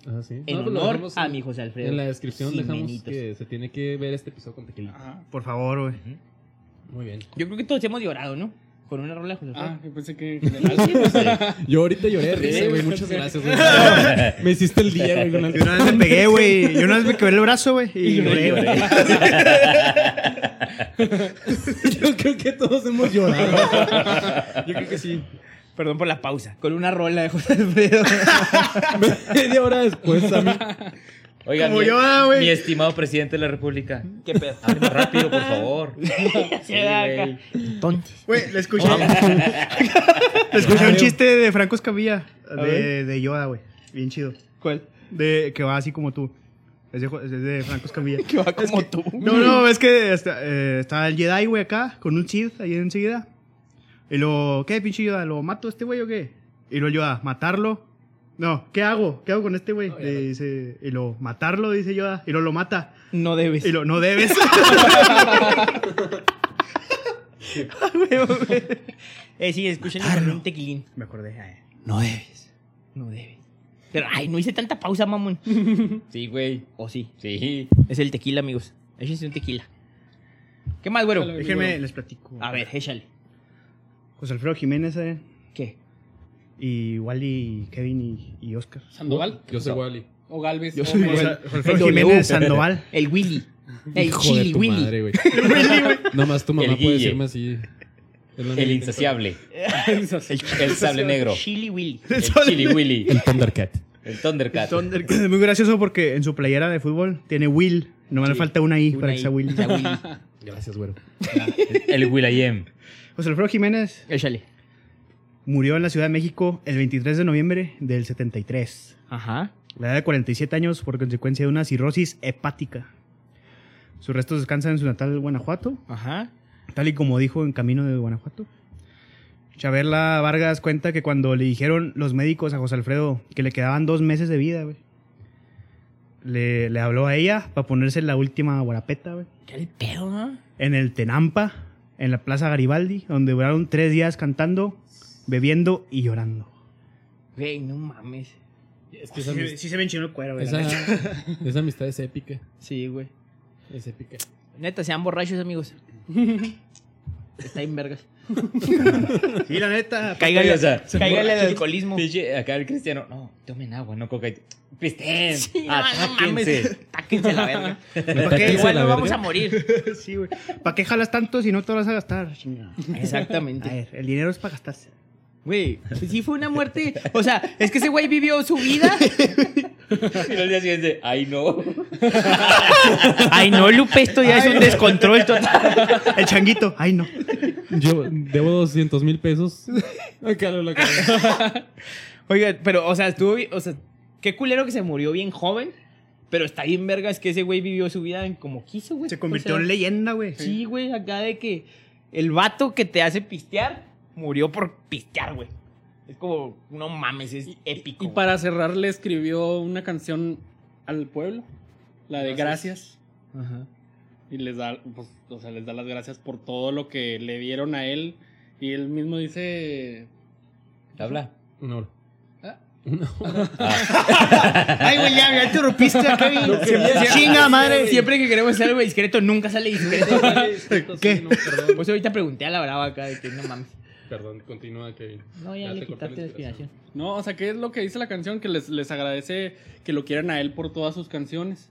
Speaker 5: Ah, sí.
Speaker 2: en
Speaker 5: No, pues lo
Speaker 2: honor
Speaker 5: dejamos
Speaker 2: a
Speaker 5: en-
Speaker 2: mi José Alfredo.
Speaker 5: En la descripción dejamos
Speaker 2: Jimenitos.
Speaker 5: que se tiene que ver este episodio con tequila.
Speaker 6: Ajá.
Speaker 1: Por favor, güey.
Speaker 5: Muy bien.
Speaker 2: Yo creo que todos hemos llorado, ¿no? Con una rola de José Alfredo.
Speaker 6: Ah, yo pensé que en (laughs) general.
Speaker 5: (laughs) Yo ahorita lloré de risa, güey. Muchas gracias, (laughs) güey. Me hiciste el día, güey, con (laughs)
Speaker 1: Yo una vez me pegué,
Speaker 2: (laughs)
Speaker 1: güey. Yo una vez me quebré el brazo, güey. Y, lloré, güey.
Speaker 5: Yo creo que todos hemos llorado. Yo creo que sí.
Speaker 2: Perdón por la pausa. Con una rola de José Alfredo.
Speaker 5: Media hora después, a mí.
Speaker 4: Oiga,
Speaker 1: Como
Speaker 4: mi,
Speaker 1: Yoda, güey.
Speaker 4: mi estimado presidente de la República.
Speaker 2: Qué
Speaker 4: (laughs)
Speaker 2: pedo.
Speaker 4: Hábleme rápido, por favor. Sí, güey.
Speaker 2: Entonces,
Speaker 1: Güey, le escuché. (laughs) le escuché un chiste de Franco Escamilla. De,
Speaker 2: ver.
Speaker 1: de Yoda, güey. Bien chido.
Speaker 2: ¿cuál?
Speaker 1: De, que va así como tú. Es de, Jo- es de Franco Escamilla.
Speaker 2: (laughs) Que va como tú.
Speaker 1: No, no, es que está, eh, está el Jedi, güey, acá, con un Sith ahí enseguida. Y lo, ¿qué, pinche Yoda? ¿Lo mato a este güey o qué? Y lo Yoda, ¿matarlo? No, ¿qué hago? ¿Qué hago con este güey? Le dice, y lo, ¿matarlo? Dice Yoda. Y lo, lo mata.
Speaker 2: No debes.
Speaker 1: Y lo, no (laughs) debes.
Speaker 2: (laughs) eh, sí, escúchenlo con un tequilín.
Speaker 1: Me acordé. ay.
Speaker 2: No debes. No debes. Pero, ay, no hice tanta pausa, mamón.
Speaker 4: Sí, güey.
Speaker 2: O sí.
Speaker 4: Sí.
Speaker 2: Es el tequila, amigos. Échense un tequila. ¿Qué más, güero?
Speaker 6: Échale.
Speaker 1: Déjenme, les platico.
Speaker 2: A ver, échale.
Speaker 1: José Alfredo Jiménez, eh,
Speaker 2: ¿Qué?
Speaker 1: y Wally, Kevin y, y Oscar.
Speaker 6: Sandoval
Speaker 5: Yo soy Wally.
Speaker 6: o Galvez.
Speaker 1: Yo
Speaker 6: o
Speaker 1: soy
Speaker 6: Manuel.
Speaker 1: Oh, José Alfredo
Speaker 2: El W.
Speaker 1: Jiménez Sandoval.
Speaker 2: El Willy. El
Speaker 5: Hijo de
Speaker 2: Chili
Speaker 5: tu (laughs)
Speaker 2: Willy.
Speaker 5: madre, güey. Nomás tu mamá
Speaker 4: El
Speaker 5: puede
Speaker 4: Guille.
Speaker 5: decirme así. Es la
Speaker 4: El
Speaker 5: única-
Speaker 4: insaciable.
Speaker 2: El,
Speaker 4: El
Speaker 1: (laughs)
Speaker 4: sable negro.
Speaker 2: Chili Willy.
Speaker 4: El Chili Willy.
Speaker 5: El Thundercat.
Speaker 4: El Thundercat.
Speaker 1: Es muy gracioso porque en su playera de fútbol tiene Will. No me le falta una I
Speaker 2: Una
Speaker 1: para que
Speaker 2: I,
Speaker 1: sea (laughs) Will.
Speaker 2: sea Willy.
Speaker 5: Gracias, güero.
Speaker 4: El Will.i.am.
Speaker 1: José Alfredo Jiménez
Speaker 2: Échale.
Speaker 1: murió en la Ciudad de México el 23 de noviembre del 73.
Speaker 2: Ajá.
Speaker 1: La edad de 47 años por consecuencia de una cirrosis hepática. Sus restos descansan en su natal Guanajuato,
Speaker 2: Ajá.
Speaker 1: tal y como dijo en Camino de Guanajuato. Chabela Vargas cuenta que cuando le dijeron los médicos a José Alfredo que le quedaban dos meses de vida, güey, le, le habló a ella para ponerse la última guarapeta, güey.
Speaker 2: ¿Qué el pedo, no?
Speaker 1: en el Tenampa, en la Plaza Garibaldi, donde duraron tres días cantando, bebiendo y llorando.
Speaker 2: Güey, no mames.
Speaker 5: Es que
Speaker 1: Sí,
Speaker 5: esa,
Speaker 1: se-
Speaker 5: amist-
Speaker 1: sí se ven chino el cuero, güey. la neta.
Speaker 5: esa- esa amistad es épica.
Speaker 2: Sí, güey.
Speaker 5: Es épica.
Speaker 2: Neta, sean borrachos, amigos. Está en vergas.
Speaker 1: Sí, la
Speaker 5: (laughs)
Speaker 1: neta.
Speaker 2: Cáigale,
Speaker 4: o sea, son
Speaker 2: cáigale al
Speaker 4: borrachos.
Speaker 2: alcoholismo.
Speaker 4: Pinche, acá el cristiano, no, tomen agua, no coca. Pisteen,
Speaker 2: Sí, no, no mames.
Speaker 4: atáquense.
Speaker 2: Táquense la verga.
Speaker 1: ¿Para qué?
Speaker 2: Igual no
Speaker 5: verga.
Speaker 2: vamos a morir.
Speaker 1: pues Sí, güey. ¿Para qué jalas tanto si no te vas a gastar? Chinga. A
Speaker 2: Exactamente.
Speaker 1: ver, el dinero es para gastarse.
Speaker 2: Güey, pues sí fue una muerte. O sea, es que ese güey vivió su vida.
Speaker 4: (laughs) Y al día siguiente, ay no.
Speaker 2: Ay, no, Lupe, esto ya es un descontrol total.
Speaker 1: El changuito. Ay, no.
Speaker 5: Yo debo 200 mil pesos. Acá lo- lo-
Speaker 2: Oiga, pero, o sea, estuvo bien- O sea, qué culero que se murió bien joven. Pero está bien vergas que ese güey vivió su vida en como quiso, güey.
Speaker 1: Se convirtió
Speaker 2: O sea,
Speaker 1: en leyenda, güey.
Speaker 2: Sí, güey, acá de que el vato que te hace pistear murió por pistear, güey. Es como, no mames, es épico.
Speaker 6: Y
Speaker 2: güey.
Speaker 6: para cerrar le escribió una canción al pueblo, la de gracias. Y les da, pues, o sea, les da las gracias por todo lo que le dieron a él. Y él mismo dice,
Speaker 4: Habla.
Speaker 5: Una hora.
Speaker 2: Ay, güey, ya, ya interrumpiste a Kevin. Chinga madre. Siempre que queremos hacer algo discreto, nunca sale discreto.
Speaker 1: ¿Qué?
Speaker 5: perdón.
Speaker 2: Pues ahorita pregunté a la brava acá de que no mames.
Speaker 5: Perdón, continúa, Kevin.
Speaker 2: No, ya,
Speaker 5: Ya
Speaker 2: le
Speaker 5: te corté
Speaker 2: quitaste la
Speaker 5: la
Speaker 2: inspiración.
Speaker 5: inspiración.
Speaker 6: no, o sea, ¿qué es lo que dice la canción? Que les, les agradece que lo quieran a él por todas sus canciones.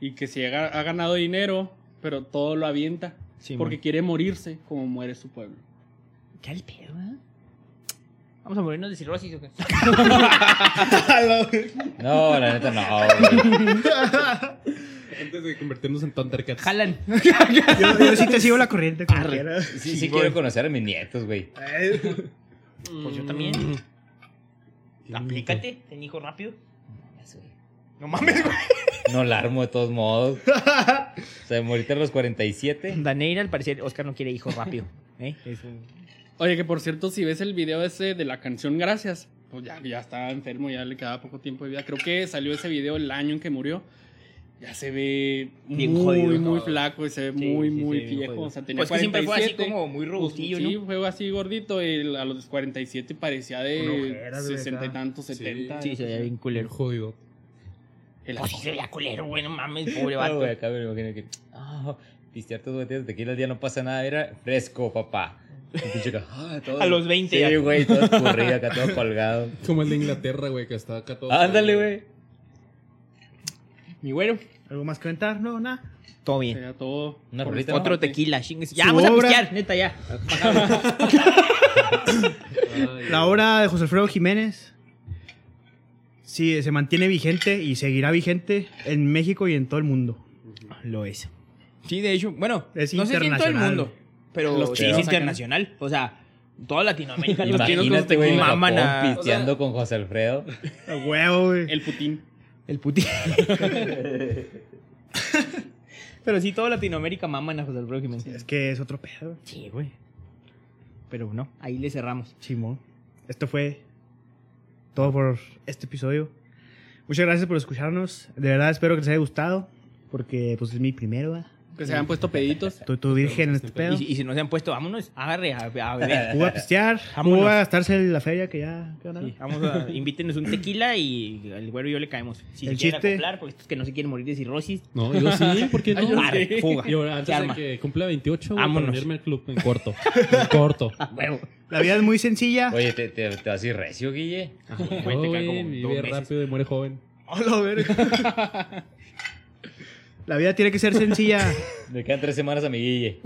Speaker 6: Y que si ha, ha ganado dinero, pero todo lo avienta.
Speaker 2: Sí,
Speaker 6: porque quiere morirse como muere su pueblo.
Speaker 2: ¿Qué al pedo, eh? Vamos a morirnos de cirrosis, ¿o qué?
Speaker 4: No, la
Speaker 2: (laughs)
Speaker 4: neta no. güey.
Speaker 5: Antes de convertirnos en Thundercats.
Speaker 2: (laughs) Jalan.
Speaker 1: Yo, yo sí te sigo la corriente. como quiera.
Speaker 4: Sí, sí quiero conocer a mis nietos, güey.
Speaker 2: Pues yo también. Mm. Aplícate, ten hijo rápido. No mames, güey.
Speaker 4: No la armo de todos modos. O sea, morirte a los 47.
Speaker 2: Daneira, al parecer, Oscar no quiere hijo rápido. (laughs) ¿eh?
Speaker 6: Oye, que por cierto, si ves el video ese de la canción Gracias, pues ya, ya estaba enfermo, ya le quedaba poco tiempo de vida. Creo que salió ese video el año en que murió. Ya se ve
Speaker 2: Bien
Speaker 6: muy,
Speaker 2: jodido.
Speaker 6: muy flaco y se ve
Speaker 2: Sí,
Speaker 6: muy,
Speaker 2: sí,
Speaker 6: muy
Speaker 2: sí, bien
Speaker 6: viejo.
Speaker 2: jodido.
Speaker 6: O sea, tenía
Speaker 2: Pues que siempre fue así
Speaker 6: 47,
Speaker 2: como muy
Speaker 6: pues,
Speaker 2: robustillo,
Speaker 6: Sí,
Speaker 2: ¿no?
Speaker 6: fue así gordito. y a los 47 parecía de
Speaker 1: Con ojeras, güey,
Speaker 6: 60 y
Speaker 1: acá.
Speaker 6: tantos, 70.
Speaker 2: Sí, se veía bien
Speaker 5: El
Speaker 2: culero.
Speaker 5: jodido.
Speaker 6: El-
Speaker 2: Pues sí se veía culero, güey, no (laughs) mames, pobre
Speaker 4: No,
Speaker 2: vato.
Speaker 4: güey, acá me imagino que. ah, pistear tus botellas de tequila al día no pasa nada. Era fresco, papá. Y pinche acá, ah, todo-
Speaker 2: A los 20
Speaker 4: Sí,
Speaker 2: ya.
Speaker 4: güey, todo escurrido acá,
Speaker 2: (laughs)
Speaker 4: todo colgado.
Speaker 5: Como el de Inglaterra, güey, que está acá todo.
Speaker 4: Ándale, güey.
Speaker 2: Mi güero,
Speaker 1: ¿Algo más que comentar? No, nada.
Speaker 2: todo bien.
Speaker 6: Era todo.
Speaker 4: Una
Speaker 6: por
Speaker 4: rolita,
Speaker 6: esta
Speaker 2: Otro
Speaker 6: parte.
Speaker 2: tequila, chingues. Ya
Speaker 1: Su
Speaker 2: vamos a
Speaker 1: obra.
Speaker 2: pistear, neta, ya.
Speaker 5: Ay,
Speaker 1: La obra de José Alfredo Jiménez sí, se mantiene vigente y seguirá vigente en México y en todo el mundo.
Speaker 2: Lo es. Sí, de hecho, bueno,
Speaker 1: Es
Speaker 2: no sé si en todo el
Speaker 1: internacional.
Speaker 2: mundo, pero
Speaker 6: Los
Speaker 2: sí
Speaker 4: chinos
Speaker 2: es
Speaker 4: acá.
Speaker 2: internacional. O sea, toda (laughs) Latinoamérica, los chinos los
Speaker 4: Imagínate, güey, en
Speaker 2: maman
Speaker 4: Japón
Speaker 2: a...
Speaker 4: pisteando con José Alfredo.
Speaker 1: A huevo, güey.
Speaker 6: El Putin.
Speaker 2: El (laughs) putín. pero sí, toda Latinoamérica maman a José Alfredo Jiménez.
Speaker 1: Es que es otro pedo.
Speaker 2: Sí, güey. Pero no, ahí le cerramos.
Speaker 1: Simón. Esto fue todo por este episodio. Muchas gracias por escucharnos. De verdad espero que les haya gustado. Porque pues es mi primero, ¿verdad?
Speaker 6: Que
Speaker 2: Mm.
Speaker 6: se habían puesto peditos.
Speaker 1: Tú, tú virgen en este pedo.
Speaker 2: Y, si- y si no se han puesto, vámonos, agarre a,
Speaker 1: (laughs)
Speaker 2: a beber.
Speaker 1: Cuba a pistear.
Speaker 2: Vámonos.
Speaker 1: Cuba a gastarse la feria que ya que ganaron.
Speaker 2: Sí, vamos a, invítenos un tequila y el güero y yo le caemos. Si
Speaker 1: El
Speaker 2: se quieren
Speaker 1: chiste-
Speaker 2: acoplar, porque estos que no se quieren morir de cirrosis,
Speaker 5: No, yo (laughs) sí, porque no.
Speaker 2: Arre, fuga.
Speaker 5: Y ahora,
Speaker 2: Se
Speaker 5: antes
Speaker 2: arma.
Speaker 5: de que cumpla 28, voy a
Speaker 2: Vámonos.
Speaker 5: unirme al club en
Speaker 2: (laughs)
Speaker 5: corto. En corto.
Speaker 2: Huevo.
Speaker 1: La vida es muy sencilla.
Speaker 4: Oye, ¿te, te, te vas a ir recio, Guille?
Speaker 2: Ah, Güey, te cae como
Speaker 5: Joven,
Speaker 2: dos
Speaker 5: vive
Speaker 2: meses.
Speaker 5: rápido y muere joven.
Speaker 1: Hola, verga. La vida tiene que ser sencilla.
Speaker 4: Me quedan tres semanas a mi Guille.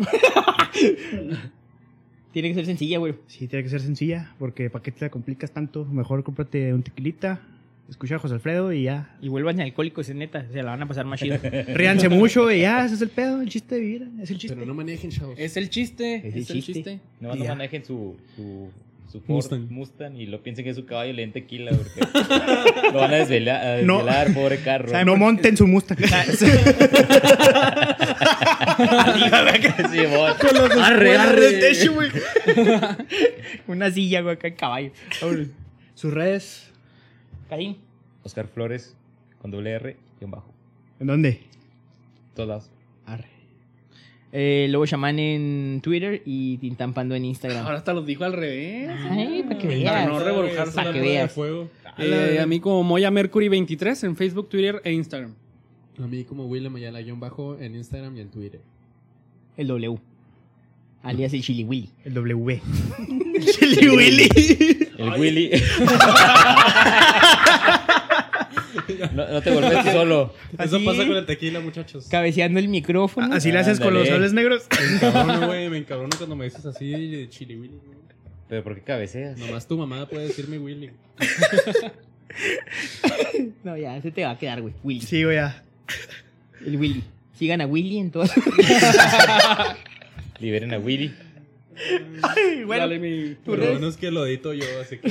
Speaker 2: Tiene que ser sencilla, güey.
Speaker 1: Sí, tiene que ser sencilla, porque ¿para qué te la complicas tanto? Mejor cómprate un tequilita, escucha a José Alfredo y ya.
Speaker 2: Y vuelvan alcohólicos, es neta. Se la van a pasar más
Speaker 6: (laughs)
Speaker 2: chido. (laughs)
Speaker 1: Ríanse mucho y ya, ese es el pedo, el chiste de vivir, es el chiste.
Speaker 5: Pero no manejen, chavos.
Speaker 6: Es el chiste.
Speaker 2: Es
Speaker 6: Es,
Speaker 2: el
Speaker 6: el
Speaker 2: chiste.
Speaker 6: chiste.
Speaker 4: No, no
Speaker 1: Ya.
Speaker 4: manejen su, su, su Ford
Speaker 5: Mustang.
Speaker 4: Mustang. y lo piensen que es su caballo y le den tequila porque lo van a desvelar, a
Speaker 1: No.
Speaker 4: desvelar, pobre carro.
Speaker 1: No monten su Mustang. (laughs)
Speaker 4: (laughs) Sí, vos.
Speaker 2: arre,
Speaker 1: techo, güey.
Speaker 2: Una silla, güey, acá en caballo. Vámonos.
Speaker 1: Sus redes,
Speaker 2: Karim,
Speaker 4: Oscar Flores con doble R y un bajo.
Speaker 1: ¿en dónde?
Speaker 4: Todas.
Speaker 1: Arre.
Speaker 2: eh, Lobo Shaman en Twitter y Tintampando en Instagram.
Speaker 6: Ahora hasta los dijo al revés.
Speaker 2: Ay, para que
Speaker 6: Para
Speaker 2: veas.
Speaker 6: no reborjarse.
Speaker 2: Para que
Speaker 5: Una rueda de
Speaker 2: veas.
Speaker 5: fuego.
Speaker 6: Eh, a mí como Moya Mercury 23 en Facebook, Twitter e Instagram.
Speaker 5: A mí como William Ayala guión bajo en Instagram y en Twitter.
Speaker 2: El W. Alias el Chili Willy.
Speaker 1: El W.
Speaker 2: Chili Willy.
Speaker 4: El Willy. (laughs) no, no te golpes tú solo.
Speaker 5: Eso
Speaker 1: Así-
Speaker 5: pasa con el tequila, muchachos.
Speaker 2: Cabeceando el micrófono.
Speaker 6: Ah,
Speaker 1: Así le haces con los
Speaker 4: Ándale.
Speaker 1: soles negros.
Speaker 5: Me encabrono, güey. Me encabrono cuando me dices así de chili Willy, güey.
Speaker 4: Pero ¿por qué cabeceas?
Speaker 5: Nomás tu mamá puede decirme Willy.
Speaker 2: No, ya, ese te va a quedar, güey. Willy.
Speaker 1: Sí, güey. ya.
Speaker 2: El Willy. Sigan a Willy en todas.
Speaker 4: Liberen a Willy.
Speaker 2: bueno,
Speaker 6: Dale mi...
Speaker 5: Pero
Speaker 2: res-
Speaker 5: bueno es que lo edito yo, así que...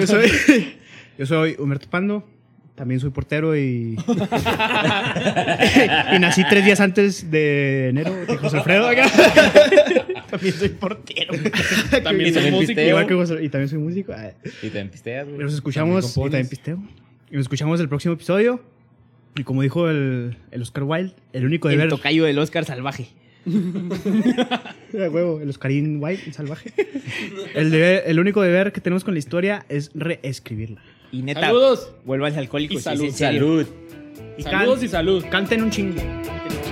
Speaker 1: Yo soy,
Speaker 6: (laughs)
Speaker 1: yo soy Humberto Pando. También soy portero y. (laughs) y nací tres días antes de enero de José Alfredo.
Speaker 6: (laughs)
Speaker 1: acá. también soy portero.
Speaker 4: Y
Speaker 6: (laughs) También soy
Speaker 4: también
Speaker 6: músico.
Speaker 4: pisteo.
Speaker 1: Igual que José- y también soy músico. Ay.
Speaker 4: Y te empisteas, güey.
Speaker 1: Nos escuchamos
Speaker 5: También
Speaker 1: y también pisteo. Y nos escuchamos el próximo episodio. Y como dijo el, el Oscar Wilde, el
Speaker 2: (laughs)
Speaker 1: único
Speaker 2: el
Speaker 1: deber.
Speaker 2: tocayo del Oscar salvaje.
Speaker 1: A Ah, huevo, el Oscarín Wilde, el salvaje. el, deber- el único deber que tenemos con la historia es reescribirla.
Speaker 2: Y neta,
Speaker 6: Saludos.
Speaker 2: vuelvas alcohólico.
Speaker 6: Y salud,
Speaker 4: Salud.
Speaker 6: Saludos y salud.
Speaker 1: Canten un chingo.
Speaker 6: Salud.